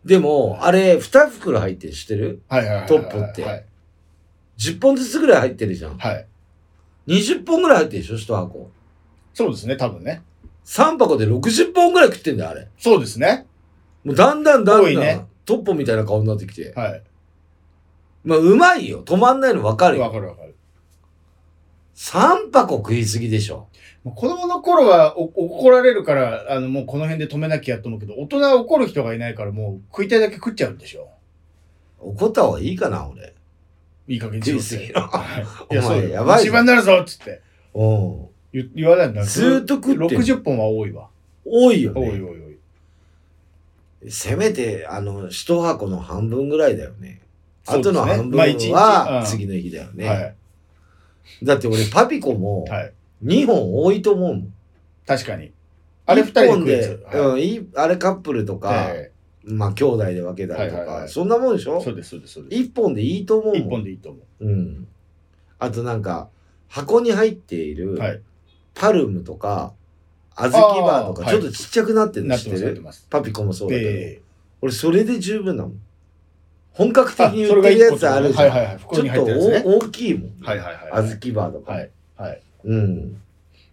Speaker 1: でも、あれ、二袋入ってる知ってる
Speaker 2: はいはいはいはい。
Speaker 1: トップって
Speaker 2: はい。
Speaker 1: ?10 本ずつぐらい入ってるじゃん。
Speaker 2: はい。
Speaker 1: 20本ぐらい入ってるでしょ、一箱。
Speaker 2: そうですね、多分ね。
Speaker 1: 3箱で60本ぐらい食ってんだよ、あれ。
Speaker 2: そうですね。
Speaker 1: もうだんだんだん
Speaker 2: 多
Speaker 1: だ
Speaker 2: い
Speaker 1: ん、
Speaker 2: ね
Speaker 1: トッポみたいな顔になってきて。
Speaker 2: は
Speaker 1: まあ、うまいよ。止まんないの分か
Speaker 2: い。
Speaker 1: る
Speaker 2: わ
Speaker 1: よ。
Speaker 2: かるわかる。
Speaker 1: 3箱食いすぎでしょ。
Speaker 2: もう子供の頃はお怒られるから、あの、もうこの辺で止めなきゃと思うけど、大人は怒る人がいないから、もう食いたいだけ食っちゃうんでしょ。
Speaker 1: 怒った方がいいかな、俺。
Speaker 2: いい加減にしろって
Speaker 1: 食いすぎろ
Speaker 2: はいい や、
Speaker 1: お
Speaker 2: そ
Speaker 1: 前
Speaker 2: う
Speaker 1: や
Speaker 2: よ。
Speaker 1: ばいぞ
Speaker 2: 一番になるぞっつって。
Speaker 1: うん。
Speaker 2: 言言わないんだ
Speaker 1: ずーっと食ってる
Speaker 2: 60本は多いわ。
Speaker 1: 多いよ
Speaker 2: 多い多
Speaker 1: ね。
Speaker 2: い多い。
Speaker 1: せめて、あの、一箱の半分ぐらいだよね。あとの
Speaker 2: そうですね
Speaker 1: 半分
Speaker 2: まあ一日う
Speaker 1: は
Speaker 2: ん
Speaker 1: 次の日だよね。
Speaker 2: はい。
Speaker 1: だって俺、パピコも
Speaker 2: はい。
Speaker 1: 2本多いと思うもん。
Speaker 2: 確かに。あれ二人で食うやつ
Speaker 1: 一。本で
Speaker 2: はい
Speaker 1: うんいい、あれカップルとか、
Speaker 2: え
Speaker 1: まあ兄弟で分けたりと
Speaker 2: はいはいは
Speaker 1: か、
Speaker 2: い
Speaker 1: そんなもんでし
Speaker 2: え
Speaker 1: ょ
Speaker 2: そうです、そうです、そうです。
Speaker 1: 一本でいいと思う
Speaker 2: 一
Speaker 1: もん
Speaker 2: 本。でいいと思
Speaker 1: うん。あとなんか、箱に入っている
Speaker 2: う。はい。
Speaker 1: パルムとか、小豆バーと
Speaker 2: あ
Speaker 1: か、
Speaker 2: ー
Speaker 1: ちょっとちっちゃくなってるの
Speaker 2: なっ
Speaker 1: 知
Speaker 2: て
Speaker 1: っ
Speaker 2: ま
Speaker 1: て
Speaker 2: す、なって
Speaker 1: る
Speaker 2: ます。
Speaker 1: パピコもそうだけど。
Speaker 2: ええ
Speaker 1: 俺それで十分だもん本格的に
Speaker 2: あそ
Speaker 1: 売
Speaker 2: れ
Speaker 1: っ
Speaker 2: が
Speaker 1: て
Speaker 2: 一
Speaker 1: る
Speaker 2: 個
Speaker 1: やつあるじゃん、
Speaker 2: はいはいはい。袋に
Speaker 1: ち
Speaker 2: 入
Speaker 1: ょ
Speaker 2: っ
Speaker 1: ってと
Speaker 2: るやつね。
Speaker 1: お大きいもん、
Speaker 2: はいはいはい。
Speaker 1: 小豆バーとか、
Speaker 2: はい。はい。
Speaker 1: うん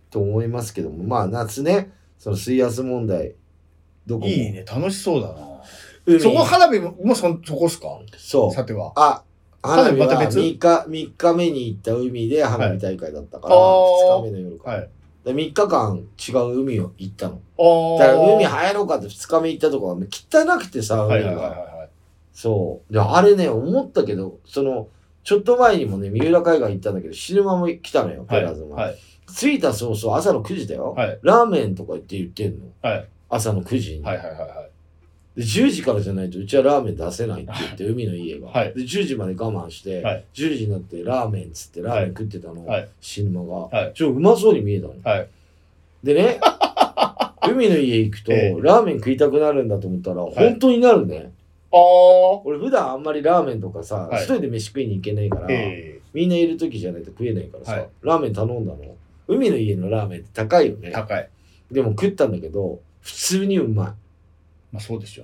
Speaker 1: と思いますけどもまあ夏ねその水圧問題どこも
Speaker 2: いいね、楽しそうだな。
Speaker 1: 海
Speaker 2: そこ花火も、もうそ、そこっすか
Speaker 1: そう
Speaker 2: さては。
Speaker 1: あ花火は
Speaker 2: 花火また別
Speaker 1: 3日三日目に行った海で花火大会だったから、
Speaker 2: はいあー
Speaker 1: 2日目の夜か
Speaker 2: はい。あ
Speaker 1: ら3日間違う海を行ったの
Speaker 2: あ。
Speaker 1: だから海入ろうかって2日目行ったとこは汚くてさ
Speaker 2: は
Speaker 1: 海
Speaker 2: い
Speaker 1: が、
Speaker 2: はいはいは
Speaker 1: そう。で、あれね、思ったけど、その、ちょっと前にもね、三浦海岸行ったんだけど、死ぬまも来たのよ、ペ
Speaker 2: い。
Speaker 1: ラ
Speaker 2: は
Speaker 1: ー
Speaker 2: い。
Speaker 1: ズも。
Speaker 2: はい。
Speaker 1: 着いた早々、朝の9時だよ、
Speaker 2: はい
Speaker 1: ラーメンとか言って言ってんの。
Speaker 2: はい
Speaker 1: 朝の9時に、
Speaker 2: はいはいはいはい。
Speaker 1: で。10時からじゃないと、うちはラーメン出せないって言って、海の家が、
Speaker 2: はい
Speaker 1: で、10時まで我慢して、
Speaker 2: はい
Speaker 1: 10時になってラーメンっつってラーメン食ってたの、
Speaker 2: はい
Speaker 1: 死ぬまが、
Speaker 2: はい
Speaker 1: ちょ、うまそうに見えたの。
Speaker 2: はい
Speaker 1: で ね、海の家行くと、
Speaker 2: ええ
Speaker 1: ラーメン食いたくなるんだと思ったら、
Speaker 2: い
Speaker 1: 本当になるね。
Speaker 2: あ
Speaker 1: 俺普段あんまりラーメンとかさ、
Speaker 2: はい
Speaker 1: 一人で飯食いに行けないから、
Speaker 2: あ。え
Speaker 1: みんないる時じゃないと食えないからさ、
Speaker 2: はい
Speaker 1: ラーメン頼んだの海の家のラーメンって高いよ
Speaker 2: え。
Speaker 1: ね
Speaker 2: 高い。
Speaker 1: でも食ったんだけど普通にうま
Speaker 2: まあそうでしょ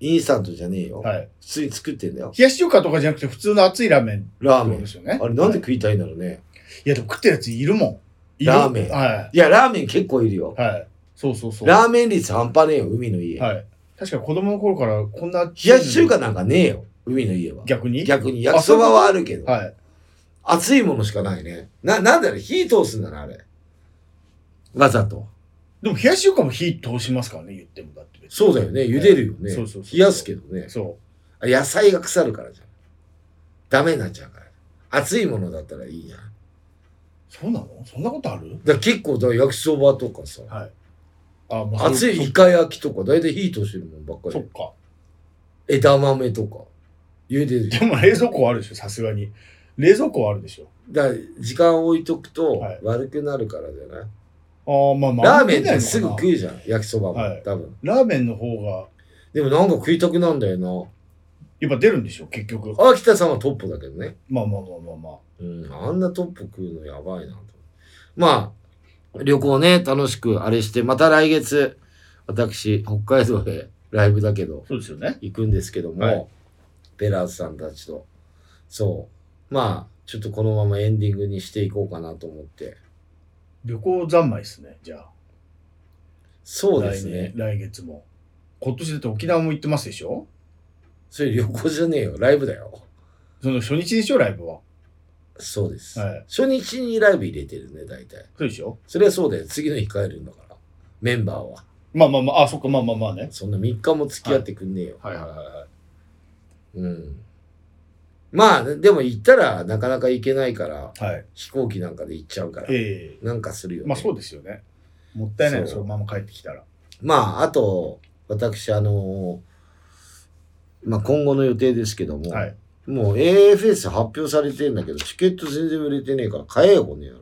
Speaker 1: いインスタントじゃねえよ、
Speaker 2: う。はい。
Speaker 1: 普通に作ってんだよ
Speaker 2: 冷やし中華とかじゃなくて普通の熱いラーメン
Speaker 1: ラー
Speaker 2: そ
Speaker 1: メ
Speaker 2: う
Speaker 1: ン
Speaker 2: ですよね。
Speaker 1: あれなんで
Speaker 2: はい
Speaker 1: 食いたいんだろうね、い、
Speaker 2: いや、でも食ってるやついるもん。いる
Speaker 1: ラーメン
Speaker 2: は
Speaker 1: やラーメン結構いるよ
Speaker 2: い。はい。そうそうそう。
Speaker 1: ラーメン率半端ねえよ海の家、
Speaker 2: はい。確かに子供の頃からこんな。冷
Speaker 1: 冷やし中華なんかねえよ。海の家は。
Speaker 2: 逆に
Speaker 1: 逆に。焼きそばはあるけど。
Speaker 2: はい。
Speaker 1: 熱いものしかないね。な、なんだろう、火通すんだな、あれ。わざと。
Speaker 2: でも冷やし中華も火通しますからね、言ってもだって別
Speaker 1: そうだよね。茹でるよね。
Speaker 2: そうそうそう
Speaker 1: 冷やすけどね
Speaker 2: に。。そ
Speaker 1: あ野菜が腐るからじゃん。ダメになっちゃうから。熱いものだったらいいやん。だか
Speaker 2: う。そうなのそんなことある
Speaker 1: ら結構だ、焼きそばとかさ。
Speaker 2: はい。あ、まあ
Speaker 1: 熱いイカ焼きとか、だいたい火通してるもんばっか
Speaker 2: そそっ
Speaker 1: り。
Speaker 2: か。
Speaker 1: 枝豆とか。茹でる。
Speaker 2: でも冷蔵庫はあるでしょ、さすがに。冷蔵庫はあるでしょ。
Speaker 1: だから時間置いとくと
Speaker 2: はい
Speaker 1: 悪くなるからじゃない、
Speaker 2: ああ、まあま
Speaker 1: ラ
Speaker 2: あ。
Speaker 1: ーメンってすぐ
Speaker 2: あんま
Speaker 1: 食
Speaker 2: り
Speaker 1: うじゃん。焼きそばも、
Speaker 2: はい
Speaker 1: 多分。
Speaker 2: 出ないのかなラーメンの方が、
Speaker 1: でもなんか食いたくなんだよ
Speaker 2: やっぱ出るんでしょ、結局。
Speaker 1: な。秋田さんはトップだけどね。
Speaker 2: まあまあまあまあまあ。
Speaker 1: うん、あんなトップ食うのやばいなと。まあ、旅行ね、楽しくあれして、また来月、私、北海道でライブだけど、
Speaker 2: そうですよね。
Speaker 1: 行くんですけども、
Speaker 2: はい
Speaker 1: ベラーズさんたちと、そう。まあ、ちょっとこのままエンディングにしていこうかなと思って。
Speaker 2: 旅行三昧ですね、じゃあ。
Speaker 1: そうですね
Speaker 2: 来。年来月も。今年だって沖縄も行ってますでしょ
Speaker 1: それ旅行じゃねえよ。ライブだよ。
Speaker 2: その初日でしょ、ライブは。
Speaker 1: そうです。
Speaker 2: はい
Speaker 1: 初日にライブ入れてるね、大体。
Speaker 2: そうでしょ
Speaker 1: それはそうだよ。次の日帰るんだから。メンバーは。
Speaker 2: まあまあまあ、あ、そっか、まあまあまあね。
Speaker 1: そんな3日も付き合ってくんねえよ。
Speaker 2: はいはいはいはい。
Speaker 1: うん。まあ、でも行ったらなかなか行けないから、
Speaker 2: はい。
Speaker 1: 飛行機なんかで行っちゃうから、
Speaker 2: ええ
Speaker 1: なんかするよ、ね。
Speaker 2: まあそうですよね。もったいないよ、
Speaker 1: そう
Speaker 2: そのまま帰ってきたら。
Speaker 1: まあ、あと、私、あのーまあ今後の予定ですけども、
Speaker 2: はい。
Speaker 1: もう AFS 発表されてんだけど、チケット全然売れてねえから買えよ、この野郎。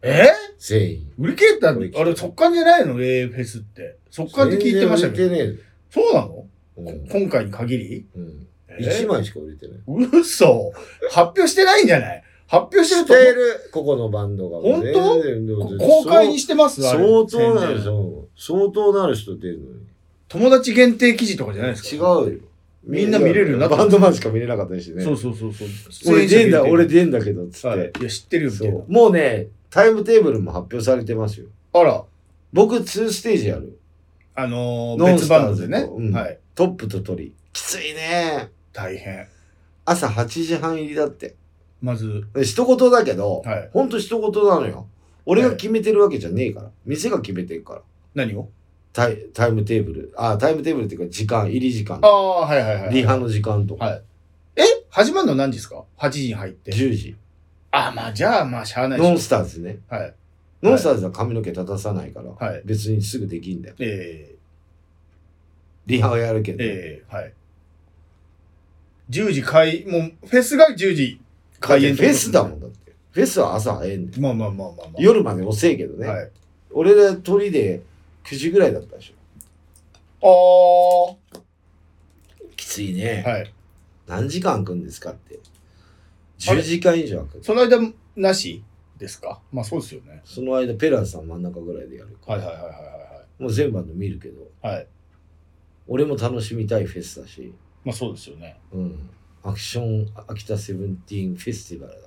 Speaker 2: え
Speaker 1: 全員。
Speaker 2: 売り切れたのあれ、速乾じゃないの ?A フェスって。速乾って聞いてましたけ
Speaker 1: 全
Speaker 2: ど。
Speaker 1: 然売れてね
Speaker 2: そうなの、
Speaker 1: え。うん
Speaker 2: 今回に限り
Speaker 1: うん。
Speaker 2: え
Speaker 1: 1枚しか売れてない。
Speaker 2: 嘘発表してないんじゃない発表して
Speaker 1: 知っ
Speaker 2: ると
Speaker 1: て
Speaker 2: 思
Speaker 1: る、ここのバンドが。
Speaker 2: 本当
Speaker 1: 全然
Speaker 2: う公開にしてますあれ
Speaker 1: 相当なる
Speaker 2: 宣伝
Speaker 1: 人、相当なる人出るのに。
Speaker 2: 友達限定記事とかじゃないですか
Speaker 1: 違うよ。
Speaker 2: みんな見れるようになった
Speaker 1: バンドマンしか見れなかったしね。
Speaker 2: そうそうそうそう。
Speaker 1: 俺出んだ、俺
Speaker 2: 出
Speaker 1: 出んだけど、つっ
Speaker 2: はい
Speaker 1: て。
Speaker 2: いや、知ってるよ、み
Speaker 1: そ
Speaker 2: たいな
Speaker 1: う。もうね、タイムテーブルも発表されてますよ。
Speaker 2: あら、
Speaker 1: 僕、2ステージやる。
Speaker 2: あのー、
Speaker 1: ノン
Speaker 2: 別
Speaker 1: スタ
Speaker 2: バン
Speaker 1: ー
Speaker 2: ド
Speaker 1: ズ
Speaker 2: で
Speaker 1: と
Speaker 2: ね。
Speaker 1: うん
Speaker 2: はい。
Speaker 1: トップとトリ。きついね。
Speaker 2: 大変。
Speaker 1: 朝8時半入りだって。
Speaker 2: まず、
Speaker 1: で一言だけど、
Speaker 2: はい。
Speaker 1: ほんと一言なのよ。俺が決めてるわけじゃねえから。店が決めてるから。
Speaker 2: 何を
Speaker 1: タイタイムテーブル。あ、タイムテーブルっていうか、時間、入り時間
Speaker 2: あ。あ、はいはいはい。
Speaker 1: リハの時間とか。
Speaker 2: はい。え始まるの何時ですか ?8 時に入って。
Speaker 1: 10時。
Speaker 2: ああ、まあ、じゃあ、まあ、しゃあないし
Speaker 1: ノンスターズね。
Speaker 2: はい。
Speaker 1: ノンスターズは髪の毛立たさないから、
Speaker 2: はい。
Speaker 1: 別にすぐできんだよ。
Speaker 2: え
Speaker 1: リハはやるけ
Speaker 2: ー、
Speaker 1: ど。
Speaker 2: えー、はい。10時開、もう、フェスが10時開
Speaker 1: だ
Speaker 2: 演
Speaker 1: ってフェスだも
Speaker 2: ん。
Speaker 1: んだって。フェスは朝早いんだよ。
Speaker 2: まあまあまあまあまあ。
Speaker 1: 夜まで遅いけどね。
Speaker 2: はい。
Speaker 1: 俺ら鳥で9時ぐらいだったでしょ。
Speaker 2: ああ、は
Speaker 1: きついね。
Speaker 2: い。
Speaker 1: 何時間空くんですかって。
Speaker 2: あ
Speaker 1: 10
Speaker 2: れ
Speaker 1: 時間以上空く。
Speaker 2: その間、なしですかまあ、そうですよね。
Speaker 1: その間、ペラーさん真ん中ぐらいでやるから。
Speaker 2: はいはいはいはいはい。
Speaker 1: もう全部あの見るけど。
Speaker 2: はい。
Speaker 1: 俺も楽しみたいフェスだし。
Speaker 2: まあそうですよね。
Speaker 1: うん。アクション秋田セブンティーンフェスティバルだ。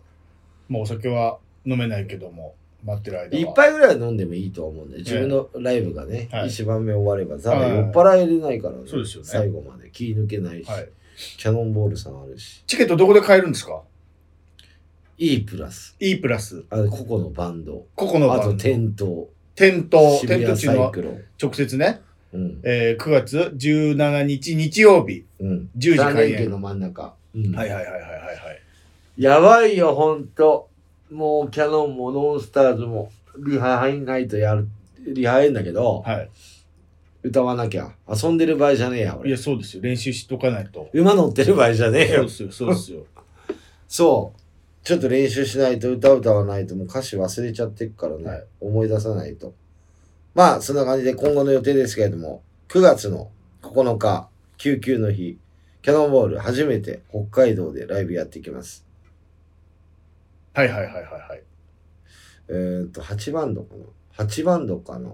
Speaker 2: まあお酒は飲めないけども、待ってる間は。
Speaker 1: 一
Speaker 2: い
Speaker 1: 杯ぐらいは飲んでもいいと思うんで、自分のライブがね、
Speaker 2: はい
Speaker 1: 一番目終われば、多
Speaker 2: は
Speaker 1: 分
Speaker 2: い
Speaker 1: 酔っ払えれないから、
Speaker 2: そうですよね
Speaker 1: 最後まで気抜けないし、
Speaker 2: はい。
Speaker 1: キャノンボールさんあるし、
Speaker 2: チケットどこで買えるんですか
Speaker 1: E プラス、
Speaker 2: ?E プラス、
Speaker 1: あ個々のバンド、
Speaker 2: ここの
Speaker 1: あ
Speaker 2: バ
Speaker 1: と
Speaker 2: ンド。
Speaker 1: 店頭、
Speaker 2: 店頭、
Speaker 1: 渋
Speaker 2: 店頭
Speaker 1: 谷
Speaker 2: 中
Speaker 1: サイ
Speaker 2: の
Speaker 1: クロン。
Speaker 2: 直接ね、
Speaker 1: うん。
Speaker 2: えー、9月17日日曜日、
Speaker 1: うん。
Speaker 2: 10時
Speaker 1: 三
Speaker 2: 開
Speaker 1: 連休
Speaker 2: 演。
Speaker 1: の真ん中。うん
Speaker 2: はいはいはいはいはいはい。
Speaker 1: やばいよ、ほんと。もうキャノンもノンスターズも、リハ入んないとやる、リハ入んだけど、
Speaker 2: は
Speaker 1: 歌わなきゃ。遊んでる場合じゃねえや、
Speaker 2: い、いや
Speaker 1: 俺。
Speaker 2: そうですよ。練習しとかないと。
Speaker 1: 馬乗ってる場合じゃねえ
Speaker 2: そう
Speaker 1: よ
Speaker 2: で。すよ、そうですよ。
Speaker 1: そう。ちょっと練習しないと歌歌わないともう歌詞忘れちゃってっからね、
Speaker 2: はい
Speaker 1: 思い出さないと。まあそんな感じで今後の予定ですけれども、9月の9日、救急の日、キャノンボール初めて北海道でライブやっていきます。
Speaker 2: はいはいはいはいはい。
Speaker 1: えーっと、8バンドかな ?8 バンドかな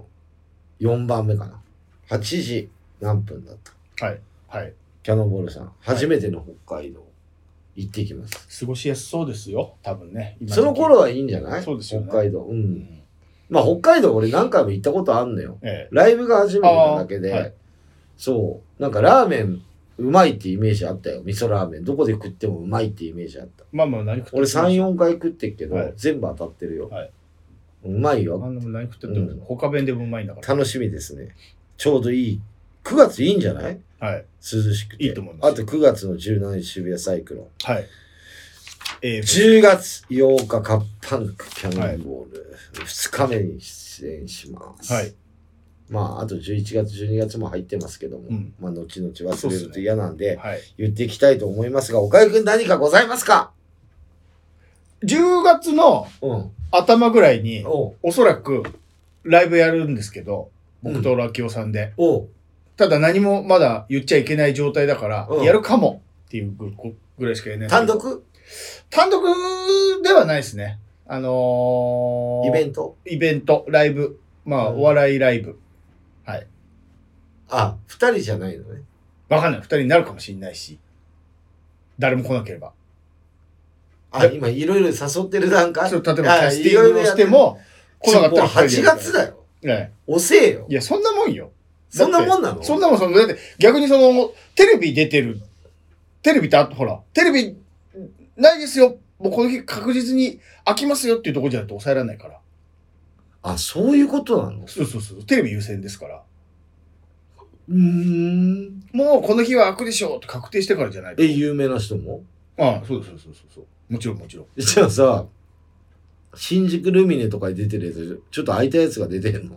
Speaker 1: ?4 番目かな ?8 時何分だった
Speaker 2: はい。
Speaker 1: キャノンボールさん、初めての北海道行ってきます。
Speaker 2: 過ごしやすそうですよ、多分ね。今時期
Speaker 1: その頃はいいんじゃない
Speaker 2: そうですよね
Speaker 1: 北海道。う。
Speaker 2: うんん
Speaker 1: まあ北海道俺何回も行ったことあんのよ。
Speaker 2: ええ
Speaker 1: ライブが初めてなだけで、
Speaker 2: あーはい
Speaker 1: そう。なんかラーメン、うまいってイメージあったよ。味噌ラーメン。どこで食ってもうまいってイメージあった。
Speaker 2: まあまあ、何食って
Speaker 1: 俺3、4回食ってっけど、
Speaker 2: はい
Speaker 1: 全部当たってるよ。
Speaker 2: はい、
Speaker 1: うまい
Speaker 2: あ
Speaker 1: よ。
Speaker 2: んなもん何食っても、
Speaker 1: うん
Speaker 2: 他弁でもうまいんだから。
Speaker 1: 楽しみですね。ちょうどいい。9月いいんじゃない
Speaker 2: はい。
Speaker 1: 涼しくて。
Speaker 2: いいと思います
Speaker 1: あと9月の17日渋谷サイクロン。
Speaker 2: はい。えー、
Speaker 1: 10月8日カップパンクキャノンボール。2日目に出演します。
Speaker 2: はい。
Speaker 1: まあ、あと11月、12月も入ってますけども、
Speaker 2: うん
Speaker 1: まあ、後々忘
Speaker 2: そうっ
Speaker 1: れ
Speaker 2: す
Speaker 1: ると
Speaker 2: ね
Speaker 1: 嫌なんで、
Speaker 2: はい。
Speaker 1: 言っていきたいと思いますが、岡井くん何かございますか
Speaker 2: 10月の
Speaker 1: うん。
Speaker 2: 頭ぐらいに、
Speaker 1: おう。
Speaker 2: おそらく、ライブやるんですけど、
Speaker 1: うん
Speaker 2: 僕とラキオさんで。
Speaker 1: おう。
Speaker 2: ただ何もまだ言っちゃいけない状態だから、
Speaker 1: うん
Speaker 2: やるかもっていうぐぐらいしか言えない。
Speaker 1: 単独
Speaker 2: 単独ではないですね。あのー、
Speaker 1: イベ
Speaker 2: ン
Speaker 1: ント
Speaker 2: ト。イベント、ライブ。まあ、
Speaker 1: うん
Speaker 2: お笑いライブ。
Speaker 1: あ、二人じゃないのね。
Speaker 2: わかんない。二人になるかもしれないし。誰も来なければ。
Speaker 1: あ、今いろいろ誘ってる段階
Speaker 2: それ例えばキ
Speaker 1: あ
Speaker 2: ャスティングをしても、来
Speaker 1: いろ
Speaker 2: ないかっ
Speaker 1: ろや
Speaker 2: たら
Speaker 1: ってるもう8月
Speaker 2: よ。
Speaker 1: だよ。
Speaker 2: え
Speaker 1: 遅えよ
Speaker 2: え。いや、そんなもんよ。
Speaker 1: そんなもんなの
Speaker 2: そんなもん、その、だって逆にその、テレビ出てる、テレビってあとほら、テレビないですよ。もうこの日確実に飽きますよっていうところじゃないと抑えられないから。
Speaker 1: あ、そういうことなの
Speaker 2: そうそうそう。テレビ優先ですから。
Speaker 1: うーん。
Speaker 2: もうこの日は開くでしょうって確定してからじゃないと
Speaker 1: え、。有名な人も
Speaker 2: ああ、そうそうそうそうそう。もちろんもちろん。
Speaker 1: じゃあさ、新宿ルミネとかに出てるやつ、ちょっと空いたやつが出てんの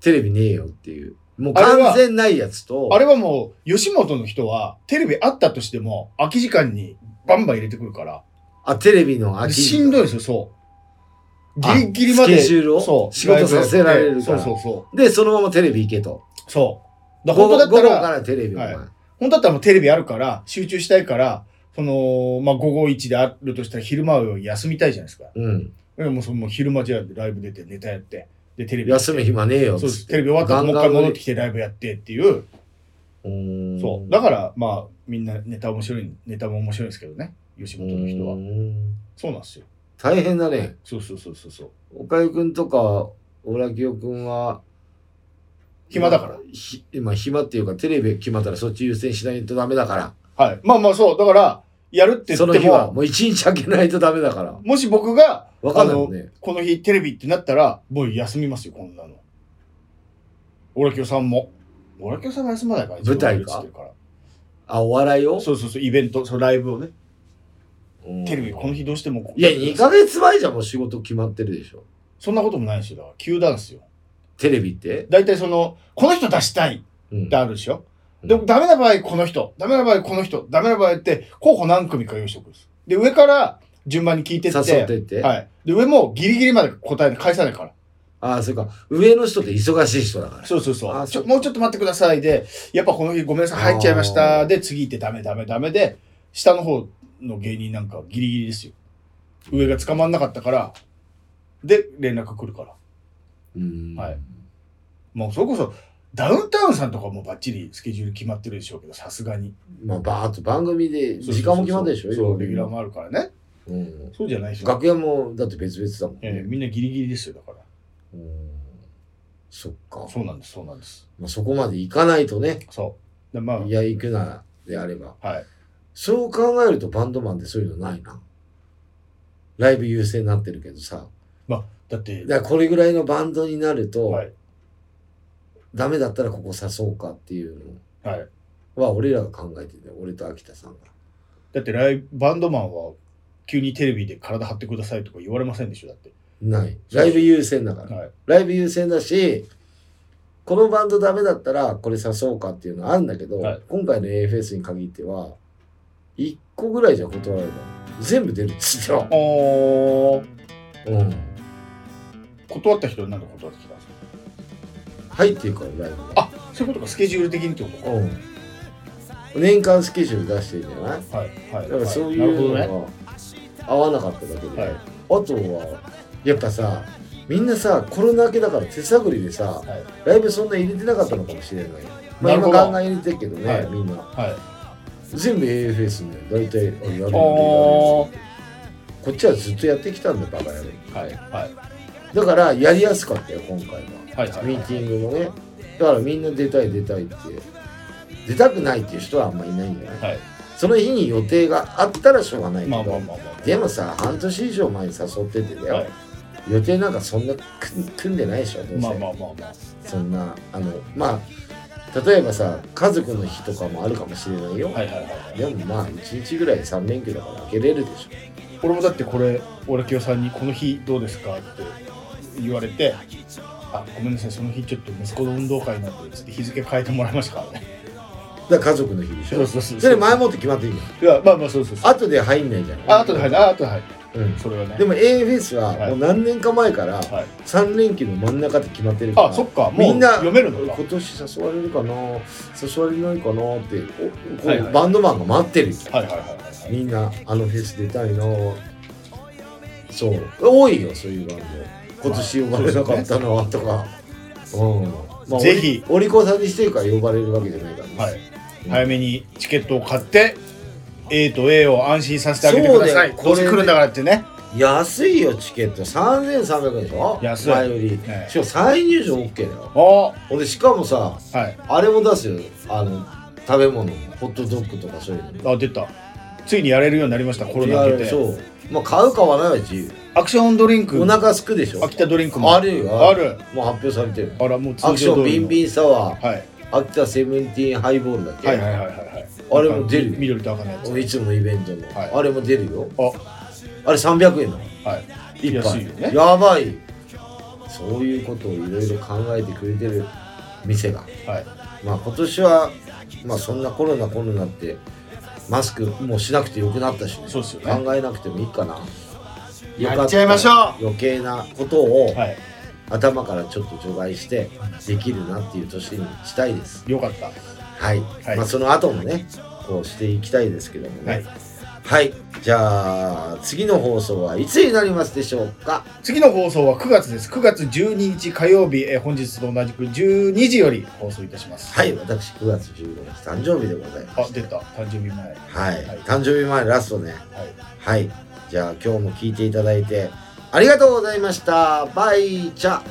Speaker 1: テレビねえよっていう。もう
Speaker 2: あれは
Speaker 1: 完全ないやつと、
Speaker 2: あれはもう、吉本の人は、テレビあったとしても、空き時間にバンバン入れてくるから、
Speaker 1: あ、テレビの空
Speaker 2: で
Speaker 1: き
Speaker 2: しんどいですよ、そう。ギリギリま
Speaker 1: あ
Speaker 2: で。
Speaker 1: スケジュールを
Speaker 2: そう。
Speaker 1: 仕事させられる
Speaker 2: ライブやって
Speaker 1: から
Speaker 2: そうそうそ
Speaker 1: で、そのままテレビ行けと。
Speaker 2: う。そう。だ
Speaker 1: 午
Speaker 2: から本
Speaker 1: 後
Speaker 2: 当だっ
Speaker 1: 午
Speaker 2: た
Speaker 1: 後
Speaker 2: ら、
Speaker 1: からテレビ、お前。
Speaker 2: はい本当だったらもうテレビあるから、集中したいから、その、まあ、午後1であるとしたら昼間を休みたいじゃないですか。
Speaker 1: うん。
Speaker 2: でもうそのもう昼間じゃあライブ出てネタやって、で、テレビ。
Speaker 1: 休む暇ねえよっ
Speaker 2: そうで
Speaker 1: つっ
Speaker 2: す。
Speaker 1: て。
Speaker 2: テレビ終わったらもう一
Speaker 1: ガンガ
Speaker 2: 回
Speaker 1: ン
Speaker 2: 戻ってきてライブやってっていう。
Speaker 1: うーん
Speaker 2: そう。だから、まあ、みんなネタ面白い、ネタも面白いんですけどね。吉本の人は
Speaker 1: う。ーん
Speaker 2: そうなんですよ。
Speaker 1: 大変だね。
Speaker 2: そうそうそうそうそう。
Speaker 1: 岡井くんとか、オラキオくんは、
Speaker 2: 暇だから。
Speaker 1: ひ今、暇っていうか、テレビ決まったらそっち優先しないとダメだから。
Speaker 2: はい。まあまあそう。だから、やるって言
Speaker 1: そ
Speaker 2: っ
Speaker 1: の
Speaker 2: て
Speaker 1: 日は、
Speaker 2: も、
Speaker 1: もう一日開けないとダメだから。
Speaker 2: もし僕が、
Speaker 1: わかんないもんね。
Speaker 2: この日テレビってなったら、もう休みますよ、こんなの。オラキオさんも。オラキオさんは休まないから、
Speaker 1: 舞台か
Speaker 2: 一応俺映ってるから
Speaker 1: あ、お笑いを
Speaker 2: そうそうそう、イベント、そのライブをね。
Speaker 1: うん
Speaker 2: テレビ、この日どうしても。
Speaker 1: いや、2ヶ月前じゃもう仕事決まってるでしょ。
Speaker 2: そんなこともないですよ。だから、急なんですよ。
Speaker 1: テレビって。
Speaker 2: 大体その、この人出したい
Speaker 1: うん
Speaker 2: ってあるでし
Speaker 1: う
Speaker 2: ょ。
Speaker 1: ん
Speaker 2: でも、ダメな場合、この人。ダメな場合、この人。ダメな場合って、候補何組か用意しておくんです。で、上から順番に聞いてって。
Speaker 1: 誘ってって。
Speaker 2: はい。で、上もギリギリまで答え、返さないから。
Speaker 1: ああ、そうか。上の人って忙しい人だから。
Speaker 2: そうそうそ
Speaker 1: あ
Speaker 2: う。ちょもうちょっと待ってくださいで、やっぱこの日ごめんなさい、入っちゃいまし
Speaker 1: あ
Speaker 2: た。
Speaker 1: ー
Speaker 2: で、次行ってダメダメダメで、下の方の芸人なんかギリギリですよ。上が捕まんなかったから、で、連絡来るから。
Speaker 1: うん。
Speaker 2: はいもうそれこそ、ダウンタウンさんとかもバッチリスケジュール決まってるでしょうけど、さすがに。
Speaker 1: まあ、バーッと番組で時間も決まってるでしょ、
Speaker 2: そうそうそうそう
Speaker 1: い
Speaker 2: レギュ
Speaker 1: ろ
Speaker 2: ラー
Speaker 1: い
Speaker 2: もあるからね。
Speaker 1: ろうん。
Speaker 2: そうじゃないでしょ。
Speaker 1: 楽屋も、だって別々だもんね。
Speaker 2: ええみんなギリギリですよ、だから。
Speaker 1: うんそっか。
Speaker 2: そうなんです、そうなんです。
Speaker 1: まあ、そこまで行かないとね。
Speaker 2: そう。でまあ、
Speaker 1: いや、行くならであれば。
Speaker 2: はい。
Speaker 1: そう考えるとバンドマンってそういうのないな。ライブ優先になってるけどさ。
Speaker 2: だって、
Speaker 1: だからこれぐらいのバンドになると、
Speaker 2: はい。
Speaker 1: ダメだったらここ誘おうかっていう
Speaker 2: はい。
Speaker 1: のは俺らが考えてて、俺と秋田さんが。
Speaker 2: だってライブバンドマンは急にテレビで体張ってくださいとか言われませんでしょだって、
Speaker 1: ない。ライブ優先だから。
Speaker 2: はい、
Speaker 1: ライブ優先だし、このバンドダメだったらこれ誘おうかっていうのはあるんだけど、
Speaker 2: はい
Speaker 1: 今回の AFS に限っては、1個ぐらいじゃ断られた。全部出るっつってよ。
Speaker 2: お
Speaker 1: うん。
Speaker 2: 断った人は何で断ってきたんですか
Speaker 1: 入ってるから、ライブが。
Speaker 2: あそういうことかスケジュール的にってことか
Speaker 1: うん。年間スケジュール出してるじゃない
Speaker 2: はいはい
Speaker 1: だからそう
Speaker 2: なるほ
Speaker 1: いう
Speaker 2: どね
Speaker 1: のが合わなかっただけで、
Speaker 2: はい
Speaker 1: あとはやっぱさみんなさコロナ明けだから手探りでさ
Speaker 2: はい
Speaker 1: ライブそんな入れてなかったのかもしれないまあ
Speaker 2: なる
Speaker 1: 今
Speaker 2: ほど
Speaker 1: ガンガン入れてるけどね、
Speaker 2: はい
Speaker 1: みんな
Speaker 2: はい
Speaker 1: 全部 AFS ね大体あやるよやるよ
Speaker 2: おー
Speaker 1: こっちはずっとやってきたんだバカやる
Speaker 2: はいはい
Speaker 1: だからやりやすかったよ今回は
Speaker 2: はいはい
Speaker 1: ミーティングもねだからみんな出たい出たいって出たくないっていう人はあんまいないんだよね
Speaker 2: はい
Speaker 1: その日に予定があったらしょうがないけど、
Speaker 2: まあまあまあまあ
Speaker 1: でもさ半年以上前に誘っててだよ、
Speaker 2: はい
Speaker 1: 予定なんかそんなくん組んでないでしょどうせ、
Speaker 2: まあまあまあまあ
Speaker 1: そんなあのまあ例えばさ家族の日とかもあるかもしれないよ、
Speaker 2: はいはいはいはい
Speaker 1: でもまあ1日ぐらい3連休だから開けれるでしょ
Speaker 2: 俺もだってこれオラキオさんに「この日どうですか?」って言われて「あごめんなさいその日ちょっと息子の運動会なんで」つって日付変えてもらいましたからね
Speaker 1: だから家族の日でしょ
Speaker 2: そうそうそう
Speaker 1: れ前もって決まっていいの
Speaker 2: いやまあまあそうそうそう
Speaker 1: 後で入んないじゃん
Speaker 2: ああとで入るああとで入る
Speaker 1: うん
Speaker 2: それはね
Speaker 1: でも a f s は
Speaker 2: はい
Speaker 1: もう何年か前から
Speaker 2: はい、
Speaker 1: 3連休の真ん中って決まってるから
Speaker 2: あそっかも
Speaker 1: み
Speaker 2: うん
Speaker 1: な
Speaker 2: 読めるの
Speaker 1: 今
Speaker 2: か
Speaker 1: 年誘われるかな誘われないかなっておこう
Speaker 2: はいはい
Speaker 1: バンドマンが待ってるよ
Speaker 2: はいはいはいはい
Speaker 1: みんなあのフェス出たいなそう多いよそういうバンド今年呼ばれなかったなとか、うんまあ
Speaker 2: ぜひ
Speaker 1: お利お利口さんにしてるから呼ばれるわけじゃないからね、
Speaker 2: はい早めにチケットを買って A と A を安心させてあげてください、
Speaker 1: そうだよ
Speaker 2: どうせ来るんだからってね
Speaker 1: 安いよチケット3300円でしょ
Speaker 2: 安い
Speaker 1: 前より、
Speaker 2: ええ
Speaker 1: しかも再入場 OK だよ
Speaker 2: お
Speaker 1: ほんでしかもさ
Speaker 2: はい
Speaker 1: あれも出すよあの食べ物もホットドッグとかそういうの
Speaker 2: あ出たついにやれるようになりましたコロナ明け
Speaker 1: そ
Speaker 2: て
Speaker 1: うまあ買う買わないは自由
Speaker 2: アクションドリンク
Speaker 1: お腹すくでしょ
Speaker 2: 秋田ドリンクも
Speaker 1: あるよ
Speaker 2: ある
Speaker 1: もう発表されてる
Speaker 2: あらもう通
Speaker 1: アクションビンビ
Speaker 2: ン
Speaker 1: ンサワー
Speaker 2: はい
Speaker 1: 秋田セブンティーンハイボールだっけ、
Speaker 2: はいはいはいはいはい
Speaker 1: あれも出るよ
Speaker 2: 緑と赤のやつ
Speaker 1: いつものイベントの、
Speaker 2: はい
Speaker 1: あれも出るよ
Speaker 2: あ
Speaker 1: あれ300円なの
Speaker 2: はい
Speaker 1: 一
Speaker 2: 安
Speaker 1: 杯
Speaker 2: いよね
Speaker 1: やばいそういうことをいろいろ考えてくれてる店が
Speaker 2: はい
Speaker 1: まあ今年はまあそんなコロナコロナってマスクもうしなくてよくなったし、ね、
Speaker 2: そうっすよね
Speaker 1: 考えなくてもいいかな
Speaker 2: やっちゃいましょう
Speaker 1: よかったら余計なことを
Speaker 2: はい
Speaker 1: 頭からちょっと除外してできるなっていう年にしたいです
Speaker 2: よかった
Speaker 1: はい、
Speaker 2: はい
Speaker 1: まあその後もねこうしていきたいですけどもね
Speaker 2: はい
Speaker 1: はい、じゃあ次の放送はいつになりますでしょうか
Speaker 2: 次の放送は9月です9月12日火曜日えー本日と同じく12時より放送いたします
Speaker 1: はい私9月15日誕生日でございま
Speaker 2: あ
Speaker 1: す
Speaker 2: 出た誕生日前はい
Speaker 1: はい、
Speaker 2: はい
Speaker 1: 誕生日前ラストねはいじゃあ今日も聞いていただいてありがとうございましたバイチャ